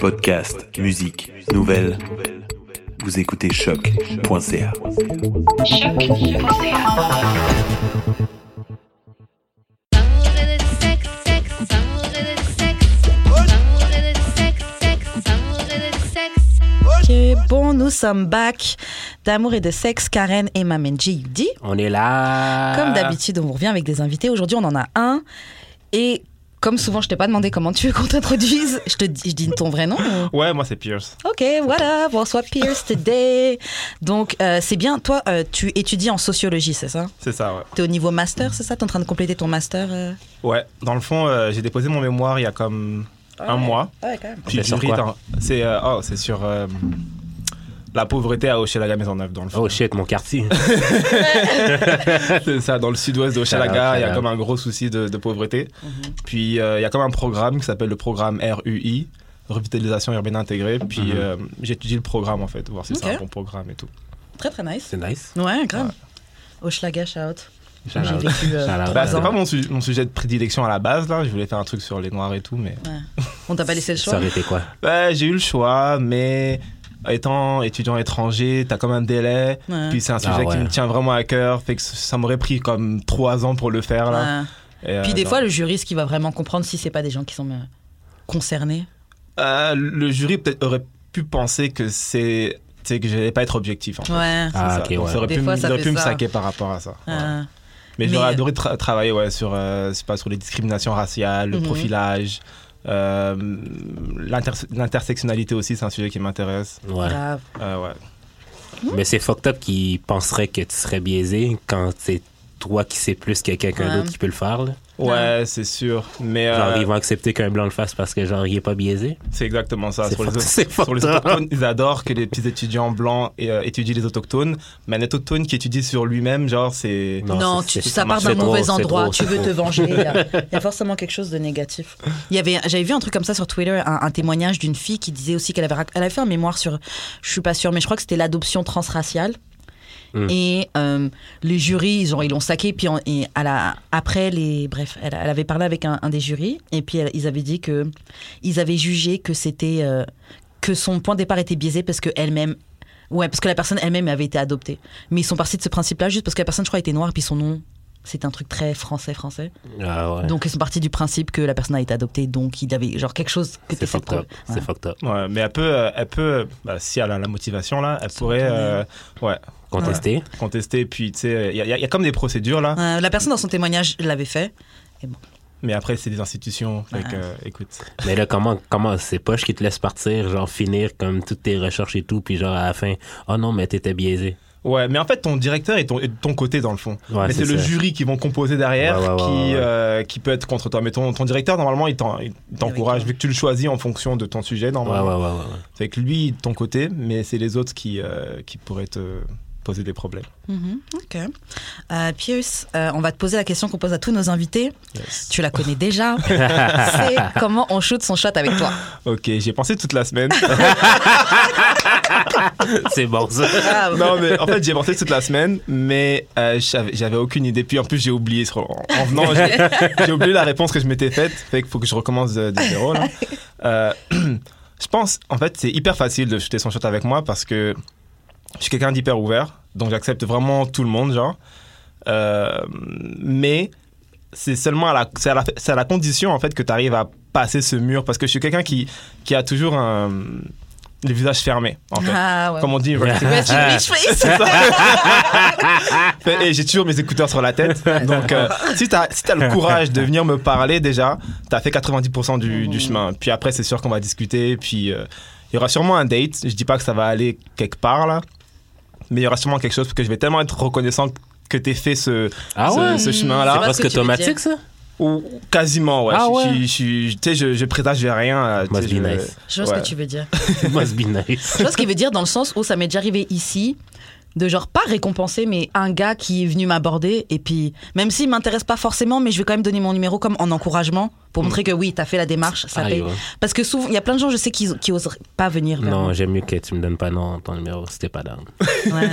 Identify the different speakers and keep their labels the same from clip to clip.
Speaker 1: Podcast, musique, nouvelles. Vous écoutez choc.ca.
Speaker 2: Ok, bon, nous sommes back d'amour et de sexe, Karen et Mamen J.U.D.
Speaker 3: On est là.
Speaker 2: Comme d'habitude, on vous revient avec des invités. Aujourd'hui, on en a un. Et comme souvent, je t'ai pas demandé comment tu veux qu'on t'introduise. Je te dis, je dis ton vrai nom. ou-
Speaker 4: Ouais, moi c'est Pierce.
Speaker 2: Ok, voilà, bonsoir Pierce today. Donc, euh, c'est bien. Toi, euh, tu étudies en sociologie, c'est ça
Speaker 4: C'est ça, ouais.
Speaker 2: T'es au niveau master, c'est ça T'es en train de compléter ton master euh
Speaker 4: Ouais, dans le fond, euh, j'ai déposé mon mémoire il y a comme un
Speaker 2: Ouais.
Speaker 4: mois.
Speaker 2: Ouais, quand même.
Speaker 3: C'est sur
Speaker 4: j'écris
Speaker 3: quoi
Speaker 4: dans- C'est euh, oh, c'est sur euh, la pauvreté à Hochelaga Maisonneuve, dans le fond.
Speaker 3: Oh shit, mon quartier.
Speaker 4: c'est ça, dans le sud-ouest d'Hochelaga, il y
Speaker 3: Hochelaga.
Speaker 4: a comme un gros souci de, de pauvreté. Puis euh, il y a comme un programme qui s'appelle le programme RUI, Revitalisation Urbaine Intégrée. Puis
Speaker 3: Mhm.
Speaker 4: euh, j'étudie le programme en fait, voir si c'est
Speaker 2: Ok.
Speaker 4: un bon programme et tout.
Speaker 2: Très, très nice.
Speaker 3: C'est nice.
Speaker 2: Ouais, grave. Hochelaga, shout. J'ai
Speaker 3: Shout-out.
Speaker 2: vécu euh,
Speaker 3: Shout-out.
Speaker 2: trois
Speaker 4: Bah, c'est
Speaker 2: ans.
Speaker 4: pas mon, su- mon sujet de prédilection à la base, là. Je voulais faire un truc sur les noirs et tout, mais.
Speaker 2: On t'a pas laissé le
Speaker 3: Ça
Speaker 2: choix
Speaker 3: aurait été quoi
Speaker 4: Ouais, Bah, j'ai eu le choix, mais étant étudiant étranger, t'as comme un délai.
Speaker 2: Ouais.
Speaker 4: Puis c'est un sujet
Speaker 3: Ah ouais.
Speaker 4: qui me tient vraiment à cœur, fait que ça m'aurait pris comme trois ans pour le faire là.
Speaker 2: Ouais.
Speaker 4: Et,
Speaker 2: Puis
Speaker 4: euh,
Speaker 2: des
Speaker 4: non.
Speaker 2: fois, le juriste qui va vraiment comprendre si c'est pas des gens qui sont euh, concernés.
Speaker 4: Euh, le jury peut-être aurait pu penser que c'est, tu sais, que j'allais pas être objectif. En fait.
Speaker 2: Ouais.
Speaker 3: Ah,
Speaker 4: Ça,
Speaker 3: ok,
Speaker 4: donc
Speaker 3: ouais.
Speaker 4: ça aurait
Speaker 2: Des
Speaker 4: pu,
Speaker 2: fois,
Speaker 4: me-
Speaker 2: ça
Speaker 4: ils auraient
Speaker 2: fait
Speaker 4: pu me
Speaker 2: ça.
Speaker 4: saquer par rapport à ça. ouais.
Speaker 2: Euh,
Speaker 4: Mais,
Speaker 2: Mais-
Speaker 4: j'aurais adoré tra- travailler ouais, sur, euh, c'est pas, sur les discriminations raciales, le
Speaker 2: Mhm.
Speaker 4: profilage, euh, l'inter- l'intersectionnalité aussi, c'est un sujet qui m'intéresse.
Speaker 3: Ouais.
Speaker 2: grave.
Speaker 4: Euh, ouais.
Speaker 3: Mais c'est fucked up qui penserait que tu serais biaisé quand c'est toi qui sais plus que quelqu'un
Speaker 2: Ouais.
Speaker 3: d'autre qui peut le faire. là.
Speaker 4: Ouais, c'est sûr. Mais
Speaker 3: Genre,
Speaker 4: euh,
Speaker 3: ils vont accepter qu'un blanc le fasse parce que, genre, il est pas biaisé.
Speaker 4: C'est exactement ça.
Speaker 3: C'est
Speaker 4: Sur les,
Speaker 3: fuck-
Speaker 4: au-
Speaker 3: c'est
Speaker 4: sur les
Speaker 3: fucked up.
Speaker 4: autochtones, ils adorent que les petits étudiants blancs euh, étudient les autochtones. Mais un autochtone qui étudie sur lui-même, genre, c'est.
Speaker 3: Non,
Speaker 2: Non,
Speaker 3: c'est-
Speaker 2: tu,
Speaker 3: c'est-
Speaker 2: ça part d'un
Speaker 3: c'est trop,
Speaker 2: mauvais
Speaker 3: c'est
Speaker 2: endroit.
Speaker 3: trop,
Speaker 2: tu
Speaker 3: c'est
Speaker 2: veux te
Speaker 3: trop.
Speaker 2: venger. Il y, a, il y a forcément quelque chose de négatif. Il y avait, j'avais vu un truc comme ça sur Twitter, un, un témoignage d'une fille qui disait aussi qu'elle avait, rac- elle avait fait un mémoire sur, je suis pas sûre, mais je crois que c'était l'adoption transraciale.
Speaker 3: Hmm.
Speaker 2: Et euh, les jurys, ils ont, ils l'ont saqué. Puis en- et à la- après, les, bref, elle, elle avait parlé avec un, un des jurys. Et puis elle- ils avaient dit que ils avaient jugé que c'était euh, que son point de départ était biaisé parce que elle-même, ouais, parce que la personne elle-même avait été adoptée. Mais ils sont partis de ce principe-là juste parce que la personne, je crois, était noire. Puis son nom, c'est un truc très français, français.
Speaker 3: Ah ouais.
Speaker 2: Donc ils sont partis du principe que la personne a été adoptée. Donc il avait genre quelque chose que
Speaker 3: C'est
Speaker 2: t'essaies de
Speaker 3: fucked up.
Speaker 2: prouver.
Speaker 3: C'est
Speaker 2: Ouais.
Speaker 3: fucked up.
Speaker 4: Ouais, mais elle peut, euh, elle peut euh, bah, si elle a la motivation là, elle pourrait euh, ouais,
Speaker 3: Contesté.
Speaker 4: contester. Puis, tu sais, il y, a- il y a- il y a comme des procédures là,
Speaker 2: Euh, la personne dans son témoignage l'avait fait.
Speaker 4: mais après, c'est des institutions. Fait que,
Speaker 2: Ouais.
Speaker 4: euh, écoute.
Speaker 3: Mais là, comment, comment, c'est poche qui te laisse partir, genre, finir comme toutes tes recherches et tout, puis genre, à la fin, oh non, mais t'étais biaisé.
Speaker 4: Ouais, mais en fait, ton directeur est, ton, est de ton côté dans le fond.
Speaker 3: Ouais,
Speaker 4: mais c'est le
Speaker 3: ça.
Speaker 4: jury qui vont composer derrière
Speaker 3: Ouais, ouais, ouais,
Speaker 4: qui,
Speaker 3: ouais, ouais.
Speaker 4: euh, qui peut être contre toi. Mais ton, ton directeur, normalement, il t'en- il
Speaker 2: Avec
Speaker 4: t'encourage,
Speaker 2: toi.
Speaker 4: vu que tu le choisis en fonction de ton sujet,
Speaker 3: Ouais,
Speaker 4: normalement.
Speaker 3: ouais, ouais, ouais. ouais.
Speaker 4: C'est que lui, de ton côté, mais c'est les autres qui, euh, qui pourraient te poser des problèmes.
Speaker 2: Mhm, ok. Euh, Pius, euh, on va te poser la question qu'on pose à tous nos invités. Tu la connais déjà. c'est comment on shoot son shot avec toi.
Speaker 4: Ok, j'ai pensé toute la semaine.
Speaker 3: C'est bon, ça.
Speaker 2: Ah,
Speaker 4: non, mais en fait, j'ai pensé toute la semaine, mais euh, je savais- j'avais aucune idée. Puis en plus, j'ai oublié sur- en, en venant, j'ai j'ai oublié la réponse que je m'étais faite. Fait qu'il faut que je recommence de, de zéro. là. Euh, je pense, en fait, c'est hyper facile de shooter son shot avec moi parce que je suis quelqu'un d'hyper ouvert, donc j'accepte vraiment tout le monde, genre. Euh, mais c'est seulement à la, c'est à la, c'est à la condition en fait que tu arrives à passer ce mur parce que je suis quelqu'un qui, qui a toujours un, le visage fermé, en fait.
Speaker 2: Ah ouais.
Speaker 4: Comme on dit,
Speaker 2: Tu veux être une bitch face
Speaker 4: Fait- Et j'ai toujours mes écouteurs sur la tête. Donc, euh, si t'as si t'as le courage de venir me parler déjà, t'as fait 90% du, du chemin. Puis après, c'est sûr qu'on va discuter. Puis euh, il y aura sûrement un date. Je dis pas que ça va aller quelque part là, mais il y aura sûrement quelque chose parce que je vais tellement être reconnaissant que t'aies fait ce,
Speaker 3: Ah
Speaker 4: ce,
Speaker 3: ouais?
Speaker 4: ce
Speaker 2: C'est
Speaker 4: chemin-là.
Speaker 2: pas ce
Speaker 3: Presque
Speaker 2: que tu veux
Speaker 3: automatique, ça?
Speaker 4: Ou quasiment, ouais.
Speaker 3: Ah
Speaker 4: Je-
Speaker 3: ouais.
Speaker 4: je- je- je- Tu sais, je, je présage rien. euh, tu sais,
Speaker 3: Must be
Speaker 4: je-
Speaker 3: nice.
Speaker 2: Je vois ce
Speaker 4: Ouais.
Speaker 2: que tu veux dire.
Speaker 3: Must be nice.
Speaker 2: Je vois ce qu'il veut dire dans le sens où ça m'est déjà arrivé ici de genre pas récompenser mais un gars qui est venu m'aborder et puis même s'il m'intéresse pas forcément mais je vais quand même donner mon numéro comme en encouragement pour
Speaker 3: Mm.
Speaker 2: montrer que oui t'as fait la démarche ça paye
Speaker 3: Arrive, hein.
Speaker 2: parce que souvent il y a plein de gens je sais qui, qui osent pas venir vers
Speaker 3: Non, j'aime mieux que tu me donnes pas non, ton numéro, c'était pas down.
Speaker 2: moi. Ouais.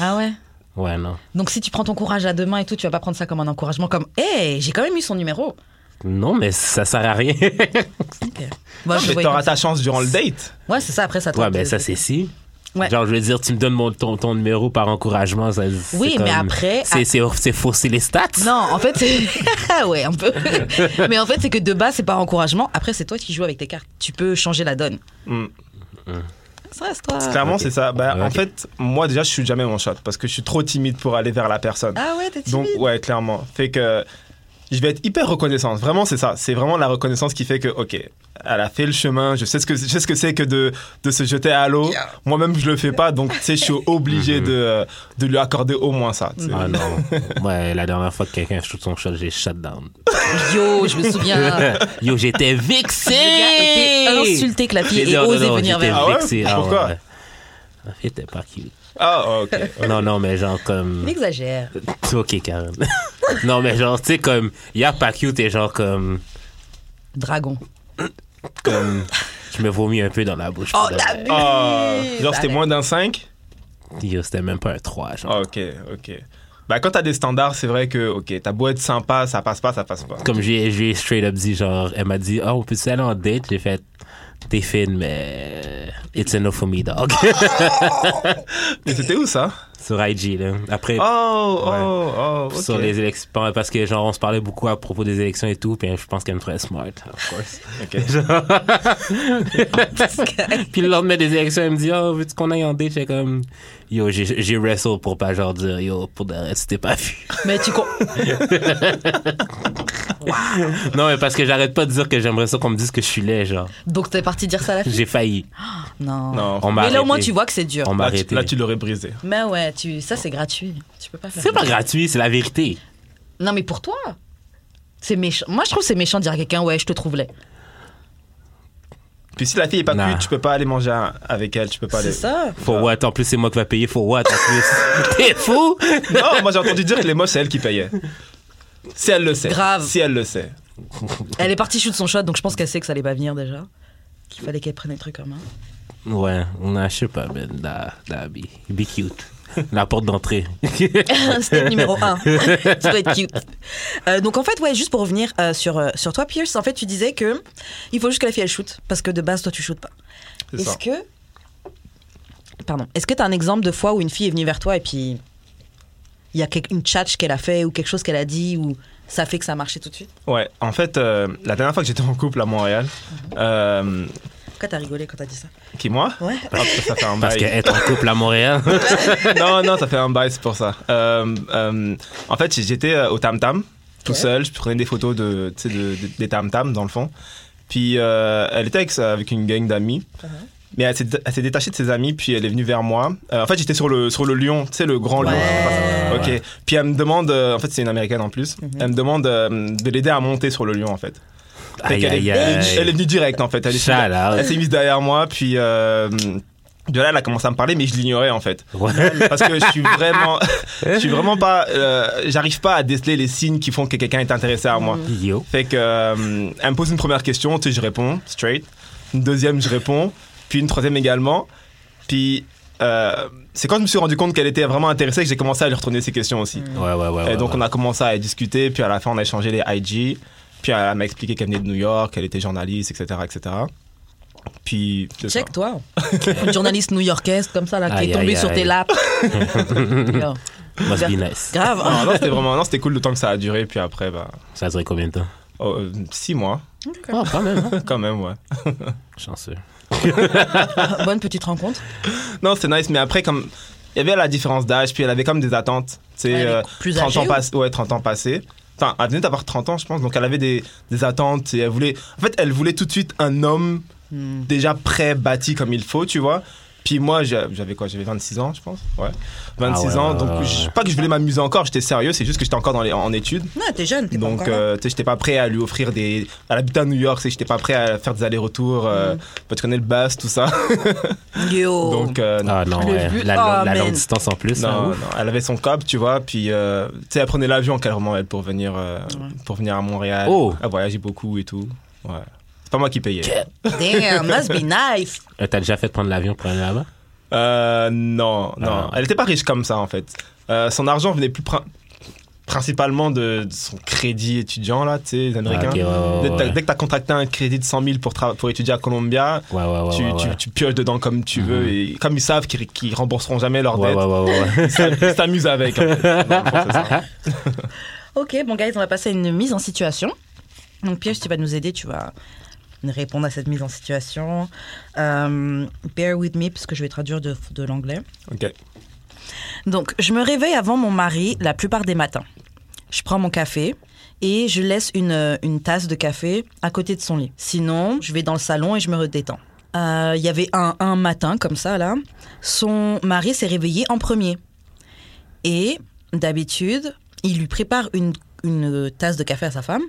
Speaker 2: ah ouais
Speaker 3: Ouais, non.
Speaker 2: donc si tu prends ton courage à deux mains et tout tu vas pas prendre ça comme un encouragement comme hey j'ai quand même eu son numéro
Speaker 3: non, mais ça sert à rien.
Speaker 2: Ok. Moi, je
Speaker 4: Mais
Speaker 2: voyais
Speaker 4: T'auras
Speaker 2: comme ça.
Speaker 4: ta chance durant le date.
Speaker 2: Ouais, c'est ça, après ça
Speaker 3: ouais,
Speaker 2: tente
Speaker 3: ben
Speaker 2: de-
Speaker 3: ça, c'est si.
Speaker 2: Ouais.
Speaker 3: Genre, je veux dire, tu me donnes mon, ton, ton numéro par encouragement. Ça, c'est
Speaker 2: Oui, mais
Speaker 3: comme-
Speaker 2: après-
Speaker 3: C'est, c'est, c'est fausser les stats.
Speaker 2: Non, en fait, c'est- ouais, un peu. Mais en fait, c'est que de base, c'est par encouragement. Après, c'est toi qui joues avec tes cartes. Tu peux changer la donne.
Speaker 3: Mm.
Speaker 4: Hmm.
Speaker 2: Ça reste toi.
Speaker 4: Clairement,
Speaker 3: Ok.
Speaker 4: c'est ça. Bah,
Speaker 3: Ouais,
Speaker 4: En
Speaker 3: Ah, ok.
Speaker 4: fait, moi, déjà, je suis jamais mon shot parce que je suis trop timide pour aller vers la personne.
Speaker 2: Ah ouais, t'es
Speaker 4: Donc,
Speaker 2: timide.
Speaker 4: ouais, clairement. Fait que je vais être hyper reconnaissante. Vraiment, c'est ça. C'est vraiment la reconnaissance qui fait que, OK, elle a fait le chemin. Je sais ce que je sais ce que c'est que de, de se jeter à l'eau. Moi-même, je le fais pas. Donc, tu sais, je suis obligé de, euh, de lui accorder au moins ça. tu sais.
Speaker 3: Ah non. Ouais, la dernière fois que quelqu'un shoot son shot, j'ai shut down.
Speaker 2: Yo, je me souviens.
Speaker 3: Yo,
Speaker 2: Ah.
Speaker 3: j'étais
Speaker 2: Le gars était
Speaker 3: vexé!
Speaker 2: insulté que la fille
Speaker 3: J'ai dit,
Speaker 2: ait
Speaker 3: oh, non,
Speaker 2: osé
Speaker 3: non,
Speaker 2: venir
Speaker 3: j'étais
Speaker 2: vers
Speaker 4: Ah
Speaker 2: lui.
Speaker 4: ouais?
Speaker 3: vexé.
Speaker 4: Pourquoi
Speaker 3: ouais. La fille était pas cute.
Speaker 4: Ah, OK.
Speaker 3: Non, non, mais genre comme.
Speaker 2: N'exagère.
Speaker 3: Ok, Karen. non, mais genre, tu sais, comme. Hier, pas cute et genre comme.
Speaker 2: Dragon.
Speaker 3: comme je me vomis un peu dans la bouche.
Speaker 2: Oh,
Speaker 3: pour de
Speaker 2: la
Speaker 3: vrai.
Speaker 4: Ah,
Speaker 2: bise.
Speaker 4: genre, c'était moins d'un 5
Speaker 3: Yo, c'était même pas un 3, genre.
Speaker 4: Ok, ok. Bah, quand t'as des standards, c'est vrai que, ok, t'as beau être sympa, ça passe pas, ça passe pas.
Speaker 3: Comme j'ai j'ai straight up dit, genre, elle m'a dit, oh, on peut-tu aller en date? J'ai fait, t'es fine, mais it's enough for me, dog.
Speaker 4: Mais c'était où ça
Speaker 3: Sur IG, là. Après,
Speaker 4: Oh,
Speaker 3: Ouais.
Speaker 4: oh, oh, ok.
Speaker 3: sur les élections, parce que, genre, on se parlait beaucoup à propos des élections et tout, puis je pense qu'elle me trouvait smart, of course.
Speaker 4: Ok.
Speaker 3: puis le lendemain des élections, elle me dit, oh, veux-tu qu'on aille en date? J'étais comme, yo, j'ai j'ai wrestle pour pas, genre, dire, yo, pour de reste, t'es pas vu.
Speaker 2: Mais tu com-
Speaker 3: non, mais parce que j'arrête pas de dire que j'aimerais ça qu'on me dise que je suis laid, genre.
Speaker 2: Donc t'es parti dire ça à la fille
Speaker 3: J'ai failli.
Speaker 2: Non.
Speaker 4: Non,
Speaker 3: On m'a
Speaker 2: Mais là, au moins,
Speaker 3: arrêté.
Speaker 2: tu vois que c'est dur.
Speaker 3: On m'a
Speaker 4: là, tu,
Speaker 3: arrêté.
Speaker 4: là, tu l'aurais brisé.
Speaker 2: Mais ouais, tu... ça, c'est gratuit. Tu peux pas faire
Speaker 3: C'est
Speaker 2: ça.
Speaker 3: pas gratuit, c'est la vérité.
Speaker 2: Non, mais pour toi. C'est méchant. Moi, je trouve que c'est méchant de dire à quelqu'un, ouais, je te trouve laid.
Speaker 4: Puis si la fille est pas
Speaker 3: Nah.
Speaker 4: cuite, tu peux pas aller manger un- avec elle, tu peux pas aller.
Speaker 2: C'est ça.
Speaker 3: For
Speaker 4: Ah.
Speaker 3: what? En plus, c'est moi qui va payer for what? En plus, t'es fou?
Speaker 4: Non, moi j'ai entendu dire que les moches, c'est elle qui payait. Si elle le sait.
Speaker 2: Grave.
Speaker 4: Si elle le sait.
Speaker 2: Elle est partie shoot son shot, donc je pense qu'elle sait que ça allait pas venir déjà. Qu'il fallait qu'elle prenne les trucs en main.
Speaker 3: Ouais, non, je sais pas, man. Nah, nah, be, be cute. La porte d'entrée.
Speaker 2: Step numéro 1. tu dois être cute. Euh, donc en fait, ouais, juste pour revenir euh, sur, euh, sur toi, Pierce, en fait, tu disais que il faut juste que la fille elle shoot, parce que de base, toi, tu shootes pas.
Speaker 4: C'est
Speaker 2: Est-ce
Speaker 4: ça.
Speaker 2: que. Pardon. Est-ce que tu as un exemple de fois où une fille est venue vers toi et puis il y a quelque- une chatch qu'elle a fait ou quelque chose qu'elle a dit ou ça fait que ça a marché tout de suite
Speaker 4: Ouais, en fait, euh, la dernière fois que j'étais en couple à Montréal, euh,
Speaker 2: Pourquoi t'as rigolé quand t'as dit ça
Speaker 4: qui moi
Speaker 2: Ouais.
Speaker 4: Ah, Ça fait un
Speaker 3: Parce
Speaker 4: bail.
Speaker 3: qu'être en couple à Montréal.
Speaker 4: non, non, ça fait un bail, c'est pour ça. Euh, euh, en fait, j'étais euh, au Tam Tam, tout
Speaker 2: Ouais.
Speaker 4: seul. Je prenais des photos de, tu sais, de- de- des Tam Tam, dans le fond. Puis euh, elle était avec, sa- avec une gang d'amis. Mais elle s'est elle s'est détachée de ses amis, puis elle est venue vers moi. Euh, en fait, j'étais sur le, sur le lion, tu sais, le grand lion.
Speaker 2: Ouais.
Speaker 4: Ok. Puis elle me demande, euh, en fait, c'est une américaine en plus. Elle me demande euh, de l'aider à monter sur le lion, en fait. Fait
Speaker 3: Aïe,
Speaker 4: qu'elle
Speaker 3: aïe,
Speaker 4: est- Elle est
Speaker 3: aïe.
Speaker 4: venue direct, en fait. Elle est-
Speaker 3: Shout out.
Speaker 4: elle s'est mise derrière moi, puis euh, de là, elle a commencé à me parler, mais je l'ignorais, en fait
Speaker 3: Ouais.
Speaker 4: parce que je suis vraiment, je suis vraiment pas, euh, j'arrive pas à déceler les signes qui font que quelqu'un est intéressé à moi.
Speaker 3: Yo.
Speaker 4: Fait que, euh, elle me pose une première question, tu sais, je réponds straight. Une deuxième, je réponds, puis une troisième également. Puis euh, c'est quand je me suis rendu compte qu'elle était vraiment intéressée que j'ai commencé à lui retourner ses questions aussi.
Speaker 3: Ouais, ouais, Ah ouais.
Speaker 4: Et Eh, donc on a commencé à discuter, puis à la fin on a échangé les IG, puis elle m'a expliqué qu'elle venait de New York, qu'elle était journaliste, etc., etc. Puis c'est ça.
Speaker 2: Check toi. une journaliste new-yorkaise comme ça là, qui
Speaker 3: Aïe,
Speaker 2: est tombée
Speaker 3: aïe,
Speaker 2: sur
Speaker 3: aïe.
Speaker 2: tes laps. Yo,
Speaker 3: Must be nice.
Speaker 2: Grave. hein.
Speaker 4: Non, non, c'était vraiment, non, c'était cool le temps que ça a duré, puis après bah.
Speaker 3: Ça a duré combien de temps?
Speaker 4: Oh, euh, six mois,
Speaker 2: Ah,
Speaker 3: Oh, quand même, hein?
Speaker 4: quand même, ouais.
Speaker 3: Chanceux.
Speaker 2: ah, Bonne petite rencontre.
Speaker 4: Non, c'est nice, mais après, comme. Il y avait la différence d'âge, puis elle avait comme des attentes. Tu sais,
Speaker 2: Elle est
Speaker 4: euh,
Speaker 2: plus
Speaker 4: 30
Speaker 2: âgée
Speaker 4: ans
Speaker 2: ou-
Speaker 4: passés. Ouais, 30 ans passés. Enfin, elle venait d'avoir 30 ans, je pense, donc elle avait des, des attentes et elle voulait. En fait, elle voulait tout de suite un homme
Speaker 3: Hmm.
Speaker 4: déjà prêt, bâti comme il faut, tu vois. Puis moi, j'a- j'avais quoi J'avais 26 ans, je pense. Ouais. 26
Speaker 3: Ah ouais,
Speaker 4: ans,
Speaker 3: ouais,
Speaker 4: donc
Speaker 3: ouais,
Speaker 4: je-
Speaker 3: ouais.
Speaker 4: pas que je voulais m'amuser encore, j'étais sérieux, c'est juste que j'étais encore dans les, en études.
Speaker 2: Non, t'es jeune. t'es pas
Speaker 4: Donc,
Speaker 2: encore là.
Speaker 4: euh, tu sais, j'étais pas prêt à lui offrir des. Elle habitait à New York, tu sais, j'étais pas prêt à faire des allers-retours.
Speaker 2: Mm.
Speaker 4: euh, Tu connais le bass, tout ça.
Speaker 2: Yo.
Speaker 4: Donc, euh, non.
Speaker 3: Ah non,
Speaker 2: Le
Speaker 3: ouais.
Speaker 2: but-
Speaker 3: la,
Speaker 2: Oh,
Speaker 3: longue- la longue
Speaker 2: man.
Speaker 3: distance en plus. hein,
Speaker 4: Non,
Speaker 3: ouf.
Speaker 4: non, elle avait son cop, tu vois, puis euh, tu sais, elle prenait l'avion carrément elle pour venir euh, pour venir à Montréal.
Speaker 3: Oh.
Speaker 4: Elle voyageait beaucoup et tout. Ouais. C'est pas moi qui payais.
Speaker 2: Damn, must be nice.
Speaker 3: Euh, T'as déjà fait prendre l'avion pour aller là-bas?
Speaker 4: Euh, non, non,
Speaker 3: Ah.
Speaker 4: elle était pas riche comme ça en fait. Euh, son argent venait plus prin- principalement de, de son crédit étudiant, là, tu sais, les Américains.
Speaker 3: Ah, Ok, ouais, ouais,
Speaker 4: Dès que t'as-
Speaker 3: ouais.
Speaker 4: dès que tu as contracté un crédit de 100 000 pour, tra- pour étudier à Columbia,
Speaker 3: Ouais, ouais, ouais,
Speaker 4: tu,
Speaker 3: ouais,
Speaker 4: tu-
Speaker 3: ouais. Mhm.
Speaker 4: tu pioches dedans comme tu veux. Et comme ils savent qu'ils qu'ils rembourseront jamais leurs
Speaker 3: Ouais,
Speaker 4: dettes,
Speaker 3: ouais, ouais, ouais, ouais.
Speaker 4: ils s'am- ils s'amusent avec. en fait. Non, c'est ça.
Speaker 2: Ok, bon, guys, on va passer à une mise en situation. Donc, Pioche, tu vas nous aider, tu vas répondre à cette mise en situation. Euh, bear with me, parce que je vais traduire de, de l'anglais.
Speaker 4: Ok.
Speaker 2: Donc, je me réveille avant mon mari la plupart des matins. Je prends mon café et je laisse une, euh, une tasse de café à côté de son lit. Sinon, je vais dans le salon et je me redétends. Euh, Il y avait un, un matin comme ça, là. Son mari s'est réveillé en premier. Et d'habitude, il lui prépare une, une, euh, tasse de café à sa femme.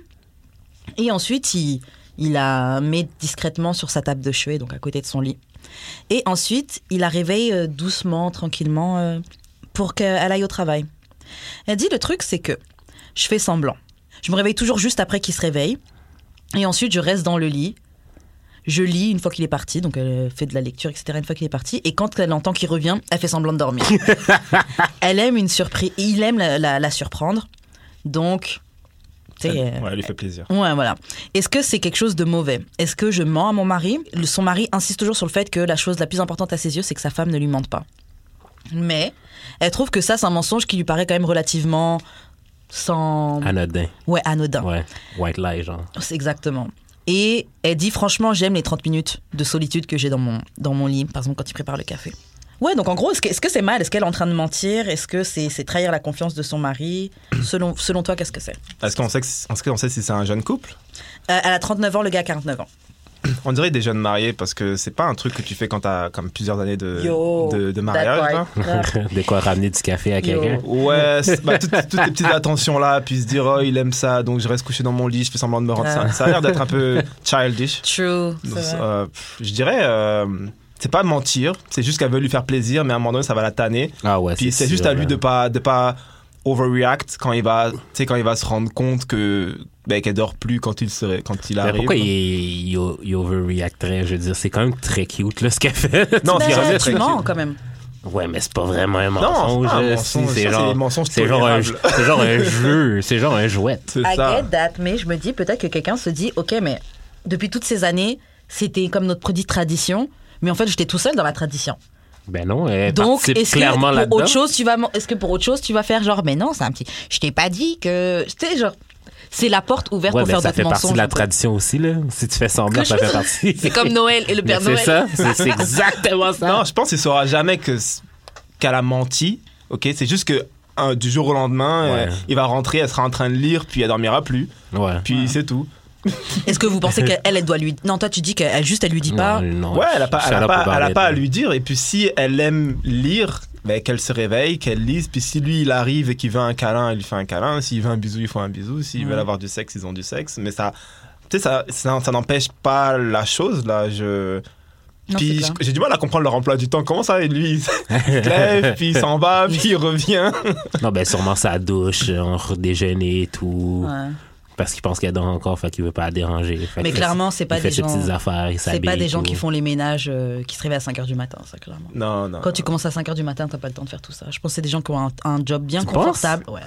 Speaker 2: Et ensuite, il, il la met discrètement sur sa table de chevet, donc à côté de son lit. Et ensuite, il la réveille euh, doucement, tranquillement, euh, pour qu'elle aille au travail. Elle dit le truc, c'est que je fais semblant. Je me réveille toujours juste après qu'il se réveille. Et ensuite, je reste dans le lit. Je lis une fois qu'il est parti, donc elle euh, fait de la lecture, etc. Une fois qu'il est parti, et quand elle entend qu'il revient, elle fait semblant de dormir. elle aime une surprise, il aime la, la- la surprendre, donc, tu sais, euh,
Speaker 4: Ouais, elle lui fait plaisir.
Speaker 2: Ouais, voilà. Est-ce que c'est quelque chose de mauvais Est-ce que je mens à mon mari Le- Son mari insiste toujours sur le fait que la chose la plus importante à ses yeux, c'est que sa femme ne lui mente pas. Mais elle trouve que ça, c'est un mensonge qui lui paraît quand même relativement sans...
Speaker 3: Anodin.
Speaker 2: Ouais, anodin.
Speaker 3: Ouais. White lie, genre.
Speaker 2: C'est Exactement. Et elle dit franchement, j'aime les 30 minutes de solitude que j'ai dans mon, dans mon lit, par exemple quand il prépare le café. Ouais, donc en gros, est-ce que est-ce que c'est mal Est-ce qu'elle est en train de mentir Est-ce que c'est c'est trahir la confiance de son mari selon, selon toi, qu'est-ce que c'est
Speaker 4: Est-ce qu'on sait, que- est-ce qu'on sait si c'est un jeune couple
Speaker 2: Euh, Elle a 39 ans, le gars a 49 ans.
Speaker 4: On dirait des jeunes mariés parce que c'est pas un truc que tu fais quand t'as comme plusieurs années de,
Speaker 2: Yo,
Speaker 4: de, de
Speaker 2: that
Speaker 4: mariage.
Speaker 2: part. Ah,
Speaker 4: là.
Speaker 3: De quoi ramener du café à
Speaker 2: Yo.
Speaker 3: quelqu'un.
Speaker 4: Ouais, c'est- bah, toutes, toutes les petites attentions là, puis se dire oh il aime ça, donc je reste couché dans mon lit, je fais semblant de me rendre.
Speaker 2: Ah.
Speaker 4: Ça, ça a l'air d'être un peu childish.
Speaker 2: True. c'est
Speaker 4: Donc,
Speaker 2: vrai.
Speaker 4: euh, pff, je dirais, euh, c'est pas mentir, c'est juste qu'elle veut lui faire plaisir, mais à un moment donné ça va la tanner.
Speaker 3: Ah ouais,
Speaker 4: Puis c'est
Speaker 3: sûr,
Speaker 4: juste à lui
Speaker 3: man.
Speaker 4: de pas de pas overreact quand il va, tu sais quand il va se rendre compte que ben, qu'elle dort plus quand il serait quand il
Speaker 3: Mais
Speaker 4: arrive.
Speaker 3: pourquoi il, il, il overreacterait? Je veux dire, c'est quand même très cute, là, ce qu'elle fait.
Speaker 4: Non,
Speaker 2: Ben,
Speaker 4: c'est vraiment
Speaker 2: tu
Speaker 4: très
Speaker 2: mens quand même.
Speaker 3: Ouais, mais c'est pas vraiment un
Speaker 4: Non,
Speaker 3: mensonge.
Speaker 4: c'est pas un
Speaker 3: là,
Speaker 4: mensonge,
Speaker 3: si, C'est
Speaker 4: ça, c'est
Speaker 3: genre,
Speaker 4: des mensonges
Speaker 3: c'est genre, un,
Speaker 4: tolérables.
Speaker 3: c'est genre un jeu, c'est genre un jouette.
Speaker 4: C'est
Speaker 2: I
Speaker 4: ça.
Speaker 2: get that, mais je me dis peut-être que quelqu'un se dit, ok, mais depuis toutes ces années, c'était comme notre produit tradition, mais en fait, j'étais tout seul dans la tradition.
Speaker 3: Ben non, elle
Speaker 2: Donc,
Speaker 3: participe
Speaker 2: est-ce
Speaker 3: clairement
Speaker 2: que pour
Speaker 3: là-dedans.
Speaker 2: autre chose, tu vas, est-ce que pour autre chose, tu vas faire genre, mais non, c'est un petit, je t'ai pas dit que, tu sais, genre, c'est la porte ouverte
Speaker 3: Ouais,
Speaker 2: pour
Speaker 3: ben,
Speaker 2: faire
Speaker 3: ça
Speaker 2: d'autres
Speaker 3: fait partie
Speaker 2: mensonges.
Speaker 3: de la
Speaker 2: en fait.
Speaker 3: tradition aussi, là. Si tu fais semblant,
Speaker 2: Que
Speaker 3: ça
Speaker 2: je-
Speaker 3: fait partie.
Speaker 5: C'est comme Noël et le
Speaker 3: Mais
Speaker 5: Père
Speaker 3: c'est
Speaker 5: Noël.
Speaker 3: ça, c'est c'est exactement ça.
Speaker 4: Non, je pense qu'il saura jamais que c- qu'elle a menti. Ok, c'est juste que un- du jour au lendemain,
Speaker 3: Ouais.
Speaker 4: euh, il va rentrer, elle sera en train de lire, puis elle dormira plus,
Speaker 3: Ouais.
Speaker 4: puis c'est tout.
Speaker 2: Est-ce que vous pensez qu'elle, elle, elle doit lui, non, toi, tu dis qu'elle, juste, elle lui dit pas.
Speaker 3: non,
Speaker 4: Ouais, elle a pas, elle
Speaker 3: shut
Speaker 4: a
Speaker 3: up
Speaker 4: pas,
Speaker 3: about
Speaker 4: elle a
Speaker 3: it,
Speaker 4: pas à
Speaker 3: là.
Speaker 4: lui dire. Et puis si elle aime lire, ben, qu'elle se réveille, qu'elle lise. Puis si lui il arrive et qu'il veut un câlin, il lui fait un câlin. S'il veut un bisou, il faut un bisou. S'ils veulent avoir du sexe, ils ont du sexe. Mais ça, tu sais, ça, ça, ça n'empêche pas la chose là. Je
Speaker 2: Non, c'est
Speaker 4: puis
Speaker 2: clair.
Speaker 4: je- j'ai du mal à comprendre leur emploi du temps. Comment ça, lui, il se lève, puis il s'en va, puis il revient.
Speaker 3: Non, ben sûrement sa douche, euh, en redéjeuner et tout.
Speaker 2: Ouais.
Speaker 3: Parce qu'il pense qu'elle dort encore, fait qu'il veut pas la déranger. Fait
Speaker 2: Mais
Speaker 3: que
Speaker 2: clairement, c'est pas
Speaker 3: il fait
Speaker 2: des
Speaker 3: ses
Speaker 2: gens-
Speaker 3: petites affaires, il
Speaker 2: C'est
Speaker 3: s'habille
Speaker 2: pas des
Speaker 3: et
Speaker 2: gens
Speaker 3: tout.
Speaker 2: qui font les ménages, euh, qui se réveillent à 5 heures du matin, ça, clairement.
Speaker 4: Non, non.
Speaker 3: Ah.
Speaker 2: Quand tu commences à 5 h du matin, t'as pas le temps de faire tout ça. Je pense que c'est des gens qui ont un, un job bien
Speaker 3: Tu
Speaker 2: confortable. Ouais.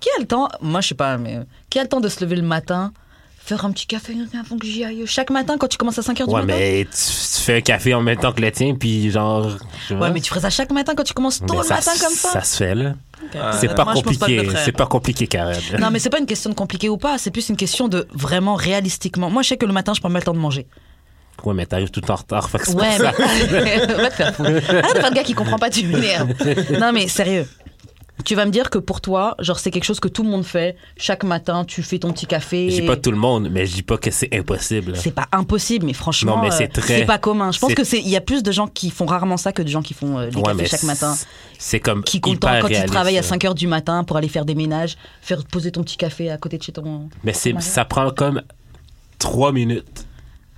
Speaker 2: Qui a le temps Moi, je sais pas, mais euh, qui a le temps de se lever le matin, faire un petit café avant que j'y aille Chaque matin, quand tu commences à 5 h du
Speaker 3: Ouais,
Speaker 2: matin
Speaker 3: mais tu, tu fais un café en même temps que le tien, puis genre. tu vois?
Speaker 2: Ouais, mais tu ferais ça chaque matin quand tu commences tôt
Speaker 3: Mais
Speaker 2: le
Speaker 3: ça
Speaker 2: matin
Speaker 3: se-
Speaker 2: comme ça.
Speaker 3: Ça se fait, là.
Speaker 2: Ok.
Speaker 3: C'est pas
Speaker 2: Moi, je pense que je le
Speaker 3: compliqué.
Speaker 2: ferais.
Speaker 3: C'est pas compliqué, Karen.
Speaker 2: Non, mais c'est pas une question de compliqué ou pas, c'est plus une question de vraiment réalistiquement. Moi, je sais que le matin, je prends pas le temps de manger.
Speaker 3: Ouais, mais t'arrives tout en retard. Fait que c'est
Speaker 2: Ouais, bah.
Speaker 3: pour
Speaker 2: mais.
Speaker 3: ça.
Speaker 2: Va te faire foutre. Arrête de faire le gars qui comprend pas, tu m'énerves. Non, mais sérieux. Tu vas me dire que pour toi, genre, c'est quelque chose que tout le monde fait. Chaque matin, tu fais ton petit café.
Speaker 3: Je dis pas tout le monde, mais je dis pas que c'est impossible.
Speaker 2: C'est pas impossible, mais franchement,
Speaker 3: Non, mais c'est
Speaker 2: euh,
Speaker 3: très-
Speaker 2: pas commun. Je pense
Speaker 3: c'est-
Speaker 2: que c'est, il y a plus de gens qui font rarement ça que de gens qui font euh, les
Speaker 3: Ouais,
Speaker 2: cafés
Speaker 3: mais
Speaker 2: chaque
Speaker 3: c'est-
Speaker 2: matin.
Speaker 3: C'est comme.
Speaker 2: Qui comptent hein,
Speaker 3: hyper
Speaker 2: quand tu
Speaker 3: réaliste, euh.
Speaker 2: travailles à
Speaker 3: là.
Speaker 2: 5 heures du matin pour aller faire des ménages, faire poser ton petit café à côté de chez ton.
Speaker 3: Mais c'est-
Speaker 2: Ouais.
Speaker 3: ça prend comme 3 minutes.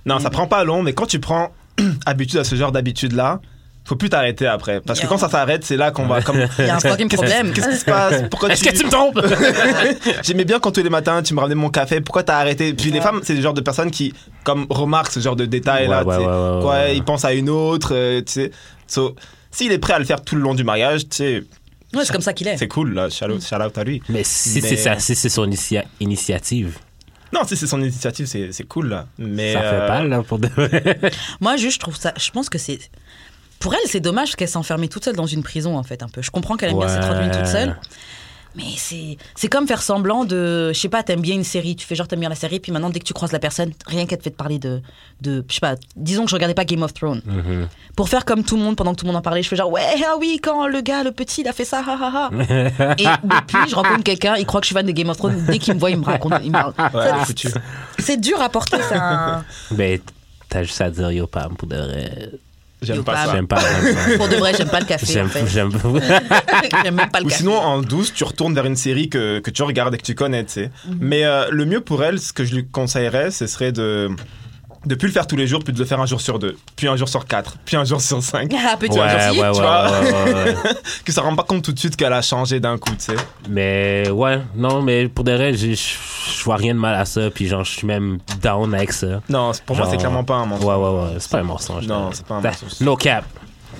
Speaker 4: Non, ça prend pas long, mais quand tu prends habitude à ce genre d'habitude-là, faut plus t'arrêter après. Parce que
Speaker 2: Yeah.
Speaker 4: quand ça s'arrête, c'est là qu'on va comme.
Speaker 2: Il y a un fucking
Speaker 4: Qu'est-ce-
Speaker 2: problème.
Speaker 4: Qu'est-ce qui se passe Pourquoi
Speaker 3: Est-ce que tu me trompes?
Speaker 4: J'aimais bien quand tous les matins tu me ramenais mon café. Pourquoi t'as arrêté Puis les femmes, c'est le genre de personnes qui, comme, remarquent ce genre de détails là.
Speaker 3: Ouais, ouais,
Speaker 4: tu sais.
Speaker 3: ouais, ouais, ouais,
Speaker 4: Quoi,
Speaker 3: ouais.
Speaker 4: ils pensent à une autre. euh, tu sais. So, s'il est prêt à le faire tout le long du mariage, tu sais,
Speaker 2: Ouais, c'est comme ça qu'il est.
Speaker 4: C'est cool, là. Shout out, shout out à lui.
Speaker 3: Mais si
Speaker 4: Mais-
Speaker 3: c'est sa- si c'est son initia- initiative,
Speaker 4: Non, si c'est son initiative, c'est c'est cool, là. Mais,
Speaker 3: ça
Speaker 4: euh,
Speaker 3: fait mal, là, pour de
Speaker 2: Moi, juste, je trouve ça. Je pense que c'est. Pour elle, c'est dommage parce qu'elle s'est enfermée toute seule dans une prison, en fait, un peu. Je comprends qu'elle aime bien
Speaker 3: Ouais.
Speaker 2: s'être minutes toute seule. Mais c'est c'est comme faire semblant de. Je sais pas, t'aimes bien une série, tu fais genre t'aimes bien la série, puis maintenant, dès que tu croises la personne, rien qu'elle te fait te parler de. de je sais pas, disons que je regardais pas Game of Thrones.
Speaker 4: Mm-hmm.
Speaker 3: Mhm.
Speaker 2: Pour faire comme tout le monde, pendant que tout le monde en parlait, je fais genre, ouais, ah oui, quand le gars, le petit, il a fait ça, ha ha ha. Et depuis, je rencontre quelqu'un, il croit que je suis fan de Game of Thrones, dès qu'il me voit, il me raconte. il me parle.
Speaker 4: Ouais,
Speaker 2: Ça,
Speaker 4: foutu.
Speaker 2: C'est dur à porter, ça. hein.
Speaker 3: Ben, t'as juste à dire yo, Pam, pour de vrai.
Speaker 4: J'aime
Speaker 2: Yo,
Speaker 4: pas
Speaker 2: Pam.
Speaker 4: ça.
Speaker 3: J'aime pas.
Speaker 2: Pour de vrai, j'aime pas le café. en
Speaker 3: J'aime,
Speaker 2: fait.
Speaker 3: j'aime.
Speaker 2: J'aime même pas le
Speaker 4: Ou
Speaker 2: café.
Speaker 4: sinon, en douce, tu retournes vers une série que, que tu regardes et que tu connais, tu sais.
Speaker 2: Mhm.
Speaker 4: Mais euh, le mieux pour elle, ce que je lui conseillerais, ce serait de de plus le faire tous les jours, puis de le faire un jour sur deux, puis un jour sur quatre, puis un jour sur cinq.
Speaker 2: Ah, petit
Speaker 3: Ouais, ouais,
Speaker 2: aussi.
Speaker 3: ouais,
Speaker 4: vois.
Speaker 3: ouais, ouais, ouais.
Speaker 4: Que ça rend pas compte tout de suite qu'elle a changé d'un coup, tu sais.
Speaker 3: Mais ouais, non, mais pour de vrai, j'ai- je je vois rien de mal à ça, puis genre, je suis même down avec ça.
Speaker 4: Non, c'est- pour moi,
Speaker 3: Genre-
Speaker 4: c'est clairement pas un mensonge.
Speaker 3: Ouais, ouais, ouais, c'est pas un mensonge.
Speaker 4: Non, c'est pas un
Speaker 3: T'as-
Speaker 4: mensonge.
Speaker 3: No cap.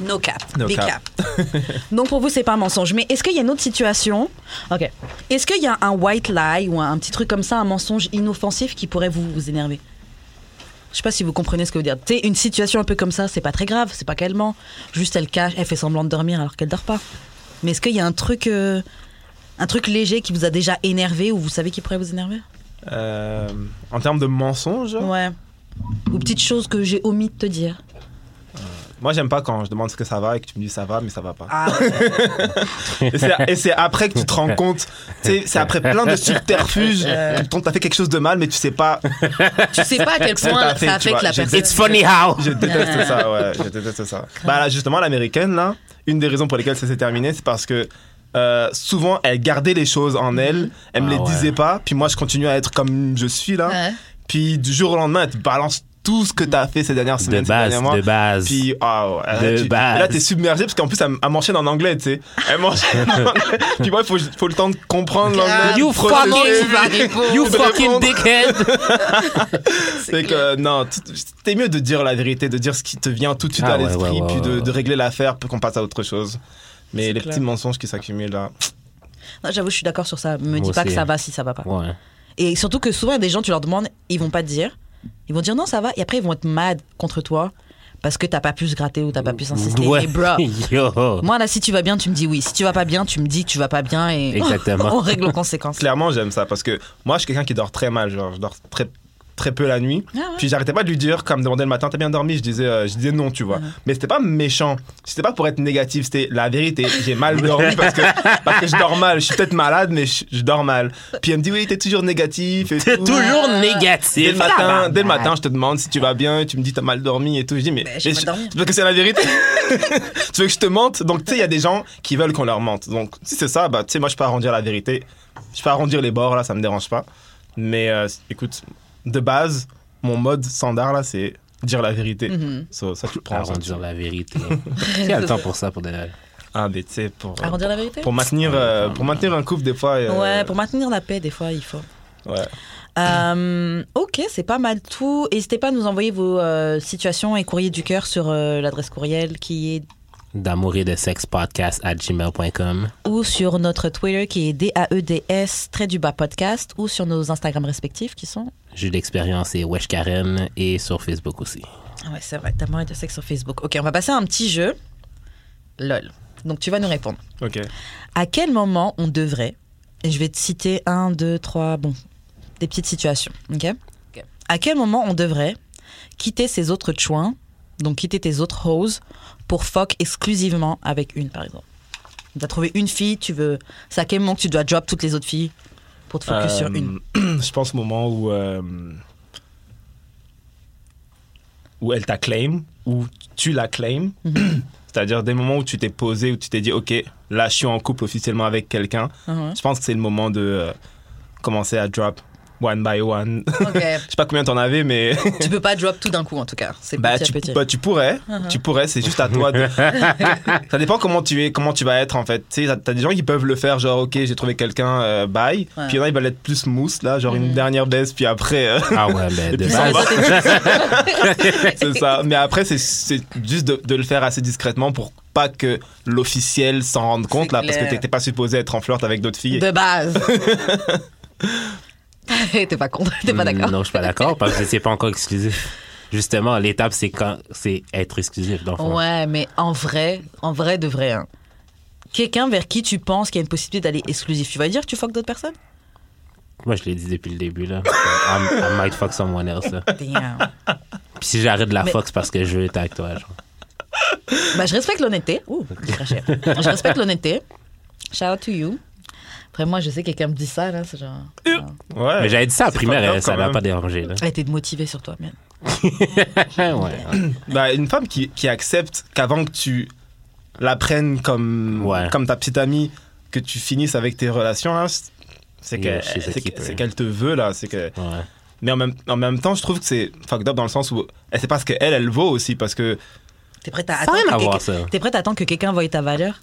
Speaker 2: No cap.
Speaker 4: No
Speaker 2: big
Speaker 4: cap.
Speaker 2: cap. Donc pour vous, c'est pas un mensonge. Mais est-ce qu'il y a une autre situation Ok. Est-ce qu'il y a un white lie ou un, un petit truc comme ça, un mensonge inoffensif qui pourrait vous, vous énerver je sais pas si vous comprenez ce que vous dire. Tu sais, une situation un peu comme ça, c'est pas très grave, c'est pas qu'elle ment. Juste elle cache, elle fait semblant de dormir alors qu'elle dort pas. Mais est-ce qu'il y a un truc, euh, un truc léger qui vous a déjà énervé ou vous savez qui pourrait vous énerver
Speaker 4: Euh, en termes de mensonges,
Speaker 2: Ouais. Ou petite chose que j'ai omis de te dire.
Speaker 4: moi, j'aime pas quand je demande ce que ça va et que tu me dis ça va, mais ça va pas.
Speaker 2: Ah,
Speaker 4: Et c'est- Et c'est après que tu te rends compte. tu sais, C'est après plein de subterfuges. Quand T'as fait quelque chose de mal, mais tu sais pas.
Speaker 2: tu sais pas à quel
Speaker 4: C'est
Speaker 2: point
Speaker 4: pas fait,
Speaker 2: ça
Speaker 4: tu
Speaker 2: affecte
Speaker 4: vois,
Speaker 2: la
Speaker 4: j'ai- hein.
Speaker 2: personne.
Speaker 3: It's funny how.
Speaker 4: Je déteste ça, ouais. Je déteste ça. Bah là, justement, l'américaine, là, une des raisons pour lesquelles ça s'est terminé, c'est parce que euh, souvent, elle gardait les choses en elle, elle me
Speaker 3: Ah
Speaker 4: les
Speaker 3: ouais.
Speaker 4: disait pas, puis moi, je continue à être comme je suis, là.
Speaker 2: Ouais.
Speaker 4: Puis du jour au lendemain, elle te balance tout ce que t'as fait ces dernières
Speaker 3: De
Speaker 4: semaines, ces
Speaker 3: base,
Speaker 4: derniers mois.
Speaker 3: de base.
Speaker 4: Puis, ah ouais, là,
Speaker 3: De
Speaker 4: tu-
Speaker 3: base.
Speaker 4: là, t'es submergé parce qu'en plus, elle, elle m'enchaîne en anglais, tu sais. Elle m'enchaîne en anglais. Puis, ouais, faut, faut le temps de comprendre l'anglais.
Speaker 3: You
Speaker 4: de processer.
Speaker 3: fucking- You
Speaker 4: de
Speaker 3: fucking
Speaker 4: répondre.
Speaker 3: dickhead.
Speaker 4: C'est que euh, non, t- t'es mieux de dire la vérité, de dire ce qui te vient tout de suite
Speaker 3: Ah
Speaker 4: à
Speaker 3: ouais,
Speaker 4: l'esprit,
Speaker 3: ouais, ouais,
Speaker 4: puis de,
Speaker 3: ouais.
Speaker 4: de régler l'affaire pour qu'on passe à autre chose. Mais
Speaker 2: C'est
Speaker 4: les
Speaker 2: clair.
Speaker 4: petits mensonges qui s'accumulent là.
Speaker 2: Non, J'avoue, je suis d'accord sur ça. Me
Speaker 3: Moi
Speaker 2: dis pas
Speaker 3: aussi.
Speaker 2: que ça va si ça va pas.
Speaker 3: Ouais.
Speaker 2: Et surtout que souvent, il y a des gens, tu leur demandes, ils vont pas te dire. Ils vont dire non, ça va. Et après, ils vont être mad contre toi parce que t'as pas pu se gratter ou t'as pas pu s'insister.
Speaker 3: Ouais.
Speaker 2: Et bro,
Speaker 3: Yo.
Speaker 2: moi là, si tu vas bien, tu me dis oui. Si tu vas pas bien, tu me dis que tu vas pas bien et
Speaker 3: Exactement.
Speaker 2: on règle aux conséquences.
Speaker 4: Clairement, j'aime ça parce que moi, je suis quelqu'un qui dort très mal. Genre, je dors très très peu la nuit.
Speaker 2: Ah ouais.
Speaker 4: Puis j'arrêtais pas de lui dire, quand elle me demandait le matin, t'as bien dormi Je disais, euh, je disais non, tu vois.
Speaker 2: Ah.
Speaker 4: Mais c'était pas méchant. C'était pas pour être négatif. C'était la vérité. J'ai mal dormi parce que, parce que je dors mal. Je suis peut-être malade, mais je, je dors mal. Puis elle me dit, oui, t'es toujours négatif. et
Speaker 3: T'es
Speaker 4: tout.
Speaker 3: toujours
Speaker 4: Dès
Speaker 3: négatif.
Speaker 4: le, matin, dès le matin, je te demande si tu vas bien, tu me dis t'as mal dormi et tout. Je dis, mais.
Speaker 2: Ben, j'ai
Speaker 4: mais
Speaker 2: mal
Speaker 4: je-
Speaker 2: dormi.
Speaker 4: Tu veux que c'est la vérité Tu veux que je te mente Donc, tu sais, il y a des gens qui veulent qu'on leur mente. Donc, si c'est ça, bah, tu sais, moi, je peux arrondir la vérité. Je peux arrondir les bords, là, ça me dérange pas. Mais euh, écoute, de base, mon mode standard, là, c'est dire la vérité.
Speaker 2: Mhm.
Speaker 4: So, ça, tu le prends. ça, tu-
Speaker 3: Arrondir la vérité. Il y a le temps pour ça, pour de vrai.
Speaker 4: Ah, mais tu sais, pour. euh,
Speaker 2: Arrondir la vérité
Speaker 4: Pour maintenir, euh, pour maintenir un couple, des fois. euh,
Speaker 2: Ouais, pour maintenir la paix, des fois, il faut.
Speaker 4: ouais.
Speaker 2: Euh, ok, c'est pas mal tout. N'hésitez pas à nous envoyer vos euh, situations et courriers du cœur sur euh, l'adresse courriel qui est
Speaker 3: D'amour et de sexe podcast à gmail.com.
Speaker 2: ou sur notre Twitter qui est E DAEDS, trait du bas podcast, ou sur nos Instagram respectifs qui sont.
Speaker 3: J'ai de l'expérience et Wesh Karen et sur Facebook aussi.
Speaker 2: Ah Ouais, c'est vrai, t'as moins de sexe sur Facebook. Ok, on va passer à un petit jeu. LOL. Donc tu vas nous répondre.
Speaker 4: Ok.
Speaker 2: À quel moment on devrait. Et je vais te citer un, deux, trois, bon, des petites situations. Ok À quel moment on devrait quitter ses autres chouins, donc quitter tes autres hoes, pour fuck exclusivement avec une, par exemple T'as trouvé une fille, tu veux. C'est à quel moment que tu dois drop toutes les autres filles pour te focus sur
Speaker 4: Euh,
Speaker 2: une
Speaker 4: Je pense au moment où, euh, où elle t'acclaime, où tu l'acclaimes.
Speaker 2: Mhm.
Speaker 4: C'est-à-dire des moments où tu t'es posé, où tu t'es dit, OK, là, je suis en couple officiellement avec quelqu'un.
Speaker 2: Ah ouais.
Speaker 4: Je pense que c'est le moment de euh, commencer à drop one by one. je
Speaker 2: Ok.
Speaker 4: sais pas combien t'en avais, mais
Speaker 2: tu peux pas drop tout d'un coup en tout cas. C'est
Speaker 4: bah,
Speaker 2: petit
Speaker 4: tu,
Speaker 2: à petit.
Speaker 4: bah, tu pourrais.
Speaker 2: Uh-huh.
Speaker 4: Tu pourrais, c'est juste à toi. de- ça dépend comment tu es, comment tu vas être en fait. Tu sais, t'as- t'as des gens qui peuvent le faire, genre, OK, j'ai trouvé quelqu'un, euh, bye.
Speaker 2: Ouais. Mm-hmm.
Speaker 4: Puis il y en a, ils veulent être plus mousse, là, genre une dernière baisse, puis après. euh,
Speaker 3: Ah ouais, mais de
Speaker 4: puis
Speaker 2: Ah,
Speaker 4: ça
Speaker 3: base.
Speaker 4: va.
Speaker 2: ça, c'est-
Speaker 4: C'est ça. Mais après, c'est- c'est juste de, de le faire assez discrètement pour pas que l'officiel s'en rende compte, là, parce que
Speaker 2: clair.
Speaker 4: t'étais pas supposé être en flirt avec d'autres filles.
Speaker 2: De base. t'es pas contre, t'es pas d'accord.
Speaker 3: Non, je suis pas d'accord parce que vous n'étiez pas encore exclusif. Justement, l'étape, c'est quand c'est être exclusif d'enfant.
Speaker 2: Ouais, mais en vrai, en vrai de vrai, hein. quelqu'un vers qui tu penses qu'il y a une possibilité d'aller exclusif, tu vas lui dire que tu fuck d'autres personnes
Speaker 3: Moi, je l'ai dit depuis le début, là. I'm- I might fuck someone else, là.
Speaker 2: Damn.
Speaker 3: Puis si j'arrête de la
Speaker 2: Mais-
Speaker 3: fuck, c'est parce que je veux être avec toi, genre.
Speaker 2: Bah, je respecte l'honnêteté. Ouh, j'ai craché. Je respecte l'honnêteté. Shout out to you. Après, moi, je sais que quelqu'un me dit ça, là, c'est genre.
Speaker 3: Euh.
Speaker 4: Ouais.
Speaker 3: Mais j'avais dit ça à
Speaker 4: C'est
Speaker 3: primaire,
Speaker 4: pas grave,
Speaker 3: et ça
Speaker 4: quand
Speaker 3: l'a
Speaker 4: même.
Speaker 3: pas dérangé, là.
Speaker 2: Elle était motivée sur toi, même.
Speaker 3: ouais.
Speaker 4: Bah, une femme qui, qui accepte qu'avant que tu la prennes comme,
Speaker 3: Ouais.
Speaker 4: comme ta petite amie, que tu finisses avec tes relations, là, c'est- c'est
Speaker 3: Yeah,
Speaker 4: que-
Speaker 3: she's a
Speaker 4: c'est que-
Speaker 3: keeper.
Speaker 4: c'est qu'elle te veut, là. C'est que...
Speaker 3: Ouais.
Speaker 4: Mais en même, en même temps, je trouve que c'est fucked up dans le sens où elle sait pas ce qu'elle, elle vaut aussi, parce que
Speaker 2: T'es prête à
Speaker 3: Ça n'a rien à
Speaker 2: attendre. que
Speaker 3: voir,
Speaker 2: quelqu'un-
Speaker 3: ça.
Speaker 2: T'es prête à attendre que quelqu'un voie ta valeur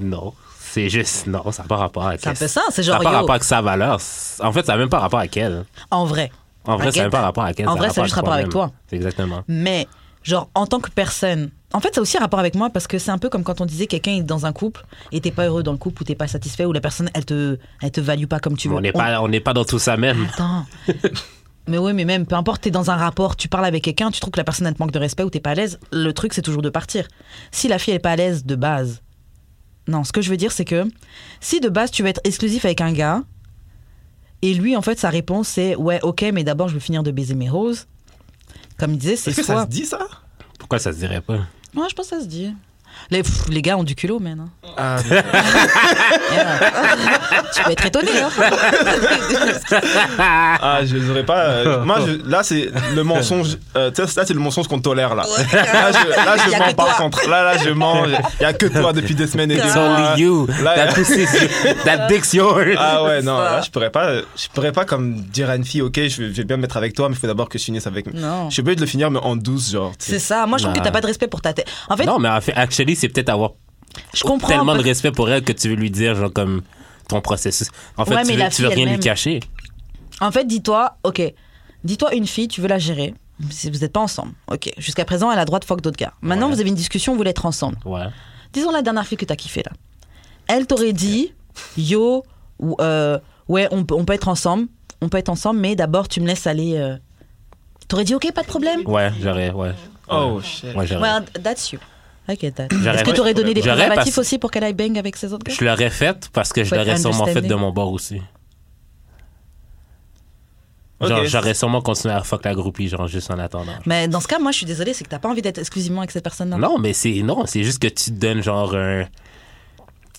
Speaker 3: Non. C'est juste, non, ça n'a pas rapport avec
Speaker 2: C'est un
Speaker 3: elle.
Speaker 2: peu ça, c'est
Speaker 3: Ça n'a
Speaker 2: genre.
Speaker 3: pas
Speaker 2: yo,
Speaker 3: rapport avec sa valeur. C'est- En fait, ça n'a même pas rapport avec elle.
Speaker 2: en vrai.
Speaker 3: En vrai, ça n'a
Speaker 2: T'inquiète.
Speaker 3: même pas rapport avec elle.
Speaker 2: En
Speaker 3: a
Speaker 2: vrai, ça a
Speaker 3: rapport
Speaker 2: juste rapport avec
Speaker 3: toi-même.
Speaker 2: toi.
Speaker 3: C'est Exactement.
Speaker 2: Mais, genre, en tant que personne. En fait, ça a aussi un rapport avec moi parce que c'est un peu comme quand on disait quelqu'un est dans un couple et t'es pas heureux dans le couple ou t'es pas satisfait ou la personne, elle te, elle te value pas comme tu
Speaker 3: Mais
Speaker 2: veux.
Speaker 3: on n'est pas, on n'est pas dans tout ça même.
Speaker 2: Attends. mais oui, mais même, peu importe, t'es dans un rapport, tu parles avec quelqu'un, tu trouves que la personne, elle te manque de respect ou t'es pas à l'aise, le truc, c'est toujours de partir. Si la fille, elle est pas à l'aise de base. Non, ce que je veux dire, c'est que si de base, tu vas être exclusif avec un gars, et lui, en fait, sa réponse, c'est ouais, ok, mais d'abord, je veux finir de baiser mes roses. Comme il disait, c'est
Speaker 4: est-ce que ça
Speaker 2: soit.
Speaker 4: se dit ça
Speaker 3: Pourquoi ça se dirait pas?
Speaker 2: Ouais, je pense que ça se dit. Les, pff, les gars ont du culot, man. hein.
Speaker 4: Ah,
Speaker 2: tu peux être étonné, hein.
Speaker 4: Ah, je n'aurais pas. euh, moi, je- là, c'est le mensonge. euh, tu sais, là, c'est le mensonge qu'on tolère, là. Là, je, là, je
Speaker 2: Y a
Speaker 4: mens
Speaker 2: que
Speaker 4: par
Speaker 2: toi.
Speaker 4: contre. Là, là, je mens. Il n'y a que toi depuis des semaines et des
Speaker 2: Ah.
Speaker 3: It's
Speaker 4: mois.
Speaker 3: only you.
Speaker 4: Là,
Speaker 3: That pussy's you. That dick's yours.
Speaker 4: Ah ouais, non,
Speaker 2: Ça.
Speaker 4: là, je pourrais pas, je pourrais pas comme dire à une fille, ok, je vais, je vais bien me mettre avec toi, mais il faut d'abord que je finisse avec.
Speaker 2: Non.
Speaker 4: Je suis obligé de le finir, mais en douce, genre. tu
Speaker 2: C'est
Speaker 4: sais.
Speaker 2: ça. Moi, je trouve que
Speaker 3: Nah.
Speaker 2: t'as pas de respect pour ta tête. En fait,
Speaker 3: Bah. Non, mais en fait, actually, c'est peut-être avoir
Speaker 2: je comprends.
Speaker 3: tellement de
Speaker 2: peut-
Speaker 3: respect pour elle que tu veux lui dire, genre, comme ton processus. En fait,
Speaker 2: Ouais, mais
Speaker 3: tu
Speaker 2: la
Speaker 3: veux, tu veux
Speaker 2: fille
Speaker 3: rien lui
Speaker 2: elle-même.
Speaker 3: cacher.
Speaker 2: En fait, dis-toi, ok, dis-toi une fille, tu veux la gérer. Si vous n'êtes pas ensemble, ok. Jusqu'à présent, elle a droit de fuck d'autres gars. Maintenant,
Speaker 3: Ouais.
Speaker 2: vous avez une discussion, vous voulez être ensemble.
Speaker 3: Ouais.
Speaker 2: Disons la dernière fille que t'as kiffée là. Elle t'aurait dit, yo, ou euh, ouais, on peut, on peut être ensemble, on peut être ensemble, mais d'abord tu me laisses aller. euh. T'aurais dit, ok, pas de problème.
Speaker 3: Ouais, j'aurais, ouais.
Speaker 4: Oh shit.
Speaker 3: Ouais, j'aurais.
Speaker 2: Well, that's you. Ok, that.
Speaker 3: J'aurais-
Speaker 2: Est-ce que t'aurais donné des
Speaker 3: J'aurais
Speaker 2: préservatifs
Speaker 3: parce-
Speaker 2: aussi pour qu'elle aille bang avec ses autres gars
Speaker 3: Je l'aurais faite parce que je
Speaker 2: Faut être
Speaker 3: l'aurais sûrement faite de
Speaker 2: understanding.
Speaker 3: mon bord aussi.
Speaker 4: Ok.
Speaker 3: Genre, j'aurais sûrement continué à fuck la groupie, genre, juste en attendant.
Speaker 2: Mais dans ce cas, moi, je suis désolée, c'est que t'as pas envie d'être exclusivement avec cette personne-là.
Speaker 3: Non, mais c'est non, c'est juste que tu te donnes genre un.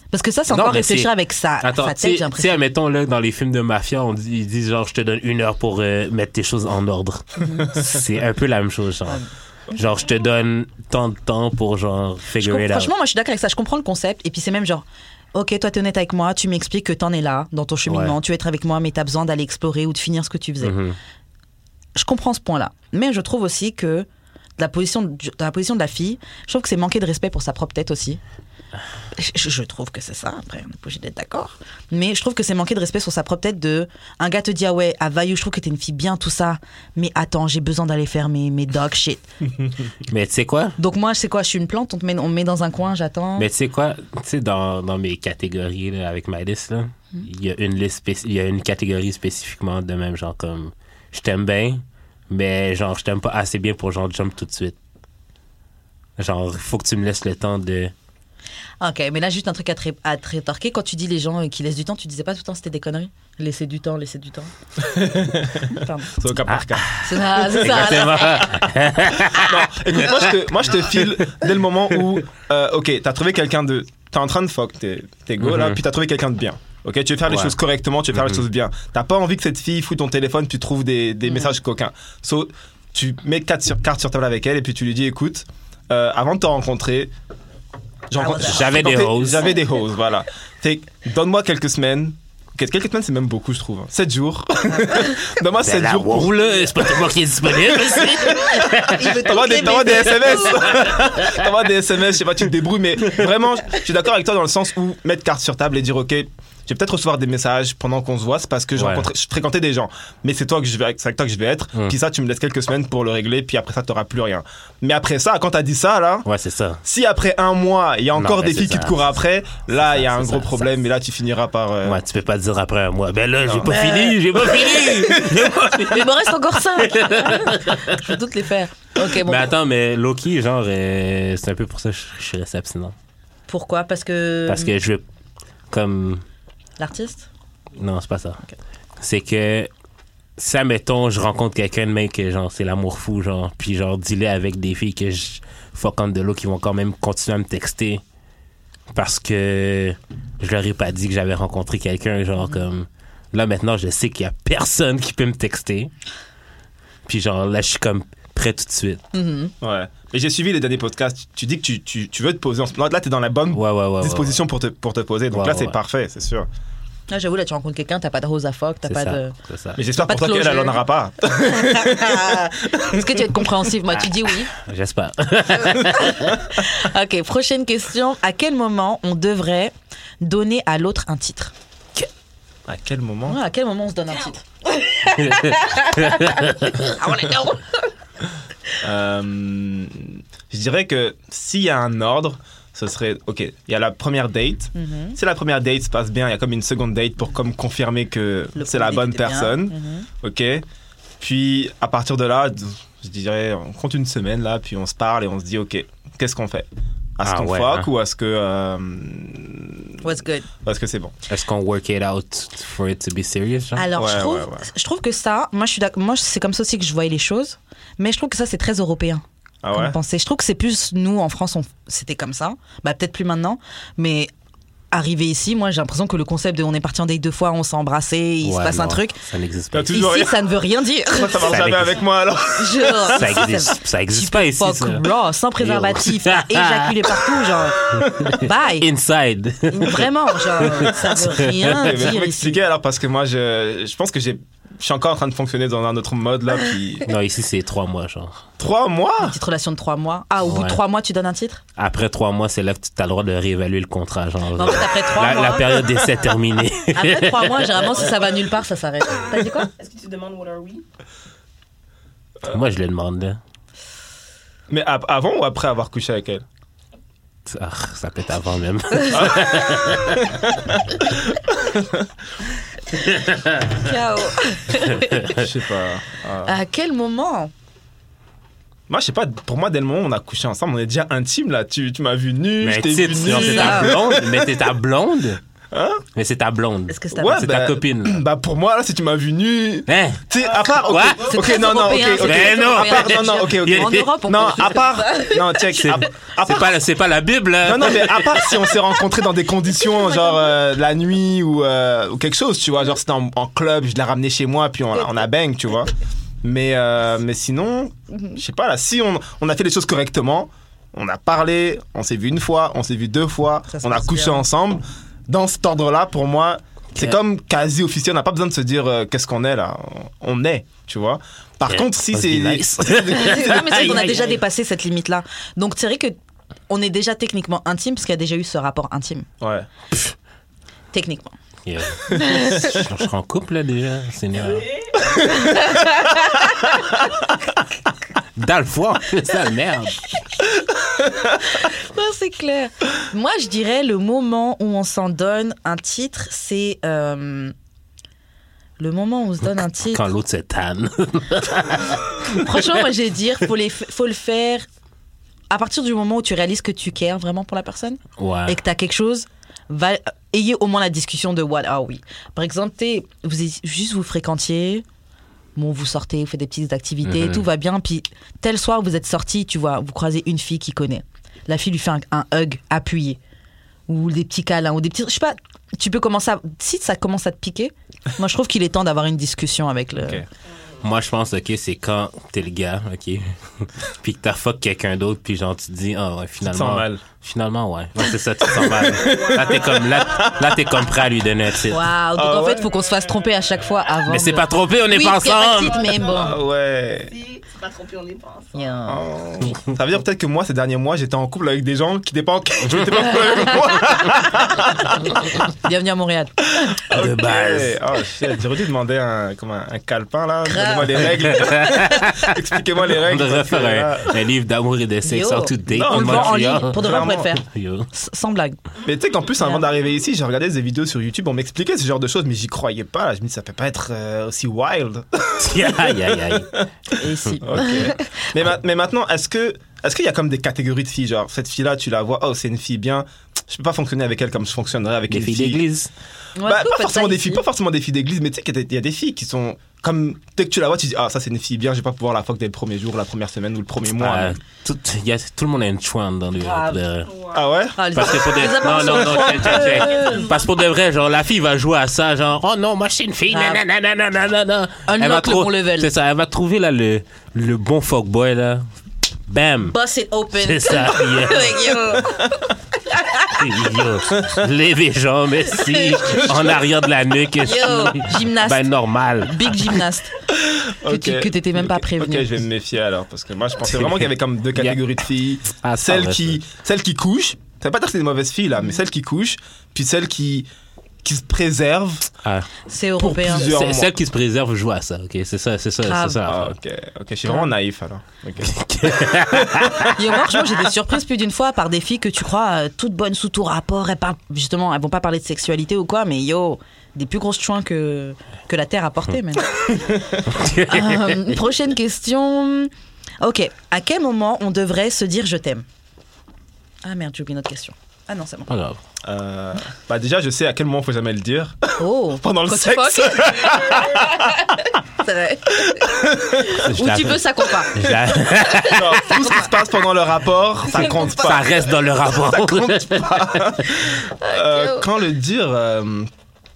Speaker 2: Parce que ça, c'est
Speaker 3: Non,
Speaker 2: encore
Speaker 3: mais
Speaker 2: réfléchir
Speaker 3: c'est-
Speaker 2: avec sa,
Speaker 3: Attends,
Speaker 2: sa
Speaker 3: tu
Speaker 2: tête, Ah,
Speaker 3: sais-
Speaker 2: j'ai
Speaker 3: tu sais,
Speaker 2: l'impression.
Speaker 3: admettons là dans les films de mafia, on dit, ils disent genre je te donne une heure pour euh, mettre tes choses en ordre. c'est un peu la même chose genre. Genre je te donne tant de temps pour genre
Speaker 2: Je
Speaker 3: figure
Speaker 2: com-
Speaker 3: it out.
Speaker 2: franchement, moi, je suis d'accord avec ça. Je comprends le concept. Et puis, c'est même genre, OK, toi, t'es honnête avec moi, tu m'expliques que t'en es là dans ton cheminement,
Speaker 3: Ouais.
Speaker 2: tu veux être avec moi, mais t'as besoin d'aller explorer ou de finir ce que tu faisais.
Speaker 3: Mhm.
Speaker 2: Je comprends ce point-là. Mais je trouve aussi que de la position de, de la position de la fille, je trouve que c'est manquer de respect pour sa propre tête aussi. Je, je trouve que c'est ça. Après, on est pas obligé d'être d'accord. Mais je trouve que c'est manquer de respect sur sa propre tête de un gars te dit ah ouais, à Vayu, je trouve que t'es une fille bien tout ça. Mais attends, j'ai besoin d'aller faire mes mes dog shit.
Speaker 3: Mais tu sais quoi?
Speaker 2: Donc moi, je sais quoi, je suis une plante, on, te met, on me met dans un coin, j'attends.
Speaker 3: Mais tu sais quoi? Tu sais, dans, dans mes catégories là, avec ma liste, là, il y a une liste spéc- il y a une catégorie spécifiquement de même genre comme je t'aime bien, mais genre je t'aime pas assez bien pour genre jump tout de suite. Genre, faut que tu me laisses le temps de.
Speaker 2: Ok, mais là, juste un truc à te, ré- à te rétorquer. Quand tu dis les gens euh, qui laissent du temps, tu disais pas tout le temps c'était des conneries Laisser du temps, laisser du temps. Pardon.
Speaker 4: C'est au cas par cas.
Speaker 2: c'est ça, c'est ça. là.
Speaker 3: Exactement.
Speaker 4: Écoute, moi, je te, moi, je te file dès le moment où, euh, ok, t'as trouvé quelqu'un de. T'es en train de fuck tes, tes go là,
Speaker 3: Mhm.
Speaker 4: puis t'as trouvé quelqu'un de bien. Ok, tu veux faire les
Speaker 3: Ouais.
Speaker 4: choses correctement, tu veux faire les
Speaker 3: Mhm.
Speaker 4: choses bien. T'as pas envie que cette fille foute ton téléphone, tu trouves des, des messages coquins. So, tu mets carte sur, carte sur table avec elle et puis tu lui dis, écoute, euh, avant de te rencontrer, j'en-
Speaker 2: Ah, voilà.
Speaker 3: J'avais des
Speaker 4: j'en-
Speaker 3: roses.
Speaker 4: J'avais des roses, voilà. Fait que donne-moi quelques semaines. Ok, Quelques semaines, c'est même beaucoup, je trouve. 7 jours.
Speaker 3: Ben,
Speaker 4: Donne-moi 7 jours pour
Speaker 3: Ou là, c'est pas tout le monde qui est disponible.
Speaker 2: Il veut
Speaker 4: T'envoies des,
Speaker 2: toutes les
Speaker 4: t'envoies des
Speaker 2: baiser.
Speaker 4: SMS. T'envoies des SMS, je sais pas, tu te débrouilles, mais vraiment, je suis d'accord avec toi dans le sens où mettre carte sur table et dire, OK, je vais peut-être recevoir des messages pendant qu'on se voit, c'est parce que je,
Speaker 3: Ouais.
Speaker 4: rencontrais- je fréquentais des gens. Mais c'est toi que je vais, c'est avec toi que je vais être.
Speaker 3: Mm.
Speaker 4: Puis ça, tu me laisses quelques semaines pour le régler. Puis après ça, t'auras plus rien. Mais après ça, quand t'as dit ça, là,
Speaker 3: Ouais, c'est ça.
Speaker 4: si après un mois, il y a
Speaker 3: Non,
Speaker 4: encore
Speaker 3: mais
Speaker 4: des
Speaker 3: c'est
Speaker 4: filles qui
Speaker 3: ça.
Speaker 4: te courent après, là,
Speaker 3: ça,
Speaker 4: il y a un
Speaker 3: c'est
Speaker 4: gros
Speaker 3: ça,
Speaker 4: problème.
Speaker 3: ça.
Speaker 4: Mais là, tu finiras par. euh,
Speaker 3: Ouais, tu peux pas dire après un mois. Ben là, j'ai
Speaker 4: Non.
Speaker 3: pas fini, j'ai pas fini. J'ai pas fini.
Speaker 2: Il me reste encore ça. je peux toutes les faire. Ok, bon. bah,
Speaker 3: Mais attends, mais Loki, genre, euh, c'est un peu pour ça que je, je suis resté abstinent.
Speaker 2: Pourquoi Parce que. hum,
Speaker 3: Parce que je veux. Comme.
Speaker 2: L'artiste
Speaker 3: Non, c'est pas ça.
Speaker 2: Ok.
Speaker 3: C'est que. Ça, mettons, je rencontre quelqu'un de même que, genre, c'est l'amour fou, genre, puis, genre, dealer avec des filles que je fuck on de l'eau qui vont quand même continuer à me texter parce que je leur ai pas dit que j'avais rencontré quelqu'un, genre, comme. Là, maintenant, je sais qu'il y a personne qui peut me texter. Puis, genre, là, je suis comme prêt tout de suite.
Speaker 2: Mhm.
Speaker 4: Ouais. Mais j'ai suivi les derniers podcasts. Tu dis que tu, tu, tu veux te poser en ce moment. Là, t'es dans la bonne
Speaker 3: Ouais, ouais, ouais. ouais,
Speaker 4: disposition Pour, te, pour te poser. Donc
Speaker 3: Ouais,
Speaker 4: là,
Speaker 3: ouais,
Speaker 4: c'est
Speaker 3: ouais.
Speaker 4: parfait, c'est sûr.
Speaker 2: Là, Ah, j'avoue, là, tu rencontres quelqu'un, t'as pas de rose à phoque, t'as
Speaker 3: C'est
Speaker 2: pas
Speaker 3: ça,
Speaker 2: de.
Speaker 3: c'est ça.
Speaker 4: Mais j'espère
Speaker 2: Pas
Speaker 4: pour
Speaker 2: de
Speaker 4: toi qu'elle, elle
Speaker 2: closure.
Speaker 4: en aura pas.
Speaker 2: Est-ce que tu es compréhensive Moi, tu dis oui.
Speaker 3: J'espère.
Speaker 2: Ok, prochaine question. À quel moment on devrait donner à l'autre un titre
Speaker 4: À quel moment
Speaker 2: Ouais, À quel moment on se donne un titre I wanna know.
Speaker 4: Euh, je dirais que s'il y a un ordre, ce serait ok. Il y a la première date.
Speaker 2: Mhm.
Speaker 4: Si la première date se passe bien, il y a comme une seconde date pour comme confirmer que
Speaker 2: Le
Speaker 4: c'est la
Speaker 2: premier
Speaker 4: bonne
Speaker 2: était bien.
Speaker 4: personne.
Speaker 2: Mhm.
Speaker 4: Ok. Puis à partir de là, d- je dirais on compte une semaine là, puis on se parle et on se dit ok, qu'est-ce qu'on fait Est-ce
Speaker 3: Ah
Speaker 4: qu'on
Speaker 3: ouais,
Speaker 4: fuck
Speaker 3: hein.
Speaker 4: ou est-ce que euh,
Speaker 2: What's good
Speaker 4: est-ce que c'est bon
Speaker 3: Est-ce qu'on work it out for it to be serious? genre?
Speaker 2: Alors, je,
Speaker 4: Hein? Ouais,
Speaker 2: trouve,
Speaker 4: ouais, ouais.
Speaker 2: je trouve que ça, moi, je suis d'ac- moi c'est comme ça aussi que je voyais les choses, mais je trouve que ça, c'est très européen
Speaker 4: Ah
Speaker 2: comme
Speaker 4: ouais.
Speaker 2: pensée. Je trouve que c'est plus, nous, en France, on- c'était comme ça, bah, peut-être plus maintenant, mais arrivé ici, moi, j'ai l'impression que le concept de on est parti en date deux fois, on s'est embrassé, il se
Speaker 3: Ouais,
Speaker 2: passe un
Speaker 3: non,
Speaker 2: truc,
Speaker 3: Ça n'existe
Speaker 4: T'as
Speaker 3: pas.
Speaker 4: tout-
Speaker 2: ici,
Speaker 4: Toujours rien.
Speaker 2: ça ne veut rien dire.
Speaker 4: Toi, ça marche
Speaker 3: Ça
Speaker 4: jamais
Speaker 3: n'existe-
Speaker 4: avec moi alors.
Speaker 2: Genre,
Speaker 3: Ça existe, ça existe pas ici.
Speaker 2: Fuck
Speaker 3: ça.
Speaker 2: raw, sans préservatif, t'as éjaculé partout, genre, bye.
Speaker 3: Inside.
Speaker 2: Vraiment, genre, ça veut rien
Speaker 4: Eh ben, Faut
Speaker 2: dire ici.
Speaker 4: m'expliquer alors parce que moi je, je pense que j'ai je suis encore en train de fonctionner dans un autre mode là puis
Speaker 3: non, ici, c'est trois mois, genre.
Speaker 4: trois mois
Speaker 2: Petite relation de trois mois. Ah, au bout de
Speaker 3: Ouais.
Speaker 2: trois mois, tu donnes un titre
Speaker 3: Après trois mois, c'est là que tu as le droit de réévaluer le contrat, genre.
Speaker 2: Non, en fait, après trois
Speaker 3: la,
Speaker 2: mois.
Speaker 3: la période d'essai terminée.
Speaker 2: Après trois mois, généralement, si ça va nulle part, ça s'arrête. T'as dit quoi
Speaker 5: Est-ce que tu demandes what are we?
Speaker 3: Moi, je le demande, là.
Speaker 4: mais a- avant ou après avoir couché avec elle
Speaker 3: Ah, ça peut être avant même.
Speaker 2: Ciao.
Speaker 4: je sais pas Ah.
Speaker 2: À quel moment
Speaker 4: moi je sais pas pour moi dès le moment où on a couché ensemble on est déjà intime là tu, tu m'as vu nu je
Speaker 3: mais
Speaker 4: t'ai vu
Speaker 3: titre, genre, c'est
Speaker 4: nu
Speaker 3: ta blonde. Mais c'est ta blonde. Mais c'est ta blonde.
Speaker 2: Est-ce que c'est ta
Speaker 4: Hein? Ouais,
Speaker 3: C'est
Speaker 4: bah-
Speaker 3: ta copine. là.
Speaker 4: bah pour moi là si tu m'as vu nu
Speaker 3: Hein?
Speaker 4: tu sais, à part ok,
Speaker 3: Quoi
Speaker 2: C'est
Speaker 4: ok
Speaker 2: très
Speaker 4: non non
Speaker 2: européen,
Speaker 4: ok
Speaker 2: c'est
Speaker 4: ok
Speaker 3: Mais
Speaker 2: très
Speaker 3: non,
Speaker 4: à
Speaker 2: européen.
Speaker 4: part non non ok ok
Speaker 2: En Europe, on
Speaker 4: non ah,
Speaker 2: peut-
Speaker 4: à part non check
Speaker 3: C'est
Speaker 4: à, à
Speaker 3: c'est
Speaker 4: part
Speaker 3: pas, c'est pas la Bible, là.
Speaker 4: non, non, mais à part si on s'est rencontrés dans des conditions, genre euh, la nuit ou, euh, ou quelque chose, tu vois. Genre, c'était en, en club, je l'ai ramené chez moi, puis on, on a bang, tu vois. Mais, euh, mais sinon, je sais pas, là, si on, on a fait les choses correctement, on a parlé, on s'est vu une fois, on s'est vu deux fois,
Speaker 2: Ça se
Speaker 4: on a
Speaker 2: passe
Speaker 4: couché
Speaker 2: bien.
Speaker 4: ensemble. Dans cet ordre-là, pour moi, c'est
Speaker 3: Ok.
Speaker 4: comme quasi officiel, on n'a pas besoin de se dire euh, qu'est-ce qu'on est là. On est, tu vois. Par
Speaker 3: Ok.
Speaker 4: contre, si
Speaker 3: Must
Speaker 4: c'est.
Speaker 3: be nice.
Speaker 2: Non, mais c'est qu'on a
Speaker 3: Aïe,
Speaker 2: déjà
Speaker 3: aïe, aïe.
Speaker 2: dépassé cette limite-là. Donc, c'est vrai que on est déjà techniquement intime parce qu'il y a déjà eu ce rapport intime.
Speaker 4: Ouais.
Speaker 2: Techniquement.
Speaker 3: Yeah. je, je suis en couple là déjà, Seigneur. Dans le foie, ça merde.
Speaker 2: Non, c'est clair. Moi, je dirais le moment où on s'en donne un titre, c'est euh, le moment où on se donne un titre.
Speaker 3: Quand l'autre se tanne.
Speaker 2: Franchement, moi, je vais dire, faut, les, faut le faire à partir du moment où tu réalises que tu cares vraiment pour la personne et
Speaker 3: Ouais.
Speaker 2: que tu as quelque chose. Va, euh, ayez au moins la discussion de what are we. Par exemple, t'es- vous êtes- juste vous fréquentiez, bon, vous sortez, vous faites des petites activités,
Speaker 3: Mhm.
Speaker 2: tout va bien. Puis tel soir, vous êtes sorti, tu vois, vous croisez une fille qui connaît. La fille lui fait un, un hug appuyé ou des petits câlins ou des petits. Je sais pas, tu peux commencer à. Si ça commence à te piquer, moi je trouve qu'il est temps d'avoir une discussion avec le.
Speaker 4: Ok.
Speaker 3: Moi, je pense, ok, c'est quand t'es le gars, ok, puis que t'as fuck quelqu'un d'autre, puis genre tu te dis, ah ouais,
Speaker 4: Tu te
Speaker 3: finalement,
Speaker 4: sens mal.
Speaker 3: Finalement, ouais. Ouais, c'est ça, tu te sens mal. Là, t'es comme, là, là, t'es comme prêt à lui donner un titre.
Speaker 2: Waouh, donc
Speaker 4: Ah
Speaker 2: en
Speaker 4: ouais.
Speaker 2: fait, faut qu'on se fasse tromper à chaque fois avant.
Speaker 3: Mais c'est
Speaker 2: de-
Speaker 3: pas trompé, on est
Speaker 2: oui,
Speaker 3: pas
Speaker 2: c'est un
Speaker 3: ensemble.
Speaker 2: titre, mais bon.
Speaker 4: Ah ouais.
Speaker 5: Si, c'est pas trompé, on est pas ensemble.
Speaker 2: Yeah.
Speaker 4: Oh. Ça veut dire peut-être que moi, ces derniers mois, j'étais en couple avec des gens qui n'étaient pas en qui étaient pas en couple avec moi.
Speaker 2: Bienvenue à Montréal.
Speaker 3: De base.
Speaker 4: Ok. Oh shit, j'aurais dû demander un, comme un, un calepin là. Donnez-moi les règles. Expliquez-moi les
Speaker 3: On
Speaker 4: règles.
Speaker 3: devrait
Speaker 4: parce que, là,
Speaker 3: faire un, un livre d'amour et de sexe
Speaker 2: Yo.
Speaker 3: en tout date.
Speaker 4: Non,
Speaker 2: On
Speaker 3: in
Speaker 2: le vend en
Speaker 3: Montreal.
Speaker 2: ligne. Pour de vrai, on pourrait le faire.
Speaker 3: Yo.
Speaker 2: S- Sans blague.
Speaker 4: Mais tu sais qu'en plus, avant
Speaker 2: Yeah.
Speaker 4: d'arriver ici, j'ai regardé des vidéos sur YouTube, on m'expliquait ce genre de choses, mais j'y croyais pas. là. Je me dis, ça peut pas être euh, aussi wild.
Speaker 3: Aïe, aïe, aïe.
Speaker 2: Et si.
Speaker 4: Bah, Ok. mais, ma- mais maintenant, est-ce que est-ce qu'il y a comme des catégories de filles Genre, cette fille-là, tu la vois, oh, c'est une fille bien. Je peux pas fonctionner avec elle comme je fonctionnerais avec
Speaker 3: Les
Speaker 4: une
Speaker 3: filles
Speaker 4: fille.
Speaker 3: d'église.
Speaker 2: Ouais,
Speaker 4: Bah,
Speaker 2: vous
Speaker 4: pas,
Speaker 2: faites
Speaker 4: forcément
Speaker 2: ça
Speaker 4: des
Speaker 2: ici.
Speaker 4: filles, pas forcément des filles d'église, mais tu sais qu'il y a des- il y, a des filles qui sont comme dès que tu la vois, tu dis ah ça c'est une fille bien, je vais pas pouvoir la fuck dès le premier jour, la première semaine ou le premier mois.
Speaker 3: Ah, tout, y a- tout le monde a une chouane dans le.
Speaker 2: Grave.
Speaker 3: le-
Speaker 4: Ah ouais
Speaker 2: Ah, les
Speaker 3: Parce que pour des...
Speaker 2: les
Speaker 3: Non,
Speaker 2: applaudissements
Speaker 3: non, non, check, check, check. Parce que pour de vrai, genre, la fille va jouer à ça, genre, oh non, moi, je suis une fille,
Speaker 2: Ah.
Speaker 3: nanana, nanana, nanana.
Speaker 2: Unlock le
Speaker 3: trou-
Speaker 2: bon level.
Speaker 3: C'est ça, elle va trouver, là, le, le bon fuckboy, là. Bam.
Speaker 2: Bust it open.
Speaker 3: C'est ça, yeah.
Speaker 2: Like, yo.
Speaker 3: Yo. Lève les jambes, si, en arrière de la nuque.
Speaker 2: Yo, gymnaste.
Speaker 3: Ben, normal.
Speaker 2: Big gymnaste. Que tu-
Speaker 4: Ok.
Speaker 2: que t'étais même pas
Speaker 4: Ok,
Speaker 2: prévenu.
Speaker 4: Ok, je vais me méfier alors parce que moi je pensais vraiment qu'il y avait comme deux catégories de filles,
Speaker 3: Ah, ça
Speaker 4: celles
Speaker 3: reste.
Speaker 4: qui celles qui couchent, ça veut pas dire que c'est des mauvaises filles là, mais celles qui couchent, puis celles qui qui se préservent.
Speaker 3: Ah.
Speaker 2: C'est européen.
Speaker 4: plusieurs- Plusieurs
Speaker 3: C'est-
Speaker 4: mois.
Speaker 3: Celle qui se préserve joue à ça, ok? C'est ça, c'est ça,
Speaker 2: Grave.
Speaker 3: c'est ça.
Speaker 4: Ah,
Speaker 3: l'affaire.
Speaker 4: ok, ok, je suis vraiment naïf alors. Ok.
Speaker 2: Yo, moi, franchement, j'ai été surprise plus d'une fois par des filles que tu crois euh, toutes bonnes sous tout rapport. Elles parlent, justement, elles vont pas parler de sexualité ou quoi, mais yo, des plus grosses chouins que, que la Terre a porté, même. Euh, prochaine question. Ok, à quel moment on devrait se dire je t'aime Ah merde, j'ai oublié notre question. Ah non, c'est bon.
Speaker 3: Pas grave.
Speaker 4: Euh, bah déjà je sais à quel moment faut jamais le dire
Speaker 2: Oh,
Speaker 4: pendant le
Speaker 2: quand tu
Speaker 4: sexe.
Speaker 2: fuck. C'est vrai.
Speaker 3: Je
Speaker 2: Ou
Speaker 3: la-
Speaker 2: tu veux, ça compte pas.
Speaker 3: je la-
Speaker 4: Genre, tout ce qui se passe pendant le rapport, ça compte pas.
Speaker 3: Ça reste dans le rapport.
Speaker 4: Euh, quand le dire euh,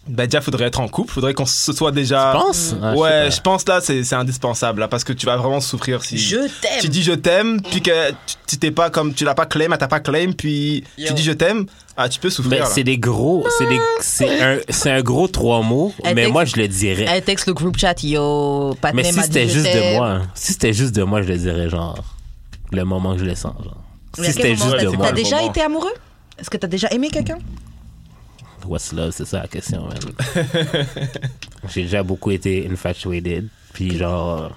Speaker 4: bah déjà faudrait être en couple faudrait qu'on se soit déjà
Speaker 3: Tu penses Ah, je sais
Speaker 4: ouais
Speaker 3: pas.
Speaker 4: je pense là c'est c'est indispensable là, parce que tu vas vraiment souffrir si
Speaker 2: Je
Speaker 4: tu
Speaker 2: t'aime.
Speaker 4: dis je t'aime puis que tu- tu t'es pas comme tu l'as pas claim elle t'a pas claim puis tu
Speaker 2: Yo.
Speaker 4: dis je t'aime ah tu peux
Speaker 3: Mais
Speaker 4: souffrir là.
Speaker 3: Ben, c'est des gros, c'est des, c'est un, c'est un gros trois mots,
Speaker 2: Elle
Speaker 3: mais
Speaker 2: texte-
Speaker 3: moi je le dirais.
Speaker 2: Elle texte le group chat, yo, pas
Speaker 3: Mais si c'était juste de moi, hein. si c'était juste de moi, je le dirais genre le moment que je le sens. Genre. Si c'était juste de
Speaker 4: t'as-
Speaker 3: moi,
Speaker 2: T'as déjà
Speaker 4: Moment.
Speaker 2: été amoureux Est-ce que t'as déjà aimé quelqu'un
Speaker 3: what's love, c'est ça la question. man. J'ai déjà beaucoup été infatuated, puis genre euh,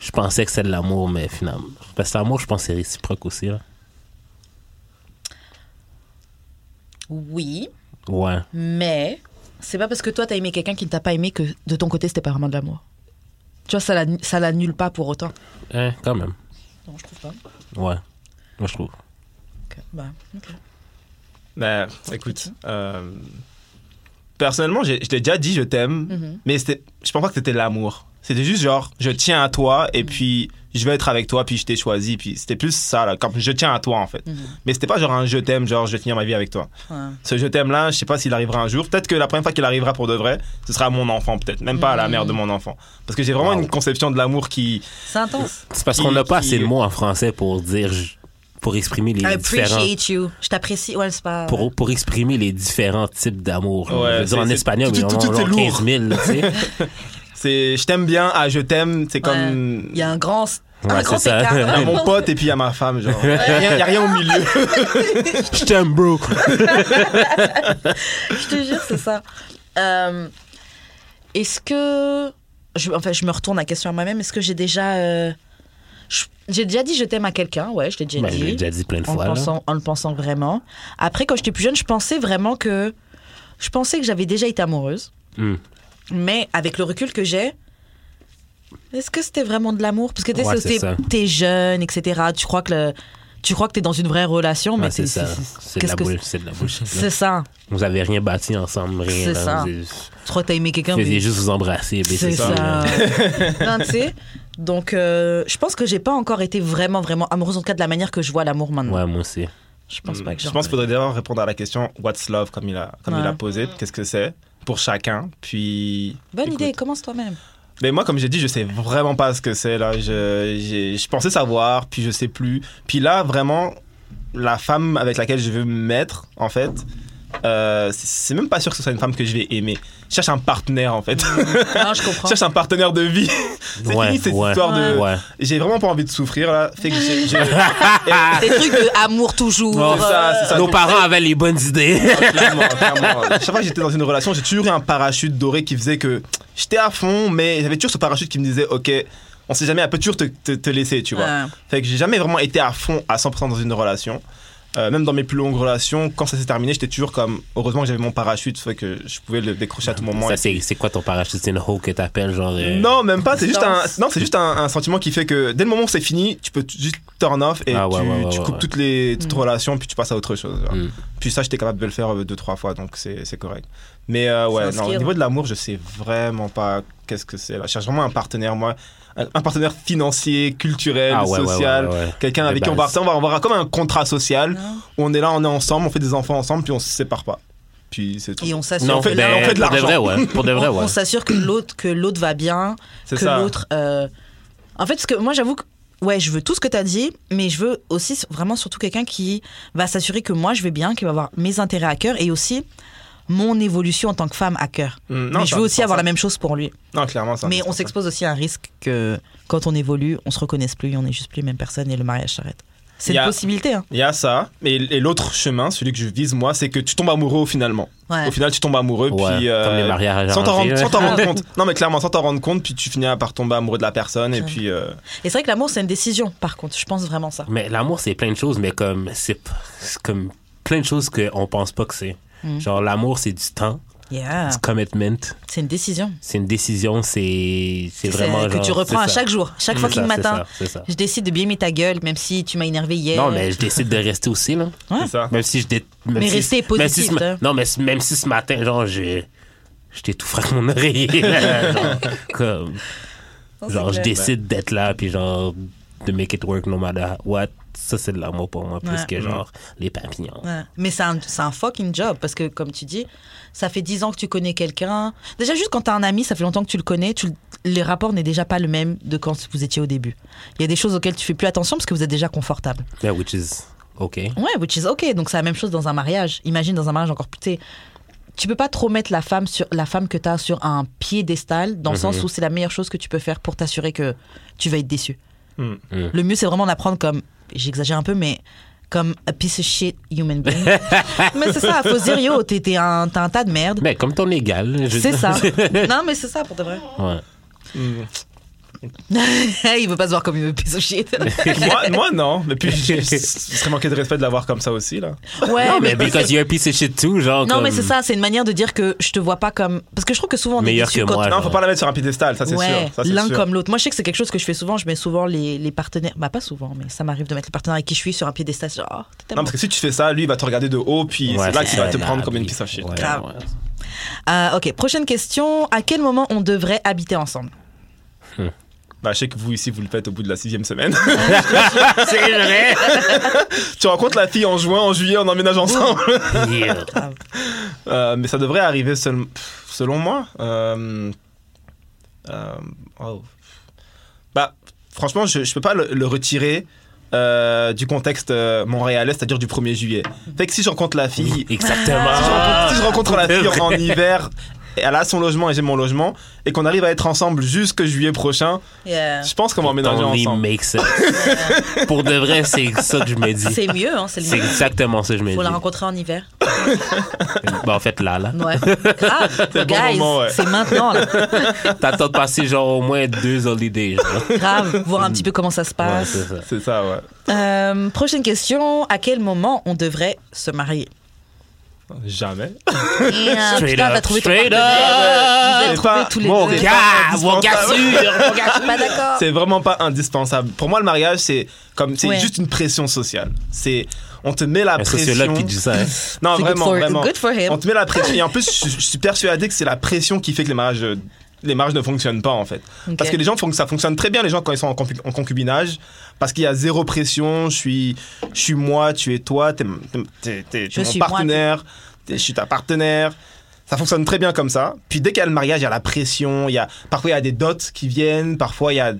Speaker 3: je pensais que c'est de l'amour, mais finalement, parce que l'amour, je pense que c'est réciproque aussi. Là.
Speaker 2: Oui,
Speaker 3: Ouais.
Speaker 2: mais c'est pas parce que toi t'as aimé quelqu'un qui ne t'a pas aimé que de ton côté c'était pas vraiment de l'amour. Tu vois, ça l'annu- ça l'annule pas pour autant.
Speaker 3: Hein, quand même.
Speaker 2: Non, je trouve pas.
Speaker 3: Ouais. Moi, je trouve.
Speaker 2: Ok, bah, ok.
Speaker 4: Mais, Bah, écoute euh, personnellement j'ai- je t'ai déjà dit je t'aime
Speaker 2: Mhm.
Speaker 4: mais c'était je pense pas que c'était l'amour c'était juste genre je tiens à toi
Speaker 2: Mhm.
Speaker 4: et puis je vais être avec toi puis je t'ai choisi puis c'était plus ça là comme je tiens à toi en fait mais c'était pas genre un je t'aime genre je vais finir ma vie avec toi
Speaker 2: Mhm. Ouais.
Speaker 4: ce je t'aime là, je sais pas s'il arrivera un jour. Peut-être que la première fois qu'il arrivera pour de vrai, ce sera à mon enfant, peut-être, même pas à la mère de mon enfant. Parce que j'ai vraiment
Speaker 3: Wow.
Speaker 4: une conception de l'amour qui.
Speaker 2: C'est intense.
Speaker 3: C'est parce
Speaker 4: Qui-
Speaker 3: qu'on n'a pas
Speaker 4: qui-
Speaker 3: assez de mots en français pour dire, je- pour exprimer les
Speaker 2: I
Speaker 3: différents,
Speaker 2: appreciate you. Je t'apprécie. Ouais, c'est pas.
Speaker 3: pour, pour exprimer les différents types d'amour.
Speaker 4: Ouais,
Speaker 3: Je veux dire,
Speaker 4: c'est-
Speaker 3: en
Speaker 4: c'est-
Speaker 3: espagnol,
Speaker 4: tout-
Speaker 3: mais
Speaker 4: tout-
Speaker 3: on
Speaker 4: tout est
Speaker 3: a
Speaker 4: lourd.
Speaker 3: 15 000, tu sais.
Speaker 4: C'est je t'aime bien à je t'aime, c'est
Speaker 2: Ouais.
Speaker 4: comme.
Speaker 2: Il y a un grand, un
Speaker 3: Ouais,
Speaker 2: grand
Speaker 3: c'est ça.
Speaker 2: écart.
Speaker 4: à mon pote et puis à ma femme, genre. Y a rien, y a rien au milieu.
Speaker 3: je t'aime, bro.
Speaker 2: Je te jure, c'est ça. Euh, est-ce que. Je, enfin, je me retourne la question à moi-même. Est-ce que j'ai déjà. euh, je- j'ai déjà dit je t'aime à quelqu'un. Ouais, je l'ai déjà
Speaker 3: Ben, je
Speaker 2: dit.
Speaker 3: l'ai déjà dit plein de
Speaker 2: en,
Speaker 3: fois.
Speaker 2: le
Speaker 3: là.
Speaker 2: pensant, en le pensant vraiment. Après, quand j'étais plus jeune, je pensais vraiment que. Je pensais que j'avais déjà été amoureuse.
Speaker 3: Hmm.
Speaker 2: Mais avec le recul que j'ai. Est-ce que c'était vraiment de l'amour Parce que tu sais,
Speaker 3: Ouais,
Speaker 2: c'est-
Speaker 3: c'est ça.
Speaker 2: t'es jeune, etc. Tu crois que le- tu crois que t'es dans une vraie relation, mais
Speaker 3: Ouais, Ah, c'est
Speaker 2: t'es-
Speaker 3: ça.
Speaker 2: c'est- c'est-
Speaker 3: C'est de,
Speaker 2: qu'est-ce
Speaker 3: la
Speaker 2: que-
Speaker 3: bull- c'est de la bullshit. là.
Speaker 2: C'est ça.
Speaker 3: Vous avez rien bâti ensemble, rien.
Speaker 2: C'est
Speaker 3: là.
Speaker 2: ça.
Speaker 3: Vous avez- vous
Speaker 2: Tu crois que t'as aimé quelqu'un, mais
Speaker 3: faisiez juste vous embrasser. mais
Speaker 2: C'est
Speaker 3: tout,
Speaker 2: ça.
Speaker 3: là.
Speaker 2: Non, tu sais. Donc, euh, je pense que j'ai pas encore été vraiment, vraiment amoureuse, en tout cas de la manière que je vois l'amour maintenant.
Speaker 3: Ouais, moi aussi.
Speaker 2: Je pense pas que
Speaker 4: Mm. Je
Speaker 2: j'en-
Speaker 4: pense qu'il faudrait d'abord répondre à la question What's love, comme il a, comme il a
Speaker 2: Ouais.
Speaker 4: posé, qu'est-ce que c'est pour chacun, puis.
Speaker 2: Bonne
Speaker 4: Écoute.
Speaker 2: idée, commence toi-même.
Speaker 4: Mais moi, comme j'ai dit, je sais vraiment pas ce que c'est là. Je, j'ai- je pensais savoir, puis je sais plus. Puis là, vraiment, la femme avec laquelle je veux me mettre, en fait, euh, c'est- c'est même pas sûr que ce soit une femme que je vais aimer. Je cherche un partenaire, en fait.
Speaker 2: Non, je
Speaker 4: Je
Speaker 2: comprends.
Speaker 4: cherche un partenaire de vie. C'est
Speaker 3: Ouais,
Speaker 4: fini cette
Speaker 3: ouais,
Speaker 4: histoire de.
Speaker 3: ouais.
Speaker 4: J'ai vraiment pas envie de souffrir là. Fait que j'ai- j'ai-
Speaker 2: Des trucs de amour toujours.
Speaker 3: Non,
Speaker 4: c'est ça, c'est ça.
Speaker 3: Nos parents avaient les bonnes idées.
Speaker 4: clairement, clairement. Chaque fois que j'étais dans une relation, j'ai toujours eu un parachute doré qui faisait que j'étais à fond, mais j'avais toujours ce parachute qui me disait, ok, on sait jamais, elle peut toujours te, te- te laisser, tu vois.
Speaker 2: Ouais.
Speaker 4: Fait que j'ai jamais vraiment été à fond à 100% dans une relation. Euh, même dans mes plus longues relations, quand ça s'est terminé, j'étais toujours comme, heureusement que j'avais mon parachute, fait que je pouvais le décrocher à tout moment.
Speaker 3: Ça, c'est c'est quoi ton parachute? C'est une hoe que t'appelles, genre. euh,
Speaker 4: Non, même pas. C'est juste un,
Speaker 2: Distance.
Speaker 4: non, c'est juste un, un sentiment qui fait que dès le moment où c'est fini, tu peux t- juste turn off et
Speaker 3: Ah ouais,
Speaker 4: tu,
Speaker 3: ouais, ouais,
Speaker 4: tu
Speaker 3: ouais,
Speaker 4: coupes
Speaker 3: ouais.
Speaker 4: toutes les toutes
Speaker 2: Mm.
Speaker 4: relations puis tu passes à autre chose. genre.
Speaker 3: Mm.
Speaker 4: Puis ça, j'étais capable de le faire euh, deux trois fois, donc c'est c'est correct. Mais euh, ouais,
Speaker 2: C'est un
Speaker 4: non, au
Speaker 2: skill.
Speaker 4: niveau de l'amour, je sais vraiment pas qu'est-ce que c'est. là. Je cherche vraiment un partenaire, moi, un, un partenaire financier, culturel,
Speaker 3: Ah, ouais, ouais, ouais,
Speaker 4: euh, social.
Speaker 3: ouais, ouais.
Speaker 4: Quelqu'un
Speaker 3: De
Speaker 4: avec qui on va,
Speaker 3: base.
Speaker 4: on va avoir comme un contrat social
Speaker 2: Non.
Speaker 4: où on est là, on est ensemble, on fait des enfants ensemble, puis on se sépare pas. Puis c'est tout.
Speaker 2: Et on s'assure
Speaker 3: Non,
Speaker 4: on fait de-
Speaker 3: ben,
Speaker 4: on fait de
Speaker 3: pour de
Speaker 4: l'argent.
Speaker 3: vrai, ouais. Pour de vrai,
Speaker 2: on,
Speaker 3: ouais.
Speaker 2: on s'assure que l'autre que l'autre va bien,
Speaker 4: C'est
Speaker 2: que
Speaker 4: ça.
Speaker 2: l'autre. euh, En fait, ce que moi j'avoue que ouais, je veux tout ce que tu as dit, mais je veux aussi s- vraiment surtout quelqu'un qui va s'assurer que moi je vais bien, qui va avoir mes intérêts à cœur et aussi mon évolution en tant que femme à cœur.
Speaker 4: Mm, non,
Speaker 2: mais je
Speaker 4: ça-
Speaker 2: veux aussi
Speaker 4: ça-
Speaker 2: avoir
Speaker 4: ça-
Speaker 2: la même chose pour lui.
Speaker 4: Non, clairement ça.
Speaker 2: Mais on s'expose aussi à un risque que quand on évolue, on se reconnaisse plus, on n'est juste plus les mêmes personnes et le mariage s'arrête. C'est
Speaker 4: Il y a-
Speaker 2: une possibilité. Hein.
Speaker 4: Il y a ça. Et, et l'autre chemin, celui que je vise, moi, c'est que tu tombes amoureux finalement.
Speaker 2: Ouais.
Speaker 4: Au final, tu tombes amoureux.
Speaker 3: Ouais,
Speaker 4: puis, euh,
Speaker 3: comme les mariages
Speaker 4: sans t'en
Speaker 3: arrangés,
Speaker 4: rendre, sans
Speaker 3: ouais.
Speaker 4: t'en rendre compte. Non, mais clairement, sans t'en rendre compte, puis tu finis par tomber amoureux de la personne. Et
Speaker 2: Ouais.
Speaker 4: puis. euh,
Speaker 2: Et c'est vrai que l'amour c'est une décision. Par contre, je pense vraiment ça.
Speaker 3: Mais l'amour, c'est plein de choses, mais comme c'est p- c'est comme plein de choses qu'on pense pas que c'est.
Speaker 2: Mm.
Speaker 3: Genre, l'amour, c'est du temps,
Speaker 2: Yeah.
Speaker 3: du commitment,
Speaker 2: C'est une décision.
Speaker 3: c'est une décision, c'est c'est
Speaker 2: C'est
Speaker 3: vraiment.
Speaker 2: que tu
Speaker 3: genre,
Speaker 2: reprends
Speaker 3: c'est
Speaker 2: à
Speaker 3: ça. Mm,
Speaker 2: chaque jour, chaque
Speaker 3: C'est
Speaker 2: fucking
Speaker 3: ça, c'est
Speaker 2: matin.
Speaker 3: ça, C'est ça.
Speaker 2: Je décide de bien aimer ta gueule, même si tu m'as énervé hier.
Speaker 3: Non, mais je décide de rester aussi, là.
Speaker 2: Ouais.
Speaker 4: C'est ça.
Speaker 3: Même si je dé... même
Speaker 2: Ah. Mais
Speaker 3: si-
Speaker 2: rester
Speaker 3: même
Speaker 2: positif,
Speaker 3: si ce ma-
Speaker 2: hein.
Speaker 3: Non, mais c- même si ce matin, genre, je, je t'étoufferais avec mon oreiller. là, genre, comme, genre je décide d'être là, puis genre, de make it work no matter what. Ça, c'est de l'amour pour moi, plus
Speaker 2: Ouais. Mm.
Speaker 3: que genre les papillons.
Speaker 2: Ouais. Mais c'est un, c'est un fucking job parce que, comme tu dis, ça fait 10 ans que tu connais quelqu'un. Déjà, juste quand t'as un ami, ça fait longtemps que tu le connais, tu, le- les rapports n'est déjà pas le même de quand vous étiez au début. Il y a des choses auxquelles tu fais plus attention parce que vous êtes déjà confortable.
Speaker 3: Yeah, which is OK.
Speaker 2: Ouais, which is ok. Donc c'est la même chose dans un mariage. Imagine dans un mariage encore plus. t'sais, Tu peux pas trop mettre la femme sur la femme que t'as sur un piédestal dans le sens où c'est la meilleure chose que tu peux faire pour t'assurer que tu vas être déçu.
Speaker 4: Mhm.
Speaker 3: Mhm.
Speaker 2: Le mieux c'est vraiment d'apprendre comme j'exagère un peu mais comme a piece of shit human being. mais c'est ça, faut se dire yo t'es t'es un t'es un tas de merde.
Speaker 3: Mais comme ton égal. je-
Speaker 2: C'est ça. non mais c'est ça pour de vrai.
Speaker 3: Ouais.
Speaker 2: il veut pas se voir comme une piece of shit.
Speaker 4: moi, moi, non. Mais puis, je je serais manqué de respect de l'avoir comme ça aussi, là.
Speaker 2: ouais
Speaker 3: non, mais
Speaker 2: mais
Speaker 3: because you're a piece of shit too, genre.
Speaker 2: non mais
Speaker 3: comme-
Speaker 2: c'est ça, c'est une manière de dire que je te vois pas comme parce que je trouve que souvent on est
Speaker 3: Meilleur
Speaker 2: déçu
Speaker 3: que
Speaker 2: quand
Speaker 3: moi,
Speaker 4: non,
Speaker 3: genre.
Speaker 4: faut pas la mettre sur un piédestal, ça c'est
Speaker 2: ouais,
Speaker 4: sûr. ça, c'est
Speaker 2: l'un
Speaker 4: sûr.
Speaker 2: comme l'autre. Moi, je sais que c'est quelque chose que je fais souvent. Je mets souvent les, les partenaires. Bah, pas souvent, mais ça m'arrive de mettre les partenaires avec qui je suis sur un piédestal. Genre, oh, t'es
Speaker 4: Non,
Speaker 2: tellement-
Speaker 4: parce que si tu fais ça, lui, il va te regarder de haut, puis
Speaker 3: Ouais,
Speaker 4: c'est là
Speaker 3: c'est
Speaker 4: qu'il va
Speaker 3: ça,
Speaker 4: te prendre
Speaker 3: là,
Speaker 4: comme une
Speaker 3: puis-
Speaker 4: piece of shit.
Speaker 3: ouais,
Speaker 2: Grave.
Speaker 3: ouais.
Speaker 2: Euh, ok, prochaine question. À quel moment on devrait habiter ensemble
Speaker 4: Bah, je sais que vous ici, vous le faites au bout de la sixième semaine.
Speaker 3: C'est vrai.
Speaker 4: tu rencontres la fille en juin, en juillet, on emménage ensemble.
Speaker 3: Yeah.
Speaker 4: Euh, mais ça devrait arriver seul- pff, selon moi. Euh, euh, oh. Bah, franchement, je ne peux pas le, le retirer euh, du contexte euh, montréalais, c'est-à-dire du 1er juillet. Fait que si je rencontre la fille,
Speaker 3: Exactement.
Speaker 4: si je rencontre, si je rencontre la
Speaker 3: C'est
Speaker 4: fille en
Speaker 3: vrai.
Speaker 4: hiver, et elle a son logement et j'ai mon logement, et qu'on arrive à être ensemble jusque juillet prochain,
Speaker 2: Yeah.
Speaker 4: je pense qu'on va emménager
Speaker 3: Only
Speaker 4: ensemble.
Speaker 3: makes sense. Pour de vrai, c'est ça que je me dis.
Speaker 2: C'est mieux, hein, c'est le
Speaker 3: C'est
Speaker 2: mieux.
Speaker 3: exactement ça que je me
Speaker 2: Faut la
Speaker 3: dis.
Speaker 2: rencontrer en hiver.
Speaker 3: Ben, en fait, là, là.
Speaker 2: Ouais. Grave.
Speaker 4: le bon
Speaker 2: guys,
Speaker 4: moment, ouais.
Speaker 2: c'est maintenant, là.
Speaker 3: T'attends de passer genre au moins deux holidays. Genre.
Speaker 2: Grave. Voir un petit peu comment ça se
Speaker 3: Ouais,
Speaker 2: passe.
Speaker 3: c'est ça.
Speaker 4: C'est ça, ouais.
Speaker 2: Euh, prochaine question. À quel moment on devrait se marier
Speaker 4: Jamais.
Speaker 2: Yeah,
Speaker 3: Straight
Speaker 2: Putain,
Speaker 3: up,
Speaker 2: t'as trouvé ton
Speaker 3: straight
Speaker 2: partenaire.
Speaker 4: up.
Speaker 2: Vous avez
Speaker 4: C'est
Speaker 2: trouvé
Speaker 4: pas-
Speaker 2: tous les
Speaker 3: Mon
Speaker 2: deux.
Speaker 4: C'est
Speaker 3: gars,
Speaker 4: pas
Speaker 3: mon gars sûr, mon gars sûr.
Speaker 2: Pas d'accord.
Speaker 4: C'est vraiment pas indispensable. Pour moi, le mariage, c'est comme c'est
Speaker 2: Ouais.
Speaker 4: juste une pression sociale. C'est on te met la
Speaker 3: Un
Speaker 4: pression.
Speaker 3: sociologue qui dit ça. Hein.
Speaker 4: Non,
Speaker 2: C'est
Speaker 4: vraiment,
Speaker 2: good for-
Speaker 4: vraiment.
Speaker 2: good for him.
Speaker 4: On te met la pression. Et en plus, je, je suis persuadé que c'est la pression qui fait que les mariages, euh, les mariages ne fonctionnent pas, en fait.
Speaker 2: Ok.
Speaker 4: Parce que les gens font que ça fonctionne très bien, les gens, quand ils sont en, concu- en concubinage, parce qu'il y a zéro pression. Je suis, je suis moi, tu es toi, t'es, m- t'es- t'es- t'es
Speaker 2: Je
Speaker 4: mon
Speaker 2: suis moi,
Speaker 4: partenaire, t'es- je suis ta partenaire. Ça fonctionne très bien comme ça. Puis dès qu'il y a le mariage, il y a la pression, il y a, parfois il y a des dots qui viennent, parfois il y a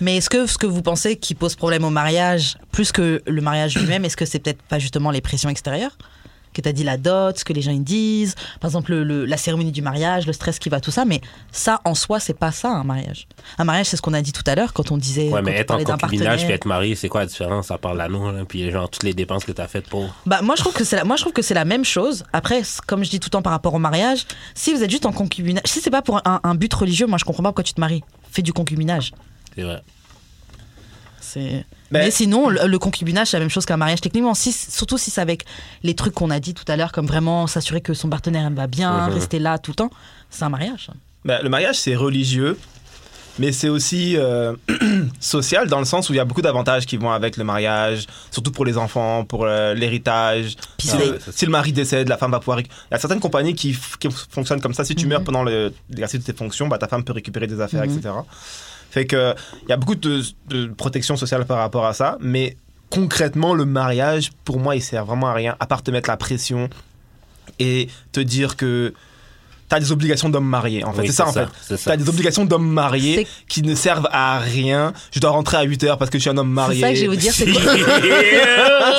Speaker 2: Mais est-ce que ce que vous pensez qui pose problème au mariage, plus que le mariage lui-même, est-ce que c'est peut-être pas justement les pressions extérieures que tu as dit la dot, ce que les gens ils disent, par exemple le- le- la cérémonie du mariage, le stress qui va, tout ça, mais ça en soi, c'est pas ça un mariage. Un mariage, c'est ce qu'on a dit tout à l'heure quand on disait.
Speaker 3: Ouais,
Speaker 2: quand
Speaker 3: mais
Speaker 2: on
Speaker 3: être en
Speaker 2: parlait d'un
Speaker 3: concubinage
Speaker 2: partenaire.
Speaker 3: puis être marié, c'est quoi la différence à part l'anneau, là, puis genre toutes les dépenses que t'as faites pour.
Speaker 2: Bah, moi, je trouve que c'est la, moi, je trouve que c'est la même chose. Après, c- comme je dis tout le temps par rapport au mariage, si vous êtes juste en concubinage, si c'est pas pour un, un but religieux, moi, je comprends pas pourquoi tu te maries. Fais du concubinage.
Speaker 3: C'est vrai.
Speaker 2: C'est...
Speaker 4: Ben-
Speaker 2: Mais sinon, le, le concubinage, c'est la même chose qu'un mariage techniquement. Si, surtout si c'est avec les trucs qu'on a dit tout à l'heure, comme vraiment s'assurer que son partenaire va bien,
Speaker 3: Mhm.
Speaker 2: rester là tout le temps, c'est un mariage.
Speaker 4: Bah, le mariage, c'est religieux, mais c'est aussi euh, social dans le sens où il y a beaucoup d'avantages qui vont avec le mariage, surtout pour les enfants, pour euh, l'héritage.
Speaker 2: Puis
Speaker 4: Si,
Speaker 2: c'est-
Speaker 4: le, si le mari décède, la femme va pouvoir. réc- Il y a certaines compagnies qui, f- qui fonctionnent comme ça. Si tu meurs pendant le- l'exercice de tes fonctions, bah, ta femme peut récupérer des affaires,
Speaker 2: Mhm.
Speaker 4: etc. Fait que il y a beaucoup de, de protection sociale par rapport à ça, mais concrètement, le mariage, pour moi, il sert vraiment à rien, à part te mettre la pression et te dire que t'as des obligations d'homme marié. En fait,
Speaker 3: Oui,
Speaker 4: c'est ça, en fait.
Speaker 3: C'est ça.
Speaker 4: T'as des obligations d'homme marié
Speaker 2: C'est-
Speaker 4: qui ne servent à rien. Je dois rentrer à 8 heures parce que je suis un homme marié.
Speaker 2: C'est ça que je vais vous dire.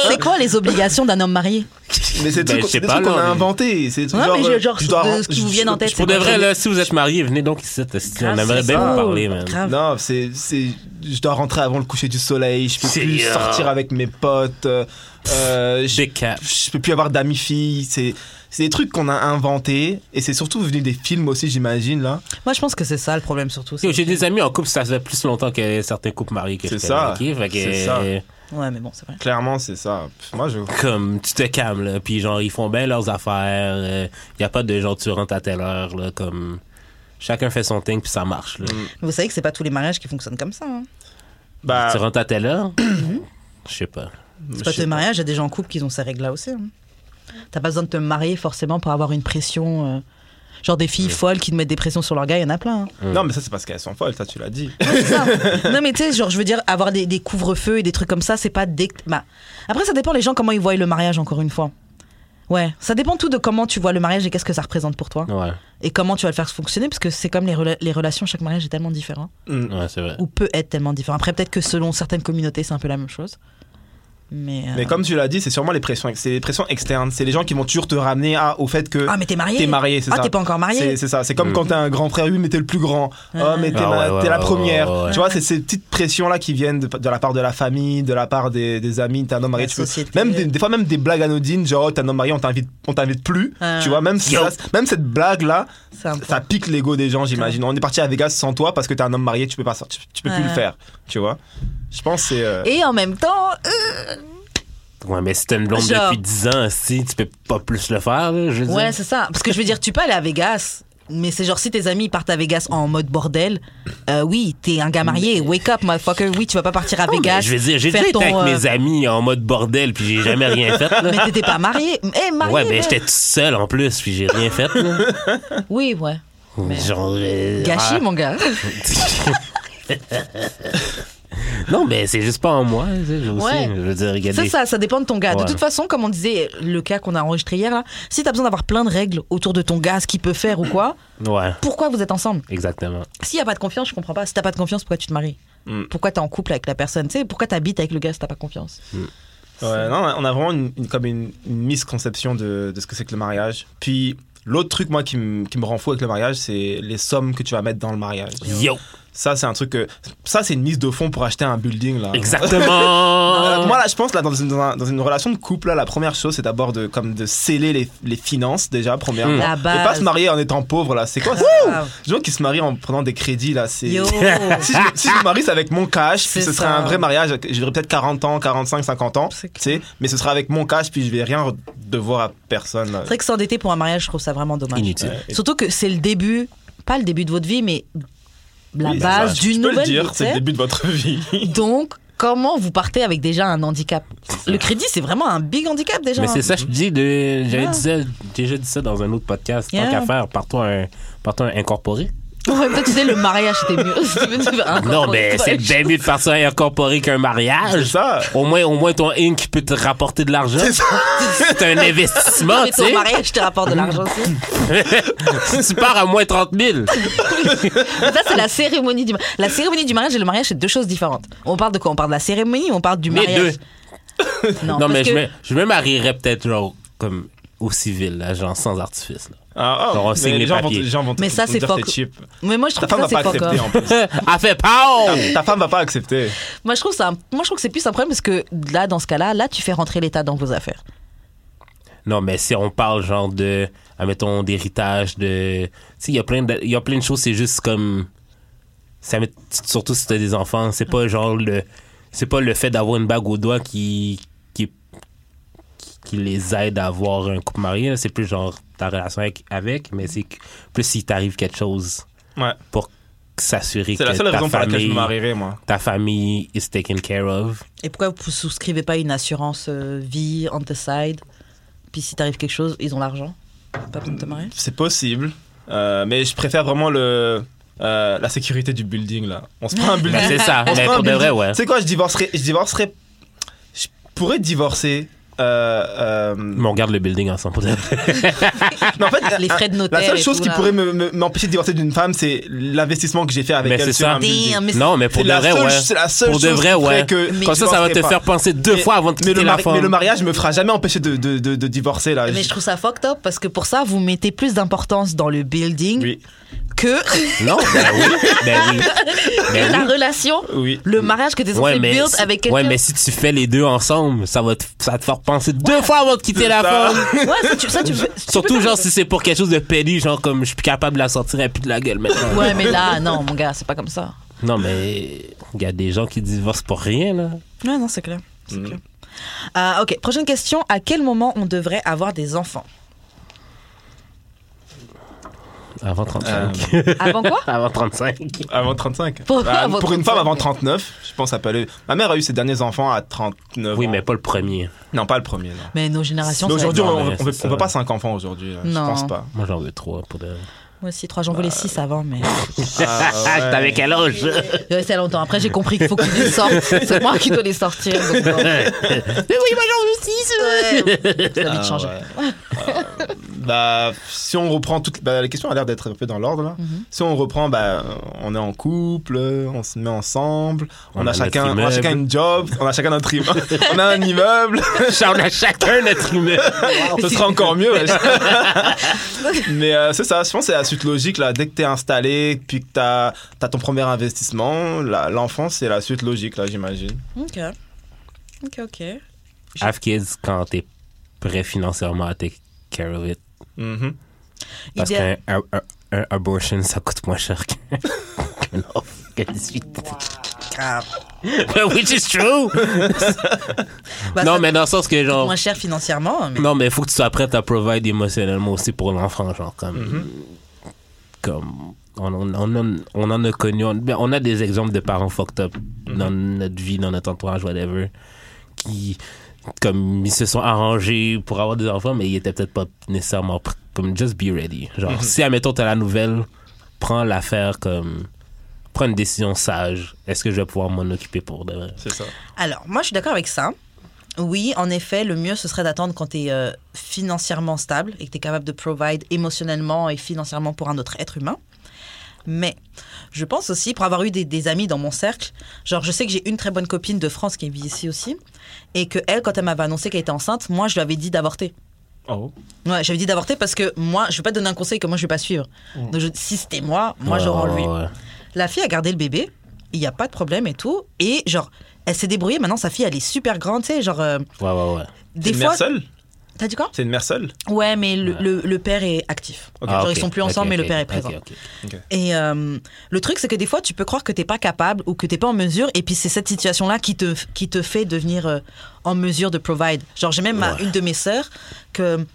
Speaker 2: C'est quoi, c'est quoi les obligations d'un homme marié
Speaker 4: Mais c'est
Speaker 3: Ben,
Speaker 4: des
Speaker 3: je sais
Speaker 4: trucs des
Speaker 3: pas,
Speaker 4: trucs qu'on
Speaker 3: non,
Speaker 4: a
Speaker 3: mais-
Speaker 4: inventés. C'est
Speaker 2: Ouais, mais
Speaker 4: euh,
Speaker 2: je- genre,
Speaker 4: je dois
Speaker 2: de
Speaker 4: ren-
Speaker 2: ce qui vous
Speaker 4: je-
Speaker 2: viennent en tête.
Speaker 3: Pour
Speaker 2: c'est
Speaker 3: de
Speaker 2: pas très-
Speaker 3: vrai, là, si vous êtes marié, venez donc ici. esti, On
Speaker 2: Grave,
Speaker 3: aimerait
Speaker 2: c'est
Speaker 3: bien
Speaker 2: ça.
Speaker 3: vous parler, man.
Speaker 2: Grave.
Speaker 4: Non, c'est, c'est, je dois rentrer avant le coucher du soleil. Je peux
Speaker 3: C'est,
Speaker 4: plus
Speaker 3: euh,
Speaker 4: sortir avec mes potes. euh, euh, je,
Speaker 3: Big cap.
Speaker 4: je peux plus avoir d'amis filles. C'est, c'est des trucs qu'on a inventés et c'est surtout venu des films aussi, j'imagine là.
Speaker 2: Moi, je pense que c'est ça le problème surtout. c'est-
Speaker 3: Yo, J'ai des amis en couple, ça fait plus longtemps que certains couples mariés que
Speaker 4: C'est
Speaker 3: je
Speaker 4: ça.
Speaker 3: connais, ok? Fait que,
Speaker 4: C'est ça.
Speaker 3: euh,
Speaker 2: Ouais, mais bon, c'est vrai.
Speaker 4: Clairement, c'est ça. Pff, Moi, je.
Speaker 3: Comme, tu te calmes, là. Puis, genre, ils font bien leurs affaires. Il n'y a pas de genre, tu rentres à telle heure, là. Comme, chacun fait son thing, puis ça marche, là.
Speaker 4: Mm.
Speaker 2: Vous savez que c'est pas tous les mariages qui fonctionnent comme ça. hein.
Speaker 4: Bah,
Speaker 3: Tu rentres à telle heure? Je sais pas.
Speaker 4: je
Speaker 2: C'est pas
Speaker 4: sais
Speaker 2: tous les
Speaker 4: pas.
Speaker 2: mariages, il y a des gens en couple qui ont ces règles-là aussi. hein. T'as pas besoin de te marier forcément pour avoir une pression. euh, Genre des filles folles qui te mettent des pressions sur leur gars, il y en a plein. hein.
Speaker 4: Non, mais ça, c'est parce qu'elles sont folles, ça, tu l'as dit.
Speaker 2: Ouais, c'est ça. non mais tu sais, genre je veux dire, avoir des, des couvre-feux et des trucs comme ça, c'est pas dès que- Bah, après ça dépend les gens comment ils voient le mariage encore une fois. Ouais, ça dépend tout de comment tu vois le mariage et qu'est-ce que ça représente pour toi.
Speaker 3: Ouais,
Speaker 2: Et comment tu vas le faire fonctionner, parce que c'est comme les, rela- les relations, chaque mariage est tellement différent.
Speaker 4: Mm.
Speaker 3: ouais, c'est vrai.
Speaker 2: Ou peut être tellement différent. Après peut-être que selon certaines communautés, c'est un peu la même chose. Mais... euh,
Speaker 4: Mais comme tu l'as dit, c'est sûrement les pressions, c'est les pressions externes. C'est les gens qui vont toujours te ramener à, au fait que
Speaker 2: Ah mais t'es marié
Speaker 4: t'es marié, c'est
Speaker 2: Ah
Speaker 4: ça.
Speaker 2: t'es pas encore marié
Speaker 4: C'est c'est ça. C'est comme
Speaker 3: Mm.
Speaker 4: quand t'as un grand frère, oui, mais t'es le plus grand.
Speaker 2: Ah.
Speaker 4: Oh, mais t'es
Speaker 3: Ah
Speaker 4: la,
Speaker 3: ouais, ouais,
Speaker 4: t'es la
Speaker 3: ouais,
Speaker 4: première.
Speaker 3: ouais, ouais.
Speaker 4: Tu vois, c'est ces petites pressions-là qui viennent de, de la part de la famille, de la part des, des amis. T'es un homme marié,
Speaker 2: La
Speaker 4: tu peux-
Speaker 2: société.
Speaker 4: Même des, des fois, même des blagues anodines, genre, oh, t'es un homme marié, on t'invite on t'invite plus.
Speaker 2: Ah.
Speaker 4: Tu vois, même, si
Speaker 3: Yo.
Speaker 4: ça- même cette blague-là,
Speaker 2: C'est un
Speaker 4: ça
Speaker 2: point.
Speaker 4: pique l'ego des gens, j'imagine. On est parti à Vegas sans toi parce que t'es un homme marié, tu peux, pas, sortir- tu, tu peux plus
Speaker 2: Ouais.
Speaker 4: le faire. Tu vois Je pense que c'est. euh,
Speaker 2: Et en même temps, euh,
Speaker 3: Ouais, mais si t'es une blonde
Speaker 2: Genre-
Speaker 3: depuis 10 ans, si, tu peux pas plus le faire, là, je veux
Speaker 2: ouais,
Speaker 3: dire.
Speaker 2: c'est ça. Parce que je veux dire, tu peux aller à Vegas, mais c'est genre si tes amis partent à Vegas en mode bordel, euh, oui, t'es un gars marié, wake up, motherfucker, oui, tu vas pas partir à
Speaker 3: Non, mais
Speaker 2: Vegas.
Speaker 3: Oh, ben, Je veux dire, j'ai
Speaker 2: faire
Speaker 3: déjà été avec
Speaker 2: ton, euh,
Speaker 3: mes amis en mode bordel, puis j'ai jamais rien fait, là.
Speaker 2: Mais t'étais pas marié. Eh, marié
Speaker 3: ouais, ben
Speaker 2: mais-
Speaker 3: j'étais tout seul en plus, puis j'ai rien fait, là.
Speaker 2: Oui, ouais.
Speaker 3: Genre. euh,
Speaker 2: Gâchis,
Speaker 3: ah.
Speaker 2: Ben, mon gars.
Speaker 3: non, mais c'est juste pas en moi, tu sais, j'ai aussi.
Speaker 2: Ouais.
Speaker 3: Je veux dire,
Speaker 2: Ça,
Speaker 3: regardez.
Speaker 2: ça, ça dépend de ton gars. De
Speaker 3: Ouais.
Speaker 2: toute façon, comme on disait, le cas qu'on a enregistré hier, là, si t'as besoin d'avoir plein de règles autour de ton gars, ce qu'il peut faire ou quoi,
Speaker 3: Ouais,
Speaker 2: pourquoi vous êtes ensemble
Speaker 3: exactement.
Speaker 2: S'il y a pas de confiance, je comprends pas. Si t'as pas de confiance, pourquoi tu te maries
Speaker 4: Mm.
Speaker 2: Pourquoi t'es en couple avec la personne Tu sais, pourquoi t'habites avec le gars si t'as pas confiance
Speaker 4: Ouais, non, on a vraiment une, une- comme une, une misconception de, de ce que c'est que le mariage. Puis l'autre truc, moi, qui, me- qui me rend fou avec le mariage, c'est les sommes que tu vas mettre dans le mariage.
Speaker 3: Yo,
Speaker 4: Ça, c'est un truc que. Ça, c'est une mise de fonds pour acheter un building, là. Euh,
Speaker 3: exactement.
Speaker 4: Moi là, je pense là dans une, dans un- dans une relation de couple là, la première chose c'est d'abord de comme de sceller les, les finances déjà premièrement.
Speaker 3: Mm.
Speaker 2: La
Speaker 4: Et
Speaker 2: base. Ah,
Speaker 4: pas se marier en étant pauvre là, c'est quoi ça
Speaker 2: Grave.
Speaker 4: Les gens qui se marient en prenant des crédits là, c'est
Speaker 2: Yo
Speaker 4: si je, si je me marie, c'est avec mon cash, puis
Speaker 2: C'est
Speaker 4: ce serait
Speaker 2: ça.
Speaker 4: un vrai mariage. J'aurais peut-être 40 ans, 45, 50 ans,
Speaker 2: C'est
Speaker 4: tu sais, mais ce sera avec mon cash, puis je vais rien devoir à personne. là.
Speaker 2: C'est vrai que s'endetter pour un mariage, je trouve ça vraiment dommage.
Speaker 3: Inutile.
Speaker 4: Ouais.
Speaker 2: Surtout que c'est le début, pas le début de votre vie, mais la
Speaker 4: Oui, c'est
Speaker 2: base
Speaker 4: ça.
Speaker 2: d'une
Speaker 4: Je peux
Speaker 2: nouvelle
Speaker 4: le dire,
Speaker 2: vie. tu
Speaker 4: c'est le
Speaker 2: sais.
Speaker 4: début de votre vie.
Speaker 2: Donc, comment vous partez avec déjà un handicap Le crédit, c'est vraiment un big handicap déjà.
Speaker 3: Mais
Speaker 2: hein.
Speaker 3: c'est ça, je te dis, de, j'avais
Speaker 2: Ouais.
Speaker 3: dit ça- j'ai déjà dit ça dans un autre podcast.
Speaker 2: Ah. Yeah.
Speaker 3: Tant qu'à faire, partons un, partons un incorporé.
Speaker 2: Ouais, toi, tu sais, le mariage, c'était mieux.
Speaker 3: Non, mais c'est bien mieux de faire ça incorporé qu'un
Speaker 4: C'est
Speaker 3: mariage.
Speaker 4: ça.
Speaker 3: Au moins, au moins ton Inc peut te rapporter de l'argent. C'est un investissement,
Speaker 2: Mais
Speaker 3: hein, tu sais.
Speaker 2: ton mariage te rapporte de l'argent aussi.
Speaker 3: Si tu pars à moins 30 000.
Speaker 2: Mais Ça, c'est la cérémonie du mariage. La cérémonie du mariage et le mariage, c'est deux choses différentes. On parle de quoi On parle de la cérémonie ou on parle du
Speaker 3: Les
Speaker 2: mariage Non,
Speaker 3: Non, mais
Speaker 2: parce
Speaker 3: je,
Speaker 2: que-
Speaker 3: me, je me marierais peut-être, genre, comme au civil, là, genre, sans artifice. là.
Speaker 4: Ah, ah,
Speaker 3: Genre, on
Speaker 4: mais
Speaker 3: signe
Speaker 4: les
Speaker 3: les
Speaker 4: gens vont,
Speaker 3: papiers.
Speaker 4: les gens vont
Speaker 2: Mais ça,
Speaker 4: te
Speaker 2: c'est
Speaker 4: dire
Speaker 2: fuck.
Speaker 4: t'es cheap.
Speaker 2: Mais moi, je
Speaker 4: Ta
Speaker 2: trouve que ça,
Speaker 4: femme va
Speaker 2: c'est
Speaker 4: pas
Speaker 2: pas
Speaker 4: accepter en
Speaker 2: encore.
Speaker 4: plus.
Speaker 3: Elle fait peur!
Speaker 4: Ta femme va pas accepter.
Speaker 2: Moi, je trouve ça. un- Moi, je trouve que c'est plus un problème parce que là, dans ce cas-là, là, tu fais rentrer l'État dans vos affaires.
Speaker 3: Non, mais si on parle, genre, de, admettons, d'héritage, de. Tu sais, il y a plein de- il y a plein de choses, c'est juste comme. Ça met- surtout si t'as des enfants, c'est pas genre le. C'est pas le fait d'avoir une bague au doigt qui. qui, qui les aide à avoir un couple marié, là. c'est plus genre ta relation avec, avec, mais c'est que- plus s'il t'arrive quelque chose.
Speaker 4: Ouais.
Speaker 3: pour s'assurer que
Speaker 4: C'est la seule
Speaker 3: ta
Speaker 4: raison pour laquelle je
Speaker 3: famille,
Speaker 4: me marierai, moi.
Speaker 3: ta famille is taken care of.
Speaker 2: Et pourquoi vous souscrivez pas une assurance euh, vie on the side Puis si t'arrive quelque chose, ils ont l'argent. Pas besoin de te marier.
Speaker 4: C'est possible. Euh, mais je préfère vraiment le, euh, la sécurité du building, là. On se prend un building.
Speaker 3: Ben, c'est ça,
Speaker 4: On se
Speaker 3: mais
Speaker 4: prend un
Speaker 3: pour de
Speaker 4: building.
Speaker 3: vrai, ouais.
Speaker 4: Tu sais quoi, je divorcerai. Je divorcerai. Je pourrais divorcer. Euh, euh,
Speaker 3: Mais on garde le building ensemble. pour de vrai.
Speaker 4: mais en fait,
Speaker 2: Les frais de notaire.
Speaker 4: la seule
Speaker 2: et
Speaker 4: chose
Speaker 2: tout,
Speaker 4: qui
Speaker 2: là.
Speaker 4: pourrait me- me- m'empêcher de divorcer d'une femme, c'est l'investissement que j'ai fait avec
Speaker 3: Mais
Speaker 4: elle
Speaker 3: c'est
Speaker 4: sur
Speaker 3: ça.
Speaker 4: un building.
Speaker 2: Damn, mais
Speaker 3: non, mais pour
Speaker 4: C'est
Speaker 3: de
Speaker 4: la
Speaker 3: vrai,
Speaker 4: seule-
Speaker 3: ouais.
Speaker 4: c'est la seule
Speaker 3: Pour de
Speaker 4: chose
Speaker 3: vrai,
Speaker 4: qui ferait
Speaker 3: ouais.
Speaker 4: que-
Speaker 3: Comme
Speaker 4: je
Speaker 3: ça, ça va
Speaker 4: divorcerai
Speaker 3: te
Speaker 4: pas.
Speaker 3: faire penser deux
Speaker 4: Mais-
Speaker 3: fois avant de
Speaker 4: Mais
Speaker 3: quitter
Speaker 4: le,
Speaker 3: la
Speaker 4: mari- mais le
Speaker 3: femme.
Speaker 4: mariage me fera jamais empêcher de, de, de, de divorcer là.
Speaker 2: Mais je trouve ça fucked up parce que pour ça, vous mettez plus d'importance dans le building
Speaker 4: Oui,
Speaker 2: que
Speaker 3: Non, ben oui. Ben oui. Ben
Speaker 2: la
Speaker 3: oui.
Speaker 2: relation,
Speaker 4: oui.
Speaker 2: le mariage que t'es censé
Speaker 3: Mm. Ouais mais,
Speaker 2: build
Speaker 3: si-
Speaker 2: avec quelqu'un.
Speaker 3: ouais, mais si tu fais les deux ensemble, ça va te, ça va te faire penser deux fois avant de quitter
Speaker 4: C'est
Speaker 3: la
Speaker 4: ça.
Speaker 3: femme.
Speaker 2: Ouais, ça, tu, ça, tu peux- tu peux
Speaker 3: Surtout,
Speaker 2: faire-
Speaker 3: genre, si c'est pour quelque chose de pédi, genre, comme je suis plus capable de la sortir, elle pue de la gueule maintenant.
Speaker 2: Ouais, mais là, non, mon gars, c'est pas comme ça.
Speaker 3: Non, mais il y a des gens qui divorcent pour rien, là.
Speaker 2: Ouais, non, c'est clair. C'est
Speaker 3: Mm.
Speaker 2: clair. Euh, ok, prochaine question. À quel moment on devrait avoir des enfants
Speaker 3: Avant 35.
Speaker 4: Euh,
Speaker 2: Avant quoi
Speaker 3: Avant 35.
Speaker 4: Avant 35.
Speaker 2: Pourquoi
Speaker 4: Bah,
Speaker 2: avant
Speaker 4: pour
Speaker 2: 35?
Speaker 4: une femme avant 39, je pense que ça peut aller. Ma mère a eu ses derniers enfants à 39.
Speaker 3: Oui,
Speaker 4: ans.
Speaker 3: mais pas le premier.
Speaker 4: Non, pas le premier. non.
Speaker 2: Mais nos générations.
Speaker 4: Mais
Speaker 2: ça va
Speaker 4: Aujourd'hui,
Speaker 2: être-
Speaker 3: non,
Speaker 4: on
Speaker 3: mais
Speaker 4: ne
Speaker 3: c'est ça.
Speaker 4: veut pas 5 enfants aujourd'hui. là. Je
Speaker 2: Non.
Speaker 4: pense pas.
Speaker 3: Moi, j'en veux trois pour de.
Speaker 2: Moi aussi, trois, j'en voulais
Speaker 4: Euh,
Speaker 2: six avant, mais.
Speaker 4: Ah, ouais.
Speaker 3: T'avais quel âge?
Speaker 2: Ouais, c'est longtemps. Après, j'ai compris qu'il faut qu'ils les sortent. C'est moi qui dois les sortir. donc, euh. bon.
Speaker 3: Mais oui, moi, j'en veux six!
Speaker 2: euh. Ça a vite
Speaker 4: Ah,
Speaker 2: changé.
Speaker 4: ouais. Euh, bah, si on reprend toute bah, la question a l'air d'être un peu dans l'ordre là. Si on reprend, bah, on est en couple, on se met ensemble, on,
Speaker 3: On
Speaker 4: a,
Speaker 3: a
Speaker 4: chacun,
Speaker 3: notre
Speaker 4: on a chacun
Speaker 3: immeuble.
Speaker 4: une job, on a chacun notre immeuble, on a un immeuble.
Speaker 3: On a chacun notre humeur.
Speaker 4: Ce sera encore mieux. wesh. Mais euh, c'est ça, je pense que c'est la suite logique. Là. Dès que t'es installé, puis que t'as as ton premier investissement, la- l'enfant, c'est la suite logique, là, j'imagine.
Speaker 2: Ok. Ok, ok.
Speaker 3: Have kids quand t'es prêt financièrement à take care of it.
Speaker 4: Mhm.
Speaker 3: Parce
Speaker 2: Idéal-
Speaker 3: qu'un un, un- un abortion, ça coûte moins cher qu'un qu'un offre, que 18. Which is true!
Speaker 2: Bah, ça
Speaker 3: non, mais dans le sens que,
Speaker 2: coûte
Speaker 3: genre.
Speaker 2: moins cher financièrement. Mais...
Speaker 3: Non, mais il faut que tu sois prête à provide émotionnellement aussi pour l'enfant, genre comme.
Speaker 2: Mhm.
Speaker 3: Comme. On, on, on, en- on en a connu. On, ben, on a des exemples de parents fucked up
Speaker 2: Mhm.
Speaker 3: dans notre vie, dans notre entourage, whatever, qui. Comme ils se sont arrangés pour avoir des enfants, mais ils étaient peut-être pas nécessairement. pr- Comme just be ready. Genre,
Speaker 2: Mhm.
Speaker 3: si, admettons, t'as la nouvelle, prends l'affaire comme. Prends une décision sage. Est-ce que je vais pouvoir m'en occuper pour de vrai?
Speaker 4: C'est ça.
Speaker 2: Alors, moi, je suis d'accord avec ça. Oui, en effet, le mieux, ce serait d'attendre quand tu es financièrement stable et que tu es capable de provide émotionnellement et financièrement pour un autre être humain. Mais je pense aussi, pour avoir eu des, des amis dans mon cercle, genre, je sais que j'ai une très bonne copine de France qui vit ici aussi, et que elle, quand elle m'avait annoncé qu'elle était enceinte, moi, je lui avais dit d'avorter.
Speaker 4: Oh.
Speaker 2: Ouais, j'avais dit d'avorter parce que moi, je vais pas te donner un conseil que moi, je vais pas suivre. Donc, je- si c'était moi, moi,
Speaker 3: Mm. Ouais,
Speaker 2: j'aurais
Speaker 3: ouais,
Speaker 2: enlevé.
Speaker 3: ouais.
Speaker 2: La fille a gardé le bébé, il n'y a pas de problème et tout. Et genre, elle s'est débrouillée, maintenant sa fille, elle est super grande, tu sais, genre, euh,
Speaker 3: Ouais, ouais, ouais.
Speaker 4: C'est
Speaker 2: des
Speaker 4: une
Speaker 2: fois...
Speaker 4: mère seule
Speaker 2: T'as dit quoi
Speaker 4: C'est une mère seule
Speaker 2: Ouais, mais le, le- le père est actif.
Speaker 4: Ok.
Speaker 2: Genre,
Speaker 3: Ah, ok.
Speaker 2: ils sont plus
Speaker 3: Ok,
Speaker 2: ensemble, mais
Speaker 3: ok,
Speaker 2: le père est
Speaker 3: ok,
Speaker 2: présent.
Speaker 3: ok, ok.
Speaker 2: Et euh, le truc, c'est que des fois, tu peux croire que t'es pas capable ou que t'es pas en mesure, et puis c'est cette situation-là qui te, qui te fait devenir euh, en mesure de provide. Genre, j'ai même ma- une de mes sœurs que.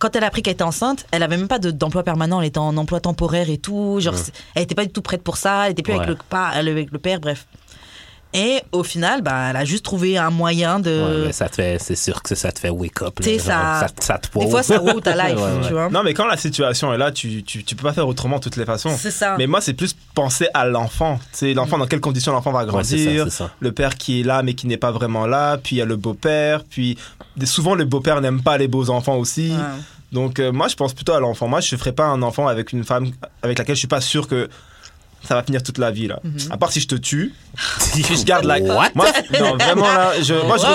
Speaker 2: Quand elle a appris qu'elle était enceinte, elle avait même pas de- d'emploi permanent, elle était en emploi temporaire et tout. Genre, c'est- elle était pas du tout prête pour ça, elle était plus
Speaker 3: Ouais.
Speaker 2: avec, le, pas, avec le père, bref. Et au final, bah, elle a juste trouvé un moyen de.
Speaker 3: Ouais, mais ça te fait, c'est sûr que ça te fait wake up. là,
Speaker 2: Euh, T'sais,
Speaker 3: genre,
Speaker 2: ça-
Speaker 3: ça, te- te
Speaker 2: Des
Speaker 3: wow.
Speaker 2: fois, ça roule ta life,
Speaker 3: Ouais, ouais.
Speaker 2: tu vois.
Speaker 4: Non, mais quand la situation est là, tu, tu, tu peux pas faire autrement de toutes les façons.
Speaker 2: C'est ça.
Speaker 4: Mais moi, c'est plus penser à l'enfant. C'est l'enfant, dans
Speaker 2: Mm.
Speaker 4: quelles conditions l'enfant va
Speaker 3: Ouais, c'est ça,
Speaker 4: grandir.
Speaker 3: c'est ça.
Speaker 4: le père qui est là, mais qui n'est pas vraiment là. Puis il y a le beau-père. Puis souvent, le beau-père n'aime pas les beaux enfants aussi.
Speaker 2: Ouais.
Speaker 4: Donc euh, moi, je pense plutôt à l'enfant. Moi, je ne ferai pas un enfant avec une femme avec laquelle je suis pas sûr que ça va finir toute la vie là.
Speaker 2: Mm-hmm.
Speaker 4: À part si je te tue, je garde la.
Speaker 3: What?
Speaker 4: Moi, non, vraiment là, je, moi je
Speaker 2: Wow.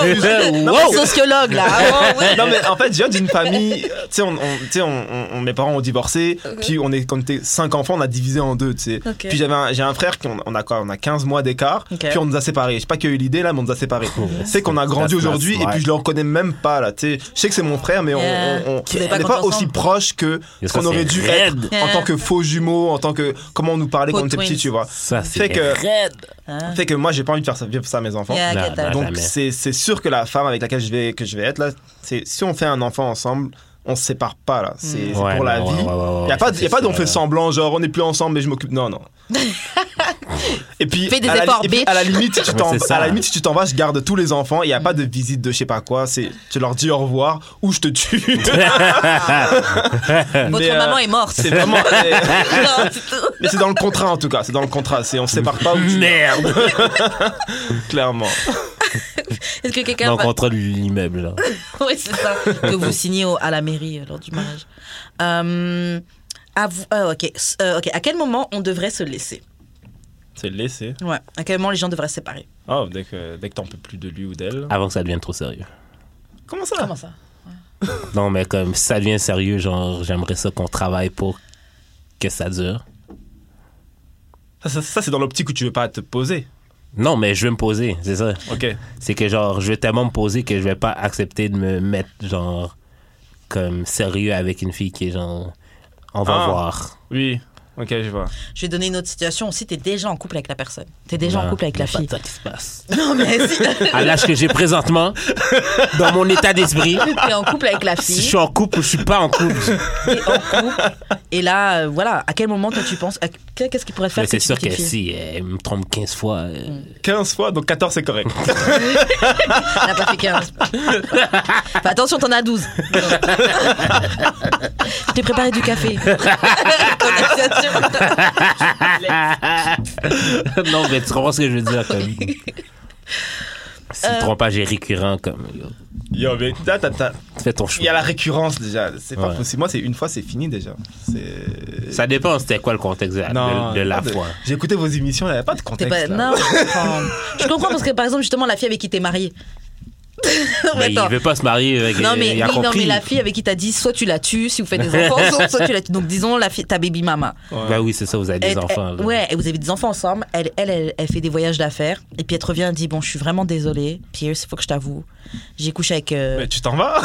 Speaker 4: refuse. Non,
Speaker 2: Oh,
Speaker 4: parce que-
Speaker 2: sociologue, là. Ah, ouais, ouais.
Speaker 4: non mais en fait, je viens d'une famille. euh, Tu sais, on, on- tu sais, on- on- mes parents ont divorcé. Puis on est quand on était cinq enfants, on a divisé en deux. Tu sais.
Speaker 2: Ok.
Speaker 4: Puis j'avais un- j'ai un frère qui on, on a quoi On a 15 mois d'écart.
Speaker 2: Ok.
Speaker 4: Puis on nous a séparés. Je sais pas qui a eu l'idée là, mais on nous a séparés.
Speaker 3: Oh,
Speaker 4: C'est qu'on a grandi
Speaker 3: That's not
Speaker 4: aujourd'hui et
Speaker 3: smart.
Speaker 4: puis je le reconnais même pas là. Tu sais, je sais que c'est mon frère, mais on-
Speaker 2: Yeah.
Speaker 4: on- on
Speaker 2: Vous avez
Speaker 4: on
Speaker 2: pas grandi
Speaker 4: n'est pas aussi
Speaker 2: ensemble.
Speaker 4: proche que
Speaker 3: Et
Speaker 4: ce
Speaker 3: ça,
Speaker 4: qu'on aurait
Speaker 3: c'est
Speaker 4: dû
Speaker 3: raide.
Speaker 4: être en tant que faux jumeaux, en tant que comment on nous parlait quand on
Speaker 2: Faux
Speaker 4: était
Speaker 2: twins.
Speaker 4: petit, tu vois.
Speaker 3: Ça, c'est
Speaker 4: Fait que-
Speaker 3: raide.
Speaker 2: Ah.
Speaker 4: Fait que moi, j'ai pas envie de faire ça, vivre ça à mes enfants.
Speaker 2: Yeah, I
Speaker 3: Non,
Speaker 2: get that.
Speaker 3: non,
Speaker 4: Donc
Speaker 3: jamais.
Speaker 4: c'est c'est sûr que la femme avec laquelle je vais que je vais être là, c'est si on fait un enfant ensemble, on se sépare pas là. C'est c'est
Speaker 3: Mm. Ouais,
Speaker 4: pour la
Speaker 3: non,
Speaker 4: vie.
Speaker 3: ouais, ouais, ouais,
Speaker 4: y a
Speaker 3: ouais,
Speaker 4: pas
Speaker 3: ça,
Speaker 4: y a pas
Speaker 3: c'est
Speaker 4: d'on fait
Speaker 3: vrai.
Speaker 4: semblant genre on n'est plus ensemble mais je m'occupe. Non non. et puis
Speaker 2: Fais des
Speaker 4: à la,
Speaker 2: efforts,
Speaker 4: et puis,
Speaker 2: bitch.
Speaker 4: à la limite si tu
Speaker 3: Ouais,
Speaker 4: t'en
Speaker 3: c'est ça.
Speaker 4: à la limite si tu t'en vas, je garde tous les enfants. Il y a pas de visite de je sais pas quoi. C'est tu leur dis au revoir ou je te tue.
Speaker 2: Votre
Speaker 4: Mais, euh,
Speaker 2: maman est morte.
Speaker 4: C'est vraiment. mais-
Speaker 2: Non, c'est tout.
Speaker 4: Mais c'est dans le contrat en tout cas, c'est dans le contrat. C'est on se sépare pas ou tu-
Speaker 3: Merde!
Speaker 4: clairement.
Speaker 2: Est-ce que quelqu'un
Speaker 3: Donc,
Speaker 2: va...
Speaker 3: on contrôle l'immeuble, là.
Speaker 2: Oui, c'est ça. Que vous signez au- à la mairie euh, lors du mariage. Euh, à vous- euh, ok. S- euh, ok. À quel moment on devrait se laisser
Speaker 4: C'est laissé.
Speaker 2: Ouais. À quel moment les gens devraient se séparer
Speaker 4: Oh, dès que, dès que t'en peux plus de lui ou d'elle.
Speaker 3: Avant que ça devienne trop sérieux.
Speaker 4: Comment ça
Speaker 2: Comment ça
Speaker 3: Non, mais comme si ça devient sérieux, genre, j'aimerais ça qu'on travaille pour que ça dure.
Speaker 4: Ça, ça- ça, c'est dans l'optique où tu veux pas te poser.
Speaker 3: Non, mais je vais me poser, c'est ça.
Speaker 4: Ok.
Speaker 3: C'est que, genre, je vais tellement me poser que je vais pas accepter de me mettre, genre, comme sérieux avec une fille qui est genre, on va
Speaker 4: Ah.
Speaker 3: voir.
Speaker 4: Oui. Ok, je vois.
Speaker 2: Je vais donner une autre situation. Si t'es déjà en couple avec la personne, t'es déjà en
Speaker 3: Non,
Speaker 2: couple avec la
Speaker 3: c'est pas
Speaker 2: fille.
Speaker 3: ça qui se passe.
Speaker 2: Non mais si
Speaker 3: À l'âge que j'ai présentement, dans mon état d'esprit,
Speaker 2: t'es en couple avec la
Speaker 3: si je
Speaker 2: fille,
Speaker 3: suis en couple ou je suis pas en couple,
Speaker 2: t'es en couple. Et là, euh, voilà. À quel moment toi tu penses à- Qu'est-ce qui pourrait faire
Speaker 3: mais c'est
Speaker 2: tu
Speaker 3: sûr
Speaker 2: quittes
Speaker 3: que
Speaker 2: une fille
Speaker 3: si elle me trompe 15 fois, euh,
Speaker 4: 15 fois, donc 14 c'est correct.
Speaker 2: On n'a pas fait 15. Fais attention, t'en as 12. Je t'ai préparé du café. Conversation. Mm.
Speaker 3: non, mais tu comprends ce que je veux dire. Comme... Si
Speaker 2: Euh,
Speaker 3: le trompage est récurrent, comme. yo,
Speaker 4: Yo, mais là, t'as- t'as-
Speaker 3: Fais ton
Speaker 4: il y
Speaker 3: choix.
Speaker 4: a la récurrence déjà. C'est pas
Speaker 3: Ouais.
Speaker 4: possible. Moi, c'est une fois, c'est fini déjà. C'est.
Speaker 3: Ça dépend, c'était quoi le contexte de,
Speaker 4: Ah,
Speaker 3: la- de- de la
Speaker 4: pas
Speaker 3: fois.
Speaker 4: J'ai écouté vos émissions, il n'y avait pas de
Speaker 2: T'es
Speaker 4: contexte.
Speaker 2: pas...
Speaker 4: là.
Speaker 2: Non, je comprends. Je comprends parce que, par exemple, justement, la fille avec qui t'es mariée. Non, mais
Speaker 3: Mais il
Speaker 2: attends.
Speaker 3: veut pas se marier avec
Speaker 2: Non mais,
Speaker 3: il a
Speaker 2: oui, non
Speaker 3: compris.
Speaker 2: mais la fille avec qui t'as dit soit tu la tues si vous faites des enfants soit- soit tu la tues donc disons la fille ta baby mama
Speaker 4: Ouais.
Speaker 3: Ben oui, c'est ça, vous avez des
Speaker 2: Elle-
Speaker 3: enfants.
Speaker 2: elle-
Speaker 3: là.
Speaker 2: ouais, et vous avez des enfants ensemble. Elle, elle, elle, elle fait des voyages d'affaires. Et puis elle te revient, elle dit Bon, je suis vraiment désolée, Pierce, il faut que je t'avoue. J'ai couché avec. euh,
Speaker 4: Mais tu t'en vas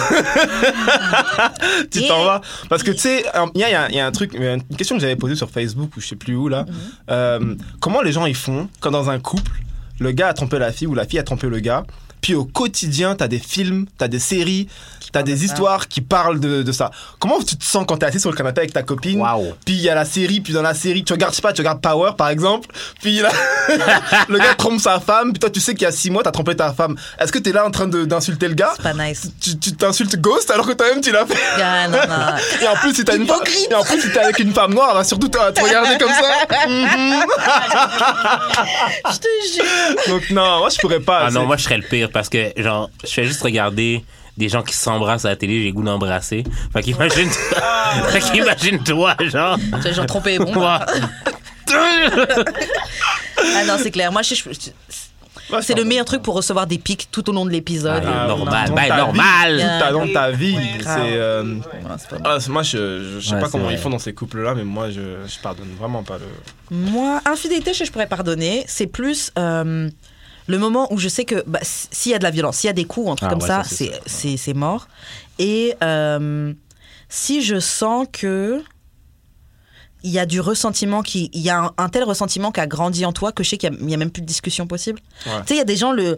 Speaker 4: Tu
Speaker 2: Et-
Speaker 4: t'en vas Parce que tu sais, euh, il y a, il y a- il y a un truc, une question que j'avais posée sur Facebook ou je sais plus où
Speaker 2: Mhm.
Speaker 4: là. Euh, comment les gens ils font quand dans un couple, le gars a trompé la fille ou la fille a trompé le gars puis au quotidien, t'as des films, t'as des séries, t'as des histoires qui parlent de, de ça. Comment tu te sens quand t'es assis sur le canapé avec ta copine
Speaker 3: Waouh.
Speaker 4: Puis il y a la série, puis dans la série, tu regardes, je sais pas, tu regardes Power par exemple. Puis là, le gars trompe sa femme, puis toi tu sais qu'il y a six mois, t'as trompé ta femme. Est-ce que t'es là en train de- d'insulter le gars
Speaker 2: C'est pas nice.
Speaker 4: tu tu t'insultes ghost alors que toi-même tu l'as fait.
Speaker 2: Ah, non, non.
Speaker 4: Et en plus, si t'as une femme, et en plus, si t'es avec une femme noire, elle va surtout te, te regarder comme ça.
Speaker 2: Je te jure.
Speaker 4: Donc non, moi je pourrais pas.
Speaker 3: Ah non,
Speaker 4: C'est-
Speaker 3: moi je serais le pire parce que, genre, je fais juste regarder des gens qui s'embrassent à la télé, j'ai le goût d'embrasser. Fait qu'imagine. fait qu'imagine-toi, genre.
Speaker 2: Tu vois, genre trompé est bon. bah.
Speaker 3: Ouah.
Speaker 2: Ah non, c'est clair. Moi, je, je- je-
Speaker 4: Moi, je
Speaker 2: c'est le
Speaker 4: t'en-
Speaker 2: meilleur truc pour recevoir des pics tout au long de l'épisode.
Speaker 3: Ah,
Speaker 4: Ah,
Speaker 3: normal,
Speaker 4: dans
Speaker 3: ben
Speaker 4: ta vie,
Speaker 3: normal.
Speaker 4: tout ta- Dans ta vie,
Speaker 5: Ouais.
Speaker 4: c'est. euh,
Speaker 2: Voilà, c'est pas bon.
Speaker 4: ah, c'est- moi, je, je sais
Speaker 3: Ouais,
Speaker 4: pas
Speaker 3: c'est
Speaker 4: comment
Speaker 3: vrai.
Speaker 4: ils font dans ces couples-là, mais moi, je, je pardonne vraiment pas le.
Speaker 2: Moi, infidélité, je, je pourrais pardonner. C'est plus euh, le moment où je sais que bah, s- s'il y a de la violence, s'il y a des coups, ou un truc
Speaker 3: Ah
Speaker 2: comme
Speaker 3: ouais,
Speaker 2: ça,
Speaker 3: ça, c'est
Speaker 2: c'est c'est- c'est mort. Et euh, si je sens que il y a du ressentiment qui, il y a un, un tel ressentiment qui a grandi en toi que je sais qu'il n'y a, même plus de discussion possible.
Speaker 4: Ouais.
Speaker 2: Tu sais, il y a des gens le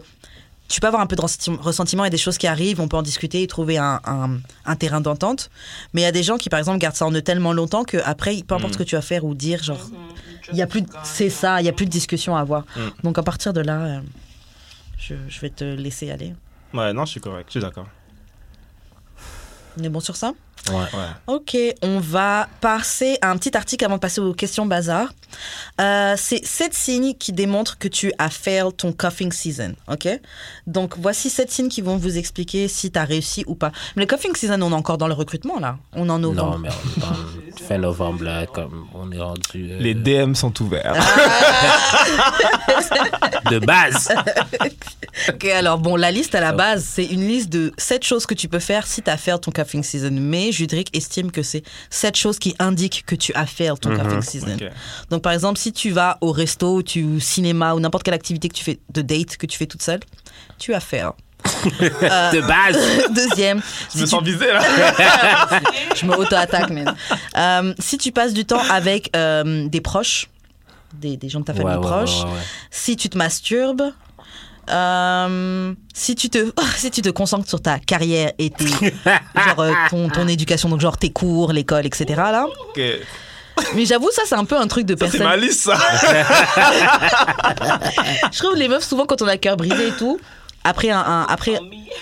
Speaker 2: tu peux avoir un peu de ressenti- ressentiment, il y a des choses qui arrivent, on peut en discuter et trouver un, un- un terrain d'entente. Mais il y a des gens qui, par exemple, gardent ça en eux tellement longtemps que après, peu
Speaker 3: Mm.
Speaker 2: importe ce que tu vas faire ou dire, genre, il y a plus, de- c'est ça, il y a plus de discussion à avoir. Donc à partir de là, euh, je, je vais te laisser aller.
Speaker 4: Ouais, non, je suis correct, je suis d'accord.
Speaker 2: On est bon sur ça
Speaker 3: Ouais.
Speaker 4: Ouais.
Speaker 2: Ok, on va passer à un petit article avant de passer aux questions bazar. Euh, c'est sept signes qui démontrent que tu as failed ton coughing season, ok Donc voici sept signes qui vont vous expliquer si tu as réussi ou pas. Mais le coughing season, on est encore dans le recrutement là. On est en
Speaker 3: Non,
Speaker 2: novembre.
Speaker 3: mais on est dans- fin novembre, là, comme on est rendu euh,
Speaker 4: Les DM sont ouverts.
Speaker 3: de base.
Speaker 2: Ok, alors bon, la liste à la base, c'est une liste de sept choses que tu peux faire si tu as failed ton coughing season. Mais Judric estime que c'est sept choses qui indiquent que tu as failed ton
Speaker 3: Mhm,
Speaker 2: coughing season.
Speaker 4: Ok.
Speaker 2: Donc par exemple, si tu vas au resto, ou tu, au cinéma ou n'importe quelle activité que tu fais de date que tu fais toute seule, tu as faire.
Speaker 3: De base.
Speaker 2: Deuxième,
Speaker 4: Je
Speaker 2: si
Speaker 4: me
Speaker 2: tu-
Speaker 4: sens visé là.
Speaker 2: je me auto-attaque man. Euh, si tu passes du temps avec euh, des proches, des, des gens de ta famille
Speaker 3: Ouais, ouais,
Speaker 2: proche,
Speaker 3: ouais, ouais, ouais.
Speaker 2: si tu te masturbes, euh, si tu te si tu te concentres sur ta carrière et tes, genre, euh, ton, ton éducation donc genre tes cours, l'école, etc. là.
Speaker 4: Ok.
Speaker 2: Mais j'avoue ça c'est un peu un truc de
Speaker 4: Ça, c'est
Speaker 2: personne.
Speaker 4: ma liste, ça.
Speaker 2: Je trouve les meufs souvent quand on a le cœur brisé et tout. Après un, un- après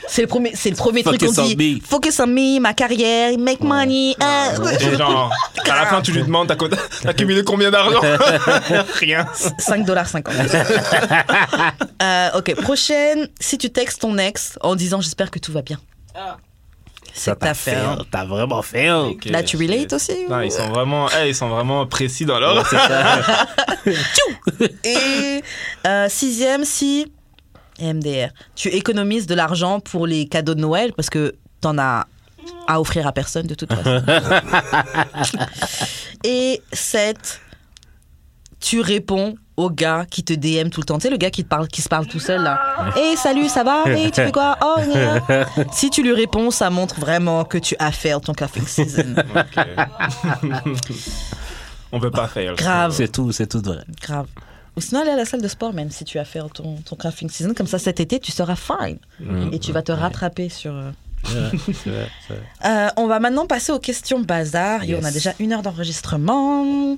Speaker 2: c'est le premier c'est le premier truc
Speaker 3: Focus
Speaker 2: qu'on
Speaker 3: on
Speaker 2: dit
Speaker 3: me.
Speaker 2: focus on me ma carrière make money euh,
Speaker 4: Et genre, à la fin, tu lui demandes, t'as co- t'as accumulé combien d'argent Rien.
Speaker 2: 5 dollars 50 ok prochaine si tu textes ton ex en disant j'espère que tout va bien
Speaker 5: Ah.
Speaker 2: c'est ta affaire
Speaker 3: fail. T'as vraiment fait.
Speaker 2: là tu relates aussi ou-
Speaker 4: Non, ils sont vraiment, eh, ils sont vraiment précis dans leur.
Speaker 2: et euh, sixième si MDR tu économises de l'argent pour les cadeaux de Noël parce que t'en as à offrir à personne de toute façon Et 7, tu réponds au gars qui te DM tout le temps. Tu sais, le gars qui, te parle, qui se parle tout seul là. Hé, salut, ça va Hey, tu fais quoi Oh, gna, gna. Si tu lui réponds, ça montre vraiment que tu as fait ton café season.
Speaker 4: Ok. On veut pas fail.
Speaker 2: Grave.
Speaker 3: C'est tout, c'est tout de vrai.
Speaker 2: Grave. Ou sinon, aller à la salle de sport, même si tu as fait ton, ton crafting season. Comme ça, cet été, tu seras fine. Et tu vas te rattraper sur. euh. Euh, on va maintenant passer aux questions bazar. Et
Speaker 3: Yes.
Speaker 2: on a déjà une heure d'enregistrement.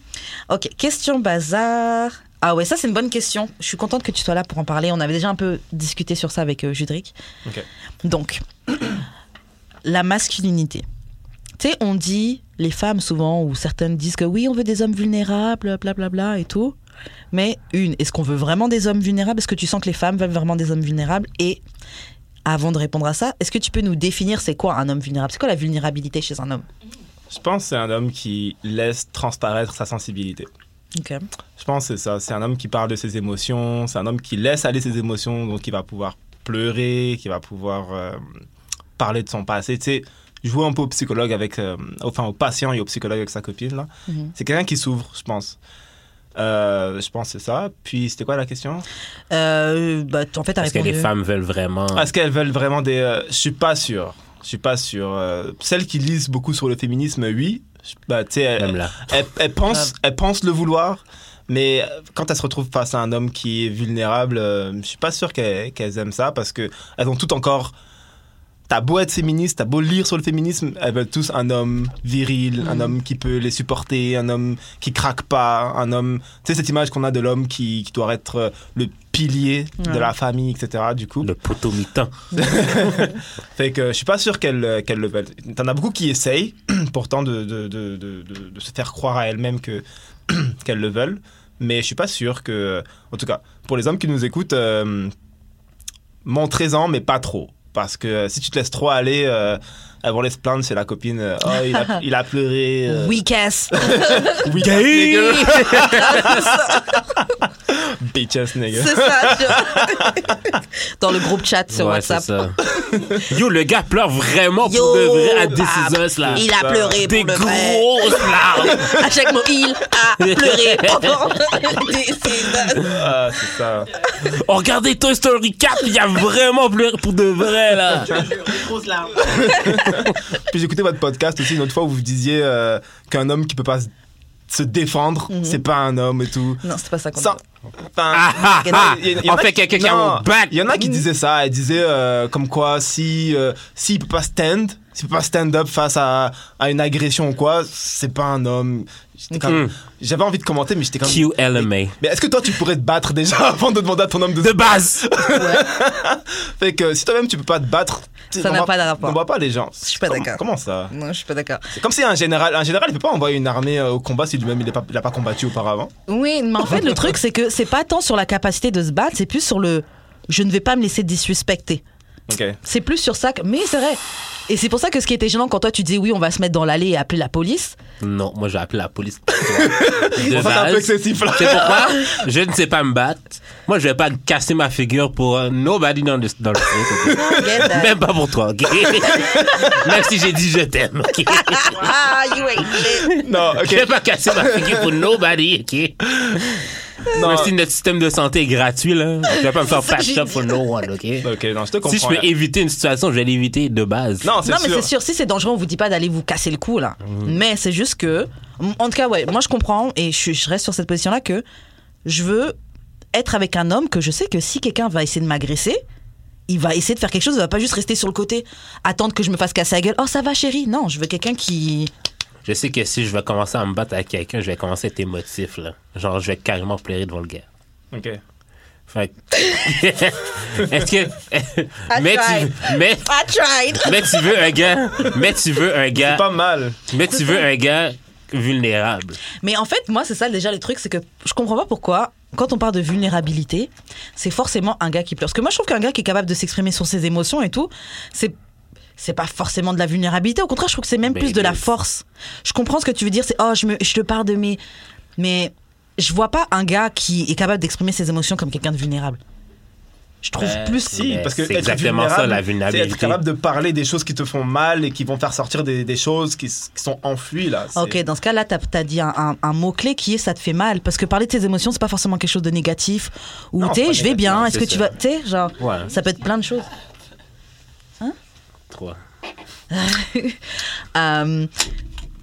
Speaker 2: Ok, questions bazar. Ah ouais, ça, c'est une bonne question. Je suis contente que tu sois là pour en parler. On avait déjà un peu discuté sur ça avec euh, Judric.
Speaker 4: Ok.
Speaker 2: Donc, la masculinité. Tu sais, on dit, les femmes souvent, ou certaines disent que oui, on veut des hommes vulnérables, blablabla et tout. Mais une, est-ce qu'on veut vraiment des hommes vulnérables Est-ce que tu sens que les femmes veulent vraiment des hommes vulnérables Et avant de répondre à ça, est-ce que tu peux nous définir c'est quoi un homme vulnérable C'est quoi la vulnérabilité chez un homme
Speaker 4: Je pense que c'est un homme qui laisse transparaître sa sensibilité.
Speaker 2: Ok.
Speaker 4: Je pense que c'est ça. C'est un homme qui parle de ses émotions. C'est un homme qui laisse aller ses émotions. Donc, qui va pouvoir pleurer, qui va pouvoir euh, parler de son passé. Tu sais, jouer un peu au psychologue avec, euh, enfin, au patient et au psychologue avec sa copine. Là.
Speaker 2: Mhm.
Speaker 4: C'est quelqu'un qui s'ouvre, je pense. Euh, je pense que c'est ça. Puis, c'était quoi la question
Speaker 2: Euh, bah, t- en fait, t'as
Speaker 3: Parce que
Speaker 2: répondu.
Speaker 3: les femmes veulent vraiment.
Speaker 4: Est-ce qu'elles veulent vraiment des. euh, je suis pas sûr. Je suis pas sûr. Euh, celles qui lisent beaucoup sur le féminisme, oui. Je- Bah, tu sais,
Speaker 3: Même
Speaker 4: elles,
Speaker 3: là.
Speaker 4: elles- elles pensent, elles pensent le vouloir, mais euh, quand elles se retrouvent face à un homme qui est vulnérable, euh, je suis pas sûr qu'elles qu'elles aiment ça parce que elles ont tout encore. T'as beau être féministe, t'as beau lire sur le féminisme, elles veulent tous un homme viril, un homme qui peut les supporter, un homme qui craque pas, un homme. Tu sais, cette image qu'on a de l'homme qui, qui doit être euh, le pilier de
Speaker 2: Ouais.
Speaker 4: la famille, etc. Du coup.
Speaker 3: Le poteau mi-temps.
Speaker 4: Fait que je suis pas sûr qu'elle euh, qu'elle le veuille. T'en as beaucoup qui essayent, pourtant, de, de, de, de, de- de se faire croire à elles-mêmes que qu'elles le veulent. Mais je suis pas sûr que. euh, En tout cas, pour les hommes qui nous écoutent, euh, montrez-en, mais pas trop. Parce que euh, si tu te laisses trop aller, euh, elles vont aller se plaindre chez la copine. euh, oh, il a, il a pleuré. euh,
Speaker 2: Weak ass.
Speaker 4: weak ass nigga. Bitch ass nigga.
Speaker 2: c'est ça. tu- Dans le groupe chat sur
Speaker 3: Ouais, c'est
Speaker 2: WhatsApp.
Speaker 3: ça. Yo, le gars pleure vraiment
Speaker 2: Yo,
Speaker 3: pour de vrai à This
Speaker 2: ah,
Speaker 3: Is Us, là.
Speaker 2: Il a
Speaker 4: Ça.
Speaker 2: pleuré
Speaker 3: Des
Speaker 2: pour le vrai.
Speaker 3: grosses larmes.
Speaker 2: À chaque mot, il a pleuré pendant This is us.
Speaker 4: Ah, c'est ça.
Speaker 3: Oh, regardez Toy Story 4, il a vraiment pleuré pour de vrai, là.
Speaker 5: Grosse larme.
Speaker 4: Puis j'écoutais votre podcast aussi une autre fois où vous disiez euh, qu'un homme qui peut pas se- se défendre, c'est pas un homme et tout.
Speaker 2: Non, c'est pas ça qu'on
Speaker 4: Ça- enfin,
Speaker 3: Ah, ah, ah.
Speaker 4: il y en a- il y en
Speaker 3: On
Speaker 4: a
Speaker 3: fait
Speaker 4: qui-
Speaker 3: quelqu'un qui a
Speaker 4: non,
Speaker 3: un bac. Hmm.
Speaker 4: Il y en a qui disaient ça, elles disaient euh, comme quoi si euh, s'il peut pas stand, C'est pas stand-up face à, à une agression ou quoi. C'est pas un homme. J'étais quand même-
Speaker 3: Mm.
Speaker 4: J'avais envie de commenter, mais j'étais quand même.
Speaker 3: QLMA.
Speaker 4: Mais est-ce que toi, tu pourrais te battre déjà avant de demander à ton homme de
Speaker 3: De base!
Speaker 4: Fait que si toi-même tu peux pas te battre, tu sais,
Speaker 2: Ça n'a
Speaker 4: n'envoie-
Speaker 2: pas de rapport.
Speaker 4: N'envoie pas les gens.
Speaker 2: Je suis pas
Speaker 4: Comment-
Speaker 2: d'accord.
Speaker 4: Comment ça
Speaker 2: Non, je suis pas d'accord.
Speaker 4: C'est comme si un général, un général, il peut pas envoyer une armée euh, au combat si lui-même il n'a pas, il a pas combattu auparavant.
Speaker 2: Oui, mais en fait, le truc, c'est que c'est pas tant sur la capacité de se battre, c'est plus sur le je ne vais pas me laisser disrespecter.
Speaker 4: Ok.
Speaker 2: C'est plus sur ça que. Mais c'est vrai. Et c'est pour ça que ce qui était gênant quand toi tu dis oui, on va se mettre dans l'allée et appeler la police.
Speaker 3: Non, moi, j'ai appelé la police. De
Speaker 4: Enfin, c'est un peu
Speaker 3: base.
Speaker 4: excessif là.
Speaker 3: C'est pourquoi je ne sais pas me battre. Moi, je vais pas casser ma figure pour euh, nobody dans le, dans le truc, ok?
Speaker 2: euh,
Speaker 3: Même pas pour toi, ok? Même si j'ai dit je t'aime, ok?
Speaker 2: Ah, you ain't
Speaker 4: Non,
Speaker 3: Je vais
Speaker 4: ok.
Speaker 3: pas casser ma figure pour nobody, ok?
Speaker 4: Non,
Speaker 3: Même si notre système de santé est gratuit, là, je vais pas me faire
Speaker 2: ça que
Speaker 3: patch
Speaker 2: j'ai
Speaker 3: up
Speaker 2: dit.
Speaker 3: for no one, ok?
Speaker 4: ok, non, je te comprends.
Speaker 3: Si je peux
Speaker 4: là.
Speaker 3: éviter une situation, je vais l'éviter de base.
Speaker 4: Non, c'est
Speaker 2: Non, mais
Speaker 4: sûr. Mmh.
Speaker 2: c'est sûr, si c'est dangereux, on vous dit pas d'aller vous casser le cou là. Mais c'est juste que. En tout cas, ouais, moi je comprends et je, je reste sur cette position là que je veux être avec un homme que je sais que si quelqu'un va essayer de m'agresser, il va essayer de faire quelque chose, il va pas juste rester sur le côté, attendre que je me fasse casser la gueule. Oh, ça va chérie. Non, je veux quelqu'un qui.
Speaker 3: Je sais que si je vais commencer à me battre avec quelqu'un, je vais commencer à être émotif, là. Genre, je vais carrément pleurer devant le gars.
Speaker 4: Ok.
Speaker 3: Fait que- Est-ce que. mais, tu, mais,
Speaker 2: I tried!
Speaker 3: mais tu veux un gars. Mais tu veux un
Speaker 4: C'est
Speaker 3: gars.
Speaker 4: pas mal.
Speaker 3: Mais tu veux un gars vulnérable.
Speaker 2: Mais en fait, moi, c'est ça déjà le truc, c'est que je comprends pas pourquoi, quand on parle de vulnérabilité, c'est forcément un gars qui pleure. Parce que moi, je trouve qu'un gars qui est capable de s'exprimer sur ses émotions et tout, c'est. C'est pas forcément de la vulnérabilité, au contraire, je trouve que c'est même
Speaker 3: Mais
Speaker 2: plus de la
Speaker 3: oui.
Speaker 2: force. Je comprends ce que tu veux dire, c'est oh, je, me, je te parle de mes. Mais je vois pas un gars qui est capable d'exprimer ses émotions comme quelqu'un de vulnérable. Je trouve
Speaker 3: Euh,
Speaker 2: plus.
Speaker 4: Si,
Speaker 3: Mais
Speaker 4: parce que
Speaker 3: c'est
Speaker 4: être
Speaker 3: exactement ça, la vulnérabilité.
Speaker 4: C'est être capable de parler des choses qui te font mal et qui vont faire sortir des, des choses qui, s- qui sont enfouies là. C'est-
Speaker 2: Ok, dans ce cas-là, t'as as dit un, un- un mot-clé qui est ça te fait mal. Parce que parler de tes émotions, c'est pas forcément quelque chose de négatif. Ou
Speaker 4: Non, c'est
Speaker 2: t'es,
Speaker 4: pas
Speaker 2: je vais
Speaker 4: négatif,
Speaker 2: bien, est-ce que
Speaker 3: c'est
Speaker 2: tu
Speaker 3: ça.
Speaker 2: vas. T'es, genre.
Speaker 3: Ouais.
Speaker 2: Ça peut être plein de choses.
Speaker 3: Trois.
Speaker 2: Euh,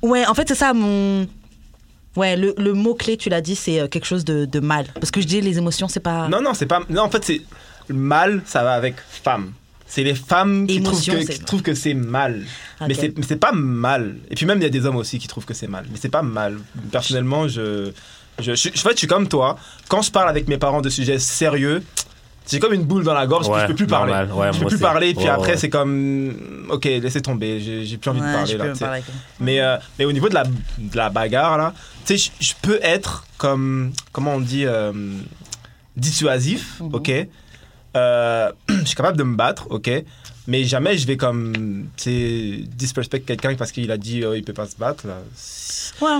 Speaker 2: ouais, en fait, c'est ça mon. Ouais, le, le mot-clé, tu l'as dit, c'est euh, quelque chose de, de mal. Parce que je dis, les émotions, c'est pas.
Speaker 4: Non, non, c'est pas. Non, en fait, c'est. le Mal, ça va avec femme. C'est les femmes qui trouvent,
Speaker 2: Émotion,
Speaker 4: que,
Speaker 2: c'est- Ah,
Speaker 4: qui trouvent que c'est mal. Mais
Speaker 2: Ok.
Speaker 4: c'est- Mais c'est pas mal. Et puis même, il y a des hommes aussi qui trouvent que c'est mal. Mais c'est pas mal. Personnellement, je. je, je, suis- en fait, je suis comme toi. Quand je parle avec mes parents de sujets sérieux, j'ai comme une boule dans la gorge, puis
Speaker 3: Ouais,
Speaker 4: je peux plus parler.
Speaker 3: normal. Ouais,
Speaker 4: je peux
Speaker 3: moi
Speaker 4: plus
Speaker 3: aussi.
Speaker 4: parler, puis
Speaker 3: Ouais,
Speaker 4: après,
Speaker 3: ouais.
Speaker 4: c'est comme. Ok, laissez tomber, j'ai j'ai plus envie
Speaker 2: Ouais,
Speaker 4: de parler
Speaker 2: je
Speaker 4: là.
Speaker 2: peux
Speaker 4: tu
Speaker 2: me
Speaker 4: sais.
Speaker 2: parler.
Speaker 4: Mais, euh, mais au niveau de la, de la bagarre, là, tu sais, je je peux être comme. Comment on dit euh, Dissuasif, ok Euh, Je suis capable de me battre, ok Mais jamais je vais comme. Tu sais, disrespect quelqu'un parce qu'il a dit euh, il peut pas se battre. là.
Speaker 2: Ouais.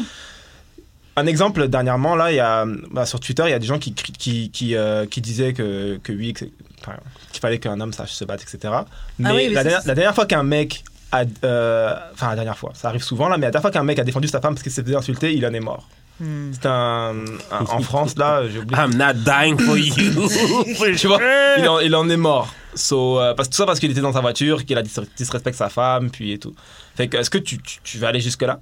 Speaker 4: Un exemple, dernièrement, là, il y a, bah, sur Twitter, il y a des gens qui, cri- qui, qui, euh, qui disaient que, que oui, que c'est- enfin, qu'il fallait qu'un homme sache se battre, etc. Mais
Speaker 2: Ah oui, oui,
Speaker 4: la,
Speaker 2: ça,
Speaker 4: dernière,
Speaker 2: c'est-
Speaker 4: la dernière fois qu'un mec a. euh, Enfin, la dernière fois, ça arrive souvent là, mais la dernière fois qu'un mec a défendu sa femme parce qu'il s'est fait insulter, il en est mort.
Speaker 2: Hmm.
Speaker 4: C'est un, un- En France, là, j'ai oublié.
Speaker 3: I'm not dying for you.
Speaker 4: Tu vois, il en, il en est mort. So, euh, parce, tout ça parce qu'il était dans sa voiture, qu'il a dis- disrespect sa femme, puis et tout. Fait que, est-ce que tu, tu, tu vas aller jusque-là